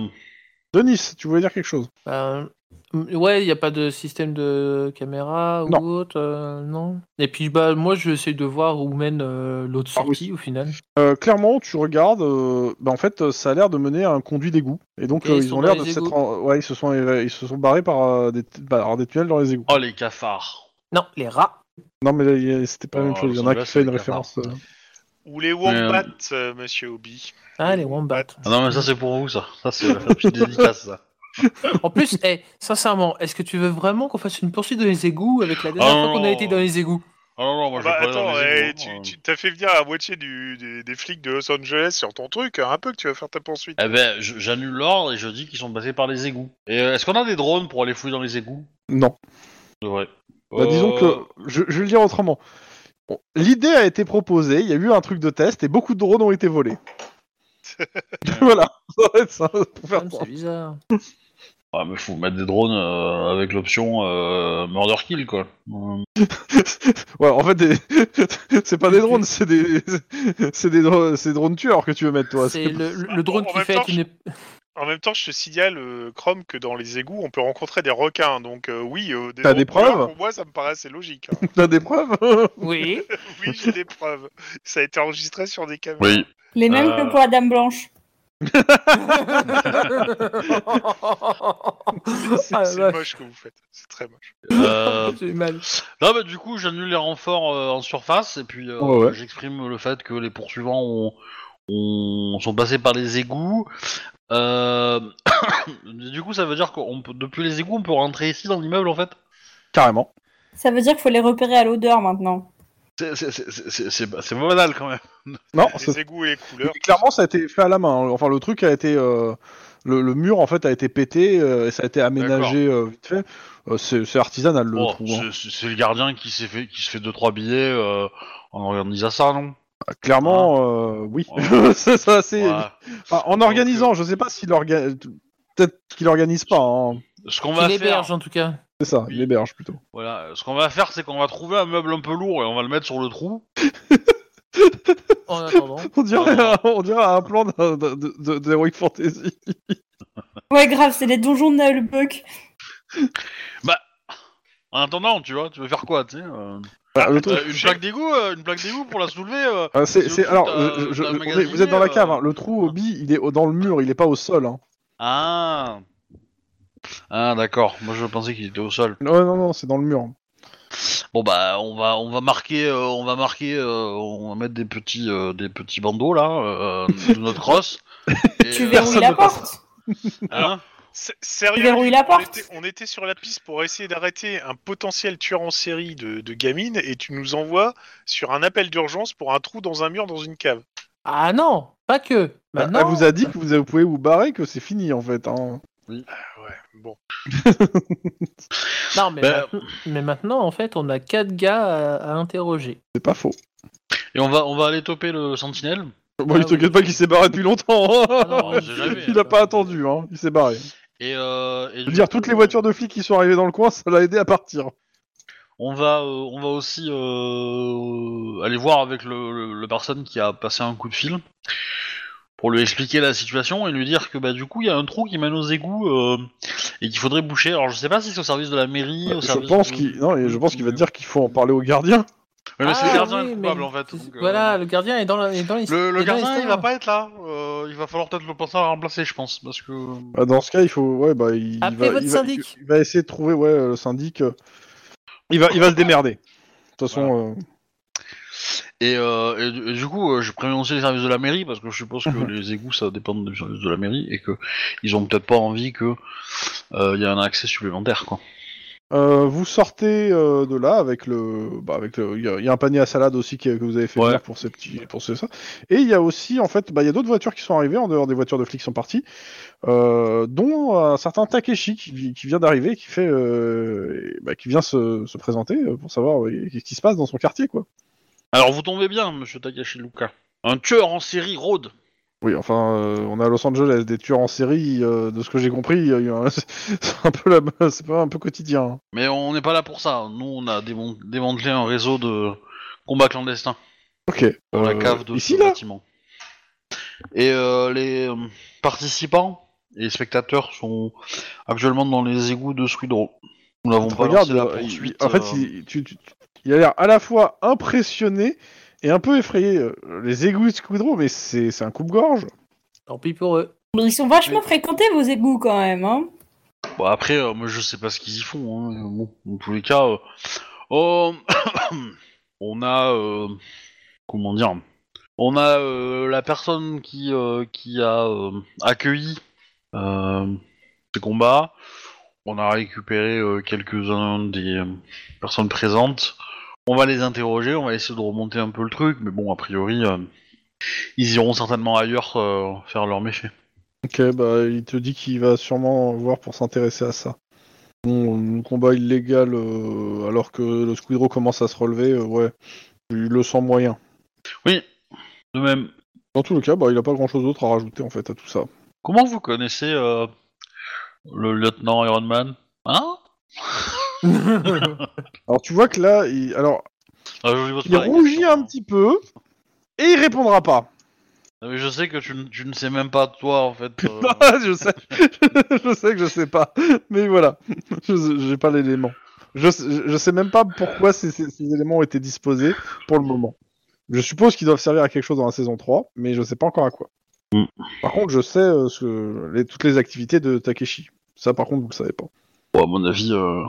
Denis, tu voulais dire quelque chose Euh, m- ouais, il n'y a pas de système de caméra ou Non. autre, euh, non. Et puis bah moi je vais essayer de voir où mène euh, l'autre Ah oui. sortie au final. Euh, clairement, tu regardes, euh, bah, en fait, euh, ça a l'air de mener à un conduit d'égout. Et donc, Et euh, ils ils, sont ont dans l'air les de égouts. s'être. en- Ouais, ils se sont, éva- ils se sont barrés par, euh, des... t- par des tunnels dans les égouts. Oh, les cafards. Non, les rats. Non, mais là, il y a- c'était pas la Oh, même chose. Il y en Los a qui Angeles, fait une c'est cafard. référence. euh. Ou les wombats, euh, monsieur Obi Ah les wombats. Ah non, mais ça, c'est pour vous, ça. Ça, c'est la [LAUGHS] petite dédicace, ça. en plus, [LAUGHS] eh, sincèrement, est-ce que tu veux vraiment qu'on fasse une poursuite dans les égouts avec la dernière Ah fois qu'on a non. été dans les égouts Oh non, non, moi, je Bah, vais pas aller attends, dans les eh, égouts, tu, hein. tu- t'as fait venir la moitié du- des, des flics de Los Angeles sur ton truc, hein, un peu que tu vas faire ta poursuite. Eh ben, je- j'annule l'ordre et je dis qu'ils sont passés par les égouts. Et euh, est-ce qu'on a des drones pour aller fouiller dans les égouts euh, Non. C'est vrai. Bah, disons que, Euh, je, je vais le dire autrement. Bon, L'idée a été proposée, il y a eu un truc de test et beaucoup de drones ont été [LAUGHS] volés. voilà, [LAUGHS] ça va être ça, pour faire Quand même, ça. C'est bizarre. Ah, mais faut mettre des drones euh, avec l'option euh, murder kill, quoi. Euh, [LAUGHS] Ouais, en fait, des- [LAUGHS] c'est pas des drones, c'est des, [LAUGHS] c'est des drones, c'est des drones tueurs que tu veux mettre, toi. C'est le, le- Ah, le drone En qui même fait temps, une ép- En même temps, je te signale, euh, Chrome, que dans les égouts, on peut rencontrer des requins. Donc euh, oui, euh, T'as des requins, preuves Pour moi, ça me paraît assez logique. [LAUGHS] hein. T'as des preuves [LAUGHS] [LAUGHS] Oui. oui, j'ai des preuves. Ça a été enregistré sur des caméras. Oui. Les mêmes Euh. que pour la Dame Blanche. Ah, C'est c'est vache. moche que vous faites. C'est très moche. Euh, J'ai eu mal. non, bah, du coup, j'annule les renforts euh, en surface et puis euh, Ouais, ouais. j'exprime le fait que les poursuivants ont, ont- sont passés par les égouts. Euh, [COUGHS] du coup, ça veut dire qu'on peut, depuis les égouts, on peut rentrer ici dans l'immeuble, en fait Carrément. Ça veut dire qu'il faut les repérer à l'odeur maintenant. C'est- c'est- c'est- C'est c'est pas c'est pas banal, quand même. Non, Ah, ça- Les égouts et les couleurs. mais clairement, ça a été fait à la main. hein. Enfin, le truc a été. euh, le, le mur, en fait, a été pété euh, et ça a été aménagé euh, vite fait. Euh, c'est c'est artisanal, le Oh, trou. hein. c'est- c'est c'est le gardien qui s'est fait qui se fait deux trois billets euh, en organisant ça non Ah, Clairement, euh, oui. [LAUGHS] c'est ça, c'est. Ouais. Ah, en Donc, organisant, je sais pas s'il organise. Peut-être qu'il organise pas. hein. Ce qu'on Tu va faire, l'héberges en tout cas. C'est ça, Oui. il héberge plutôt. voilà, ce qu'on va faire, c'est qu'on va trouver un meuble un peu lourd et on va le mettre sur le trou. En attendant. On dirait, un- on dirait un plan d'un- d'un- de- de- d'Heroic Fantasy. Ouais, grave, c'est les donjons de Nullbuck. En attendant, tu vois, tu veux faire quoi, tu sais euh, Voilà, le truc. euh, Une plaque d'égout, euh, une plaque d'égout pour la soulever. euh, Ah, c'est- c'est c'est- au-dessus alors, d'un- je- je- d'un on est- magasinier, vous êtes dans la cave. euh. hein. Le trou Obi, il est au- dans le mur, il est pas au sol. hein. Ah. Ah d'accord. Moi je pensais qu'il était au sol. Non, non, non, c'est dans le mur. Bon bah on va on va marquer euh, on va marquer euh, on va mettre des petits euh, des petits bandeaux là euh, de notre crosse. Et, [LAUGHS] Tu euh, verrouilles [LAUGHS] personne la ne passe. porte. hein S- Sérieux, Tu verrouilles la on porte était, on était sur la piste pour essayer d'arrêter un potentiel tueur en série de, de gamines et tu nous envoies sur un appel d'urgence pour un trou dans un mur dans une cave. Ah non, pas que. Bah, Maintenant, Elle vous a dit que vous pouvez vous barrer, que c'est fini en fait. hein. Ah ouais, bon. non, mais, Ben- maintenant- mais maintenant, en fait, on a quatre gars [LAUGHS] à, à interroger. C'est pas faux. Et on va, on va aller toper le sentinelle. Bon, Ah il t'inquiète pas qu'il s'est barré depuis longtemps. hein. non, Ah j'ai jamais, il a pas attendu, hein. il s'est barré. Et, euh, et Je veux du dire, coup, toutes les voitures de flics qui sont arrivées dans le coin, ça l'a aidé à partir. On va, euh, on va aussi euh, aller voir avec le, le- la personne qui a passé un coup de fil pour lui expliquer la situation et lui dire que bah du coup il y a un trou qui mène aux égouts euh, et qu'il faudrait boucher. Alors je sais pas si c'est au service de la mairie, au Bah, je service pense de- qu'il non, et je pense qu'il va te dire qu'il faut en parler au gardien. Ouais, mais c'est le Ah, gardien oui, le coupable mais- en fait. donc, euh, Voilà, le gardien est dans la- est dans l'hist- Le, le est dans gardien il va l'histoire. pas être là. Euh, il va falloir peut-être le penser à remplacer je pense parce que. Bah, dans ce cas, il faut ouais bah il il Appelez va, votre il va- syndic. il va essayer de trouver ouais le syndic. euh, Il va il va se démerder. De toute façon euh, Et, euh, et du- et du coup, euh, je préviens aussi les services de la mairie parce que je suppose que Mhm. les égouts ça dépend des services de la mairie et que ils ont peut-être pas envie que euh, il y ait un accès supplémentaire quoi. euh, vous sortez euh, de là avec le bah, avec le- il y, a- il y a un panier à salade aussi qui- que vous avez fait Ouais. venir pour ces petits pour ces ça. Et il y a aussi en fait bah il y a d'autres voitures qui sont arrivées en dehors des voitures de flics qui sont parties euh, dont un certain Takeshi qui, qui vient d'arriver qui fait euh, et, bah, qui vient se, se présenter euh, pour savoir euh, qu'est-ce qui se passe dans son quartier quoi. Alors vous tombez bien, monsieur Takashi Luka. Un tueur en série rôde. Oui, enfin, euh, on est à Los Angeles, des tueurs en série, euh, de ce que j'ai compris, il y a eu un- [LAUGHS] c'est un peu la- c'est pas un peu quotidien. hein. Mais on n'est pas là pour ça. Nous, on a démon- démantelé un réseau de combats clandestins Ok. dans la Euh, cave de ici ce là. bâtiment. Et euh, les euh, participants et les spectateurs sont actuellement dans les égouts de Squidrow. Nous n'avons pas Regarde, lancé la euh, il- poursuite. en fait, euh, il, tu- tu- tu- il a l'air à la fois impressionné et un peu effrayé. Euh, Les égouts de Squidrow, mais c'est c'est un coupe-gorge. Tant pis pour [LAUGHS] eux. [LAUGHS] Ils sont vachement fréquentés, vos égouts, quand même. Hein Bon, après, euh, moi, je sais pas ce qu'ils y font. hein. Bon, dans tous les cas, euh, euh, [COUGHS] on a euh, comment dire On a euh, la personne qui euh, qui a euh, accueilli euh, ces combats. On a récupéré euh, quelques-uns des euh, personnes présentes. On va les interroger, on va essayer de remonter un peu le truc, mais bon, a priori, euh, ils iront certainement ailleurs euh, faire leurs méfaits. Ok, bah, il te dit qu'il va sûrement voir pour s'intéresser à ça. Bon, le combat illégal, euh, alors que le Squidrow commence à se relever, euh, ouais, il le sent moyen. Oui, de même. Dans tous les cas, bah, il a pas grand-chose d'autre à rajouter, en fait, à tout ça. Comment vous connaissez euh, le lieutenant Iron Man Hein Alors tu vois que là, il, alors, Ah, je lui pose il pas la rougit question. un petit peu et il répondra pas. Ah, mais Je sais que tu, ne- tu ne sais même pas toi en fait. euh, [LAUGHS] je sais, je sais [LAUGHS] que je sais pas, mais voilà, Je- j'ai pas l'élément. Je, sais- je sais même pas pourquoi ces, ces- ces éléments ont été disposés pour le moment. Je suppose qu'ils doivent servir à quelque chose dans la saison 3, mais je sais pas encore à quoi. Mm. Par contre, je sais euh, ce- les- toutes les activités de Takeshi. Ça, par contre, vous le savez pas. bon, à mon avis, euh,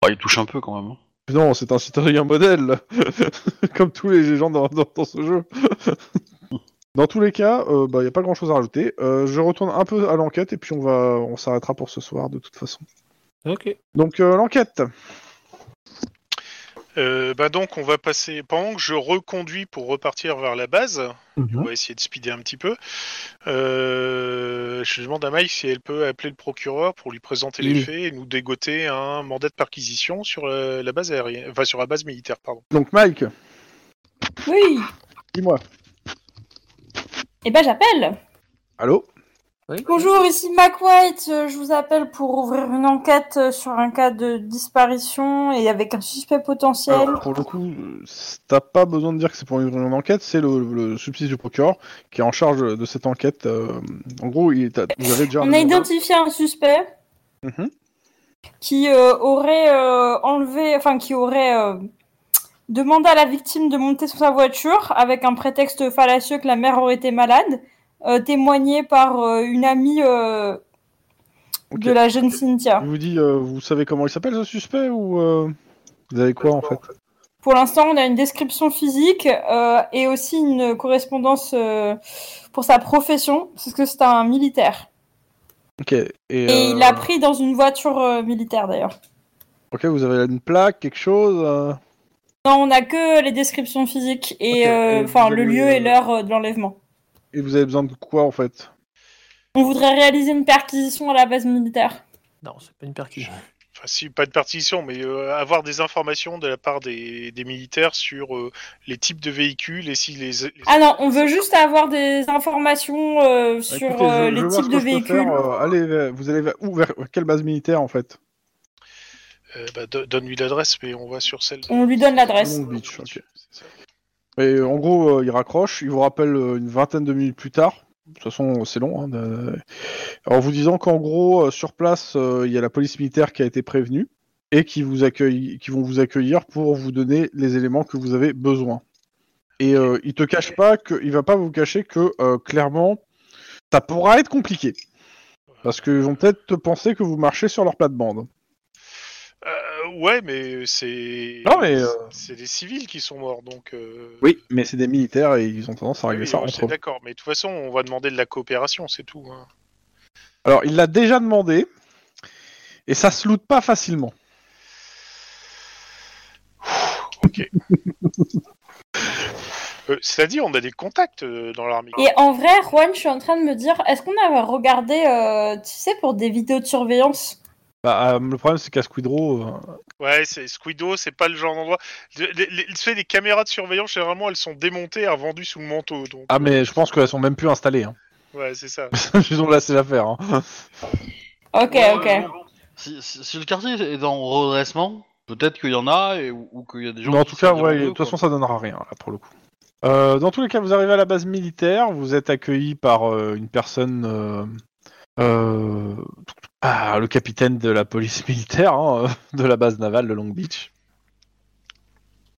bah, il touche un peu quand même. hein. Non, c'est un citoyen modèle, [LAUGHS] comme tous les gens dans, dans- dans ce jeu. dans tous les cas, il n'y a pas grand-chose à rajouter. Euh, je retourne un peu à l'enquête et puis on va, on s'arrêtera pour ce soir de toute façon. ok. Donc euh, l'enquête. Euh, bah donc, on va passer. Pendant que je reconduis pour repartir vers la base, Mhm. on va essayer de speeder un petit peu. Euh, je demande à Mike si elle peut appeler le procureur pour lui présenter les Il. faits et nous dégoter un mandat de perquisition sur euh, la base aérienne, enfin sur la base militaire, pardon. Donc Mike, oui. dis-moi. Eh ben, j'appelle. Allô. Oui. Bonjour, ici Mac White. Euh, Je vous appelle pour ouvrir une enquête euh, sur un cas de disparition et avec un suspect potentiel. Alors, pour le coup, euh, t'as pas besoin de dire que c'est pour ouvrir une enquête. C'est le, le substitut du procureur qui est en charge de cette enquête. euh, en gros, il est à- vous avez déjà. On a identifié un suspect Mhm. qui euh, aurait euh, enlevé, enfin qui aurait euh, demandé à la victime de monter sur sa voiture avec un prétexte fallacieux que la mère aurait été malade, euh, témoigné par euh, une amie euh, Ok. de la jeune Cynthia. Il vous dit, euh, vous savez comment il s'appelle ce suspect ou euh, vous avez quoi en fait? Pour l'instant, on a une description physique euh, et aussi une correspondance euh, pour sa profession, parce que c'est un militaire. Ok. Et, Et euh, il l'a pris dans une voiture euh, militaire d'ailleurs. Ok, vous avez une plaque, quelque chose euh, Non, on a que les descriptions physiques Ok, et euh, et enfin vous le avez- lieu et l'heure euh, de l'enlèvement. Et vous avez besoin de quoi en fait On voudrait réaliser une perquisition à la base militaire. Non, c'est pas une perquisition. Enfin, si, pas de partition, mais euh, avoir des informations de la part des, des militaires sur euh, les types de véhicules et si les. les- Ah non, on veut juste avoir des informations euh, sur Bah, Écoutez, je- euh, les je vais voir types ce de que je peux véhicules. faire, euh, allez, euh, vous allez vers, où, vers quelle base militaire en fait Euh, bah, do- Donne-lui l'adresse, mais on va sur celle. de- On lui donne l'adresse. Long Beach, ok. Et euh, en gros, euh, il raccroche, il vous rappelle euh, une vingtaine de minutes plus tard De toute façon, c'est long. hein, de- En vous disant qu'en gros, euh, sur place, euh, il y a la police militaire qui a été prévenue et qui vous accueille, qui vont vous accueillir pour vous donner les éléments que vous avez besoin. Et euh, il te cache pas que, il va pas vous cacher que euh, clairement, ça pourra être compliqué parce qu'ils vont peut-être te penser que vous marchez sur leur plate-bande. Euh, ouais, mais c'est. Non, mais, euh, C'est des civils qui sont morts, donc. euh, Oui, mais c'est des militaires et ils ont tendance à oui, régler ça on entre sait, eux. D'accord, mais de toute façon, on va demander de la coopération, c'est tout. hein. Alors, il l'a déjà demandé et ça se loot pas facilement. [LAUGHS] Euh, cela dit, on a des contacts euh, dans l'armée. Et en vrai, Juan, je suis en train de me dire, est-ce qu'on avait regardé, euh, tu sais, pour des vidéos de surveillance Bah, euh, le problème, c'est qu'à Squidrow, euh, Ouais, c'est Squiddo, c'est pas le genre d'endroit. Le- Les, les- tu sais, les caméras de surveillance, généralement, elles sont démontées, revendues sous le manteau. Donc, ah, mais je pense qu'elles sont même plus installées. Hein. [LAUGHS] ouais, c'est ça. Ils ont laissé l'affaire. Hein. Ok, Ouais, ok. ouais, ouais, bon. Si, si- si le quartier est en redressement, peut-être qu'il y en a et, ou, ou qu'il y a des gens. Non, en qui tout se cas, demandent ouais, de eux, toute quoi. façon, ça donnera rien, là, pour le coup. Euh, dans tous les cas, vous arrivez à la base militaire, vous êtes accueilli par euh, une personne. euh, euh, ah, le capitaine de la police [LAUGHS] militaire hein, euh, de la base navale de Long Beach.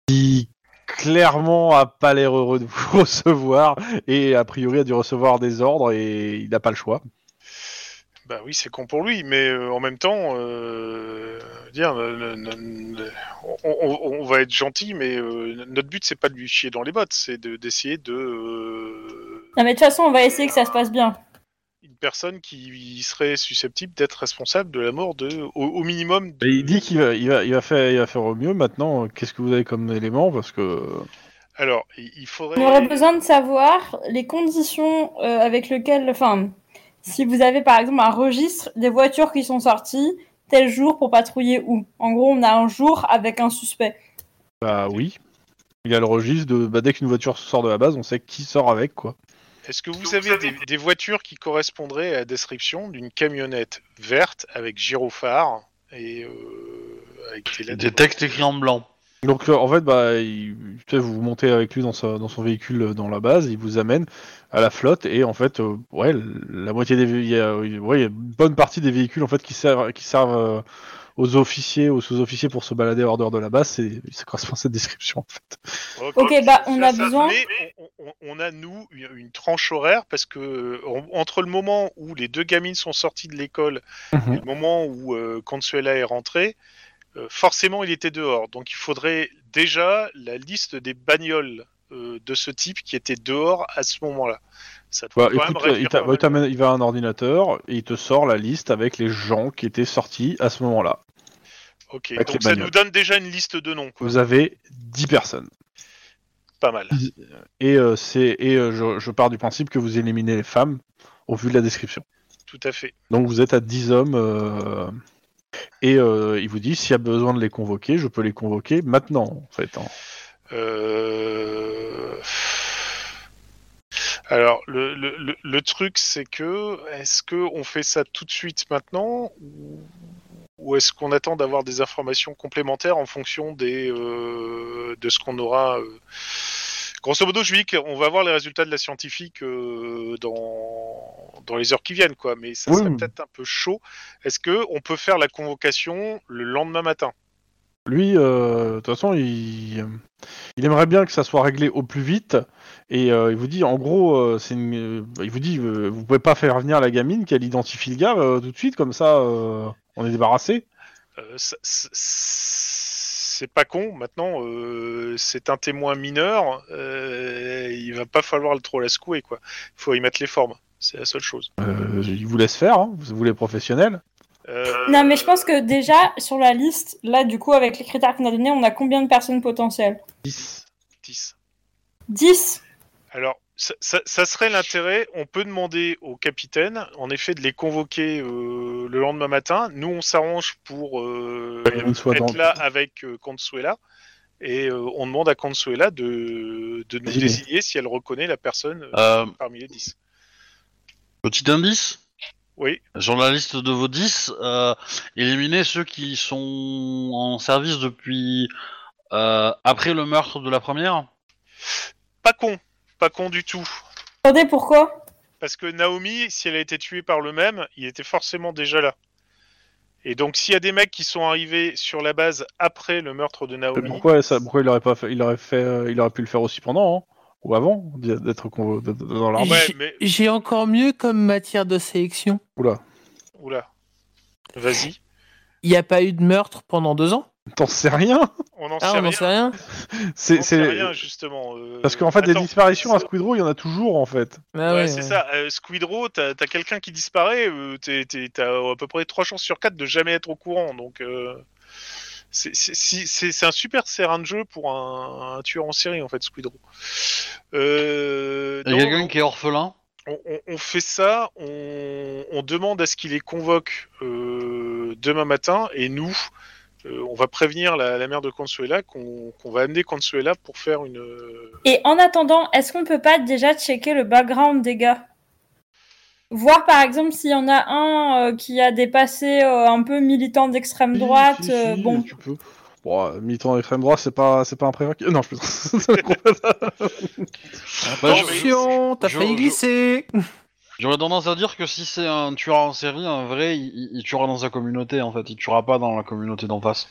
Qui clairement a pas l'air heureux de [LAUGHS] vous recevoir et a priori a dû recevoir des ordres et il n'a pas le choix. Bah oui, c'est con pour lui, mais euh, en même temps, euh, dire, euh, ne- ne- ne- on, on- on va être gentil, mais euh, notre but c'est pas de lui chier dans les bottes, c'est de- d'essayer de euh, Non, mais de toute façon, on va essayer que ça se passe bien. une personne qui serait susceptible d'être responsable de la mort de, au, au minimum. de- Et il dit qu'il va, il va, il va faire, il va faire au mieux. Maintenant, euh, qu'est-ce que vous avez comme élément Parce que Alors, il il faudrait. On aurait besoin de savoir les conditions euh, avec lesquelles, enfin, si vous avez par exemple un registre des voitures qui sont sorties tel jour pour patrouiller où. En gros, on a un jour avec un suspect. Bah oui. Il y a le registre de bah, dès qu'une voiture sort de la base, on sait qui sort avec quoi. Est-ce que vous avez des, des voitures qui correspondraient à la description d'une camionnette verte avec gyrophare et euh, avec des Des textes écrits en blanc. Donc euh, en fait, bah, il- tu sais, vous montez avec lui dans, sa- dans son véhicule euh, dans la base, il vous amène à la flotte et en fait, euh, ouais, la moitié des vé- il y a, ouais, il y a une bonne partie des véhicules en fait qui servent qui servent euh, aux officiers, aux sous-officiers pour se balader hors dehors de la base, c'est ça correspond à cette description [LAUGHS] en fait. Ok, bah, on a besoin- Mais on, on- on a nous une, une tranche horaire parce que euh, en- entre le moment où les deux gamines sont sorties de l'école Mhm. et le moment où euh, Consuela est rentrée, euh, forcément il était dehors. Donc il faudrait déjà la liste des bagnoles euh, de ce type qui étaient dehors à ce moment-là. Ça doit Bah, quand écoute, même il, réduire t'a- bah, pas il mal. t'amène- il va à un ordinateur et il te sort la liste avec les gens qui étaient sortis à ce moment-là. Ok, avec les donc ça bagnoles. nous donne déjà une liste de noms, quoi. Vous avez 10 personnes. Pas mal. Et, euh, c'est, et euh, je, je pars du principe que vous éliminez les femmes au vu de la description. Tout à fait. Donc vous êtes à 10 hommes. euh, et euh, il vous dit s'il y a besoin de les convoquer, je peux les convoquer maintenant, en fait. hein. Euh... Alors, le, le- le- le truc, c'est que est-ce que on fait ça tout de suite maintenant ou, ou est-ce qu'on attend d'avoir des informations complémentaires en fonction des, euh, de ce qu'on aura euh. Grosso modo, je dis qu'on va voir les résultats de la scientifique euh, dans, dans les heures qui viennent, quoi. Mais ça Oui, serait oui. peut-être un peu chaud. Est-ce que on peut faire la convocation le lendemain matin Lui, euh, de toute façon, il, il aimerait bien que ça soit réglé au plus vite. Et euh, il vous dit, en gros, euh, c'est une- euh, il vous dit, euh, vous pouvez pas faire venir la gamine qu'elle identifie le gars euh, tout de suite, comme ça, euh, on est débarrassé. Euh, ça- c- c'est pas con. Maintenant, euh, c'est un témoin mineur. euh, il va pas falloir le trop la secouer, quoi. Il faut y mettre les formes. C'est la seule chose. Euh, il vous laisse faire, hein, vous voulez professionnel. Euh, Non, mais je pense que déjà sur la liste, là, du coup, avec les critères qu'on a donnés, on a combien de personnes potentielles 10. 10 Alors, ça, ça- ça serait l'intérêt. On peut demander au capitaine, en effet, de les convoquer euh, le lendemain matin. Nous, on s'arrange pour euh, Que la gamine soit être dans- là avec euh, Consuela. Et euh, on demande à Consuela de, de nous Désigner. désigner si elle reconnaît la personne euh, Euh, parmi les 10. petit indice Oui. Sur la liste de vos 10, euh, éliminez ceux qui sont en service depuis euh, après le meurtre de la première. Pas con, pas con du tout. Attendez, pourquoi Parce que Naomi, si elle a été tuée par le même, il était forcément déjà là. Et donc, s'il y a des mecs qui sont arrivés sur la base après le meurtre de Mais Naomi, Pourquoi ça Pourquoi il aurait pas fait Il aurait fait, euh, il aurait pu le faire aussi pendant hein, ou avant d'y- d'être convo- d'être dans l'armée. Ah ouais, J'ai- mais- J'ai encore mieux comme matière de sélection. Oula, oula, vas-y, Il n'y a pas eu de meurtre pendant deux ans t'en sais rien on en Ah, sait on n'en rien. sait rien. On C'est c'est- en sait rien justement. euh, parce qu'en fait, des attends, disparitions à c'est- Squidrow, il y en a toujours en fait. Ah ouais, ouais, c'est ouais. ça. Euh, Squidrow, t'as t'as quelqu'un qui disparaît, euh, t'es- t'es- t'as à peu près 3 chances sur 4 de jamais être au courant. Donc, euh, c'est- c'est si- c'est- c'est un super terrain de jeu pour un, un tueur en série, en fait, Squidrow. Euh, Il y non, a quelqu'un on- qui est orphelin. on, on- on fait ça, on, on demande à ce qu'il les convoque euh, demain matin, et nous, euh, on va prévenir la, la mère de Consuela qu'on qu'on va amener Consuela pour faire une. euh, Et en attendant, est-ce qu'on peut pas déjà checker le background des gars Voir par exemple s'il y en a un euh, qui a dépassé euh, un peu militant d'extrême Si, droite. si, euh, si, bon, tu peux. Bon, euh, militant extrême droit, c'est pas, c'est pas un prérequis. [LAUGHS] Non, je plaisante. Bah, je- Attention, t'as je- failli je- glisser. J'aurais tendance à dire que si c'est un tueur en série, un vrai, il, il- il tuera dans sa communauté en fait. Il tuera pas dans la communauté d'en face.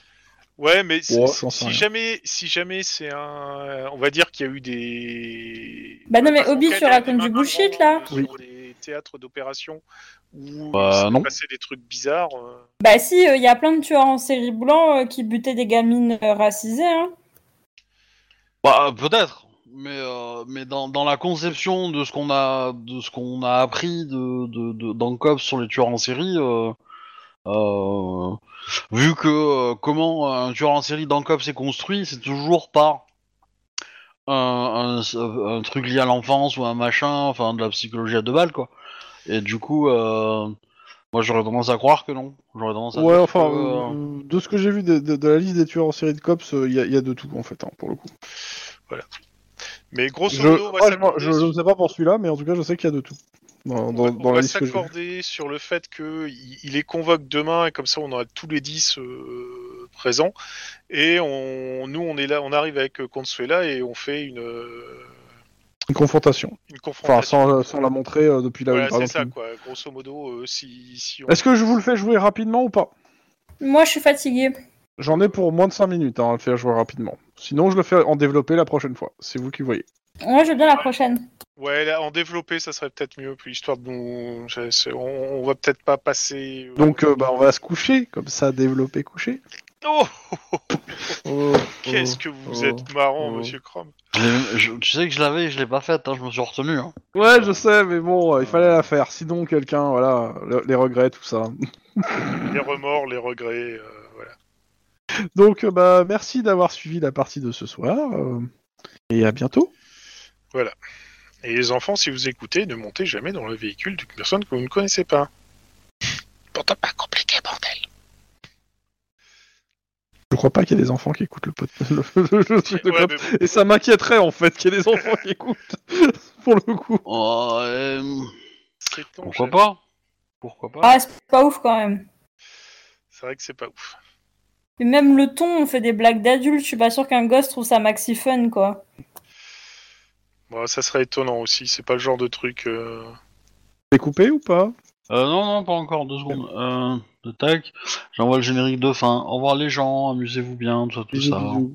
Ouais, mais si, Ouais, si- j'en sais si rien. jamais, si jamais c'est un, on va dire qu'il y a eu des. Bah non, mais Parce Obi, qu'en tu fait, racontes il y a du des bullshit, mains là. dans- Sur des théâtres d'opération où Bah, il s'est non. passé des trucs bizarres. euh, bah si, il y a plein de tueurs en série blanc euh, qui butaient des gamines euh, racisées. Hein. Bah euh, peut-être, mais euh, mais dans, dans la conception de ce qu'on a de ce qu'on a appris de, de, de dans Cops sur les tueurs en série, euh, euh, vu que euh, comment un tueur en série dans Cops est construit, c'est toujours par un, un, un truc lié à l'enfance ou un machin, enfin de la psychologie à deux balles quoi. Et du coup, euh, moi j'aurais tendance à croire que non. J'aurais tendance à Ouais, dire enfin, que, euh, euh, de ce que j'ai vu de, de- de la liste des tueurs en série de cops, euh, il y, a- y a de tout en fait, hein, pour le coup. Mais grosso Je, modo, on va ouais, je- s'accorder je- je ne sais pas pour celui-là, mais en tout cas, je sais qu'il y a de tout dans, dans- On va- dans on la va liste que j'ai. s'accorder sur le fait qu'il il les convoque demain et comme ça on aura tous les 10 euh, présents. Et on, nous on est là, on arrive avec euh, Consuela et on fait une, euh, Une confrontation. une Enfin, confrontation. sans, sans la montrer euh, depuis la. Voilà, par c'est ça exemple. quoi. Grosso modo, euh, si, si on... Est-ce que je vous le fais jouer rapidement ou pas Moi, je suis fatiguée. J'en ai pour moins de 5 minutes hein, à le faire jouer rapidement. Sinon, je le fais en développer la prochaine fois. C'est vous qui voyez. Moi, je veux bien la prochaine. ouais, là, en développer ça serait peut-être mieux. Puis histoire de nous, c'est- c'est- on, on va peut-être pas passer. euh, Donc, euh, bah, on va se coucher, comme ça, développer, coucher. Oh, Oh, qu'est-ce que vous êtes marrant, oh. Monsieur Chrome. euh, euh, je- je- tu sais que je l'avais, et je l'ai pas faite. Hein, je me suis retenu. Hein. Ouais, je sais, mais bon, euh, il fallait la faire. Sinon, quelqu'un, voilà, le- les regrets, tout ça. [LAUGHS] Les remords, les regrets. euh, voilà. Donc, euh, bah, merci d'avoir suivi la partie de ce soir. euh, et à bientôt. Et les enfants, si vous écoutez, ne montez jamais dans le véhicule d'une personne que vous ne connaissez pas. Pourtant pas compliqué, [LAUGHS] bordel. Je crois pas qu'il y ait des enfants qui écoutent le, pod- [LAUGHS] le- le- le truc de Ouais, Cop. mais bon, Et ça m'inquiéterait, en fait, qu'il y ait des enfants qui écoutent, [LAUGHS] pour le coup. Oh, euh, c'est ton Pourquoi chef. pas Pourquoi pas Ah, c'est pas ouf quand même. C'est vrai que c'est pas ouf. Et même le ton, on fait des blagues d'adultes. Je suis pas sûre qu'un gosse trouve ça maxi fun, quoi. Bon, ça serait étonnant aussi. C'est pas le genre de truc. euh, T'es coupé ou pas Euh, non, non, pas encore, deux secondes. Euh, de tac, j'envoie le générique de fin. Au revoir les gens, amusez-vous bien, tout ça, tout Bisous, ça. bisous.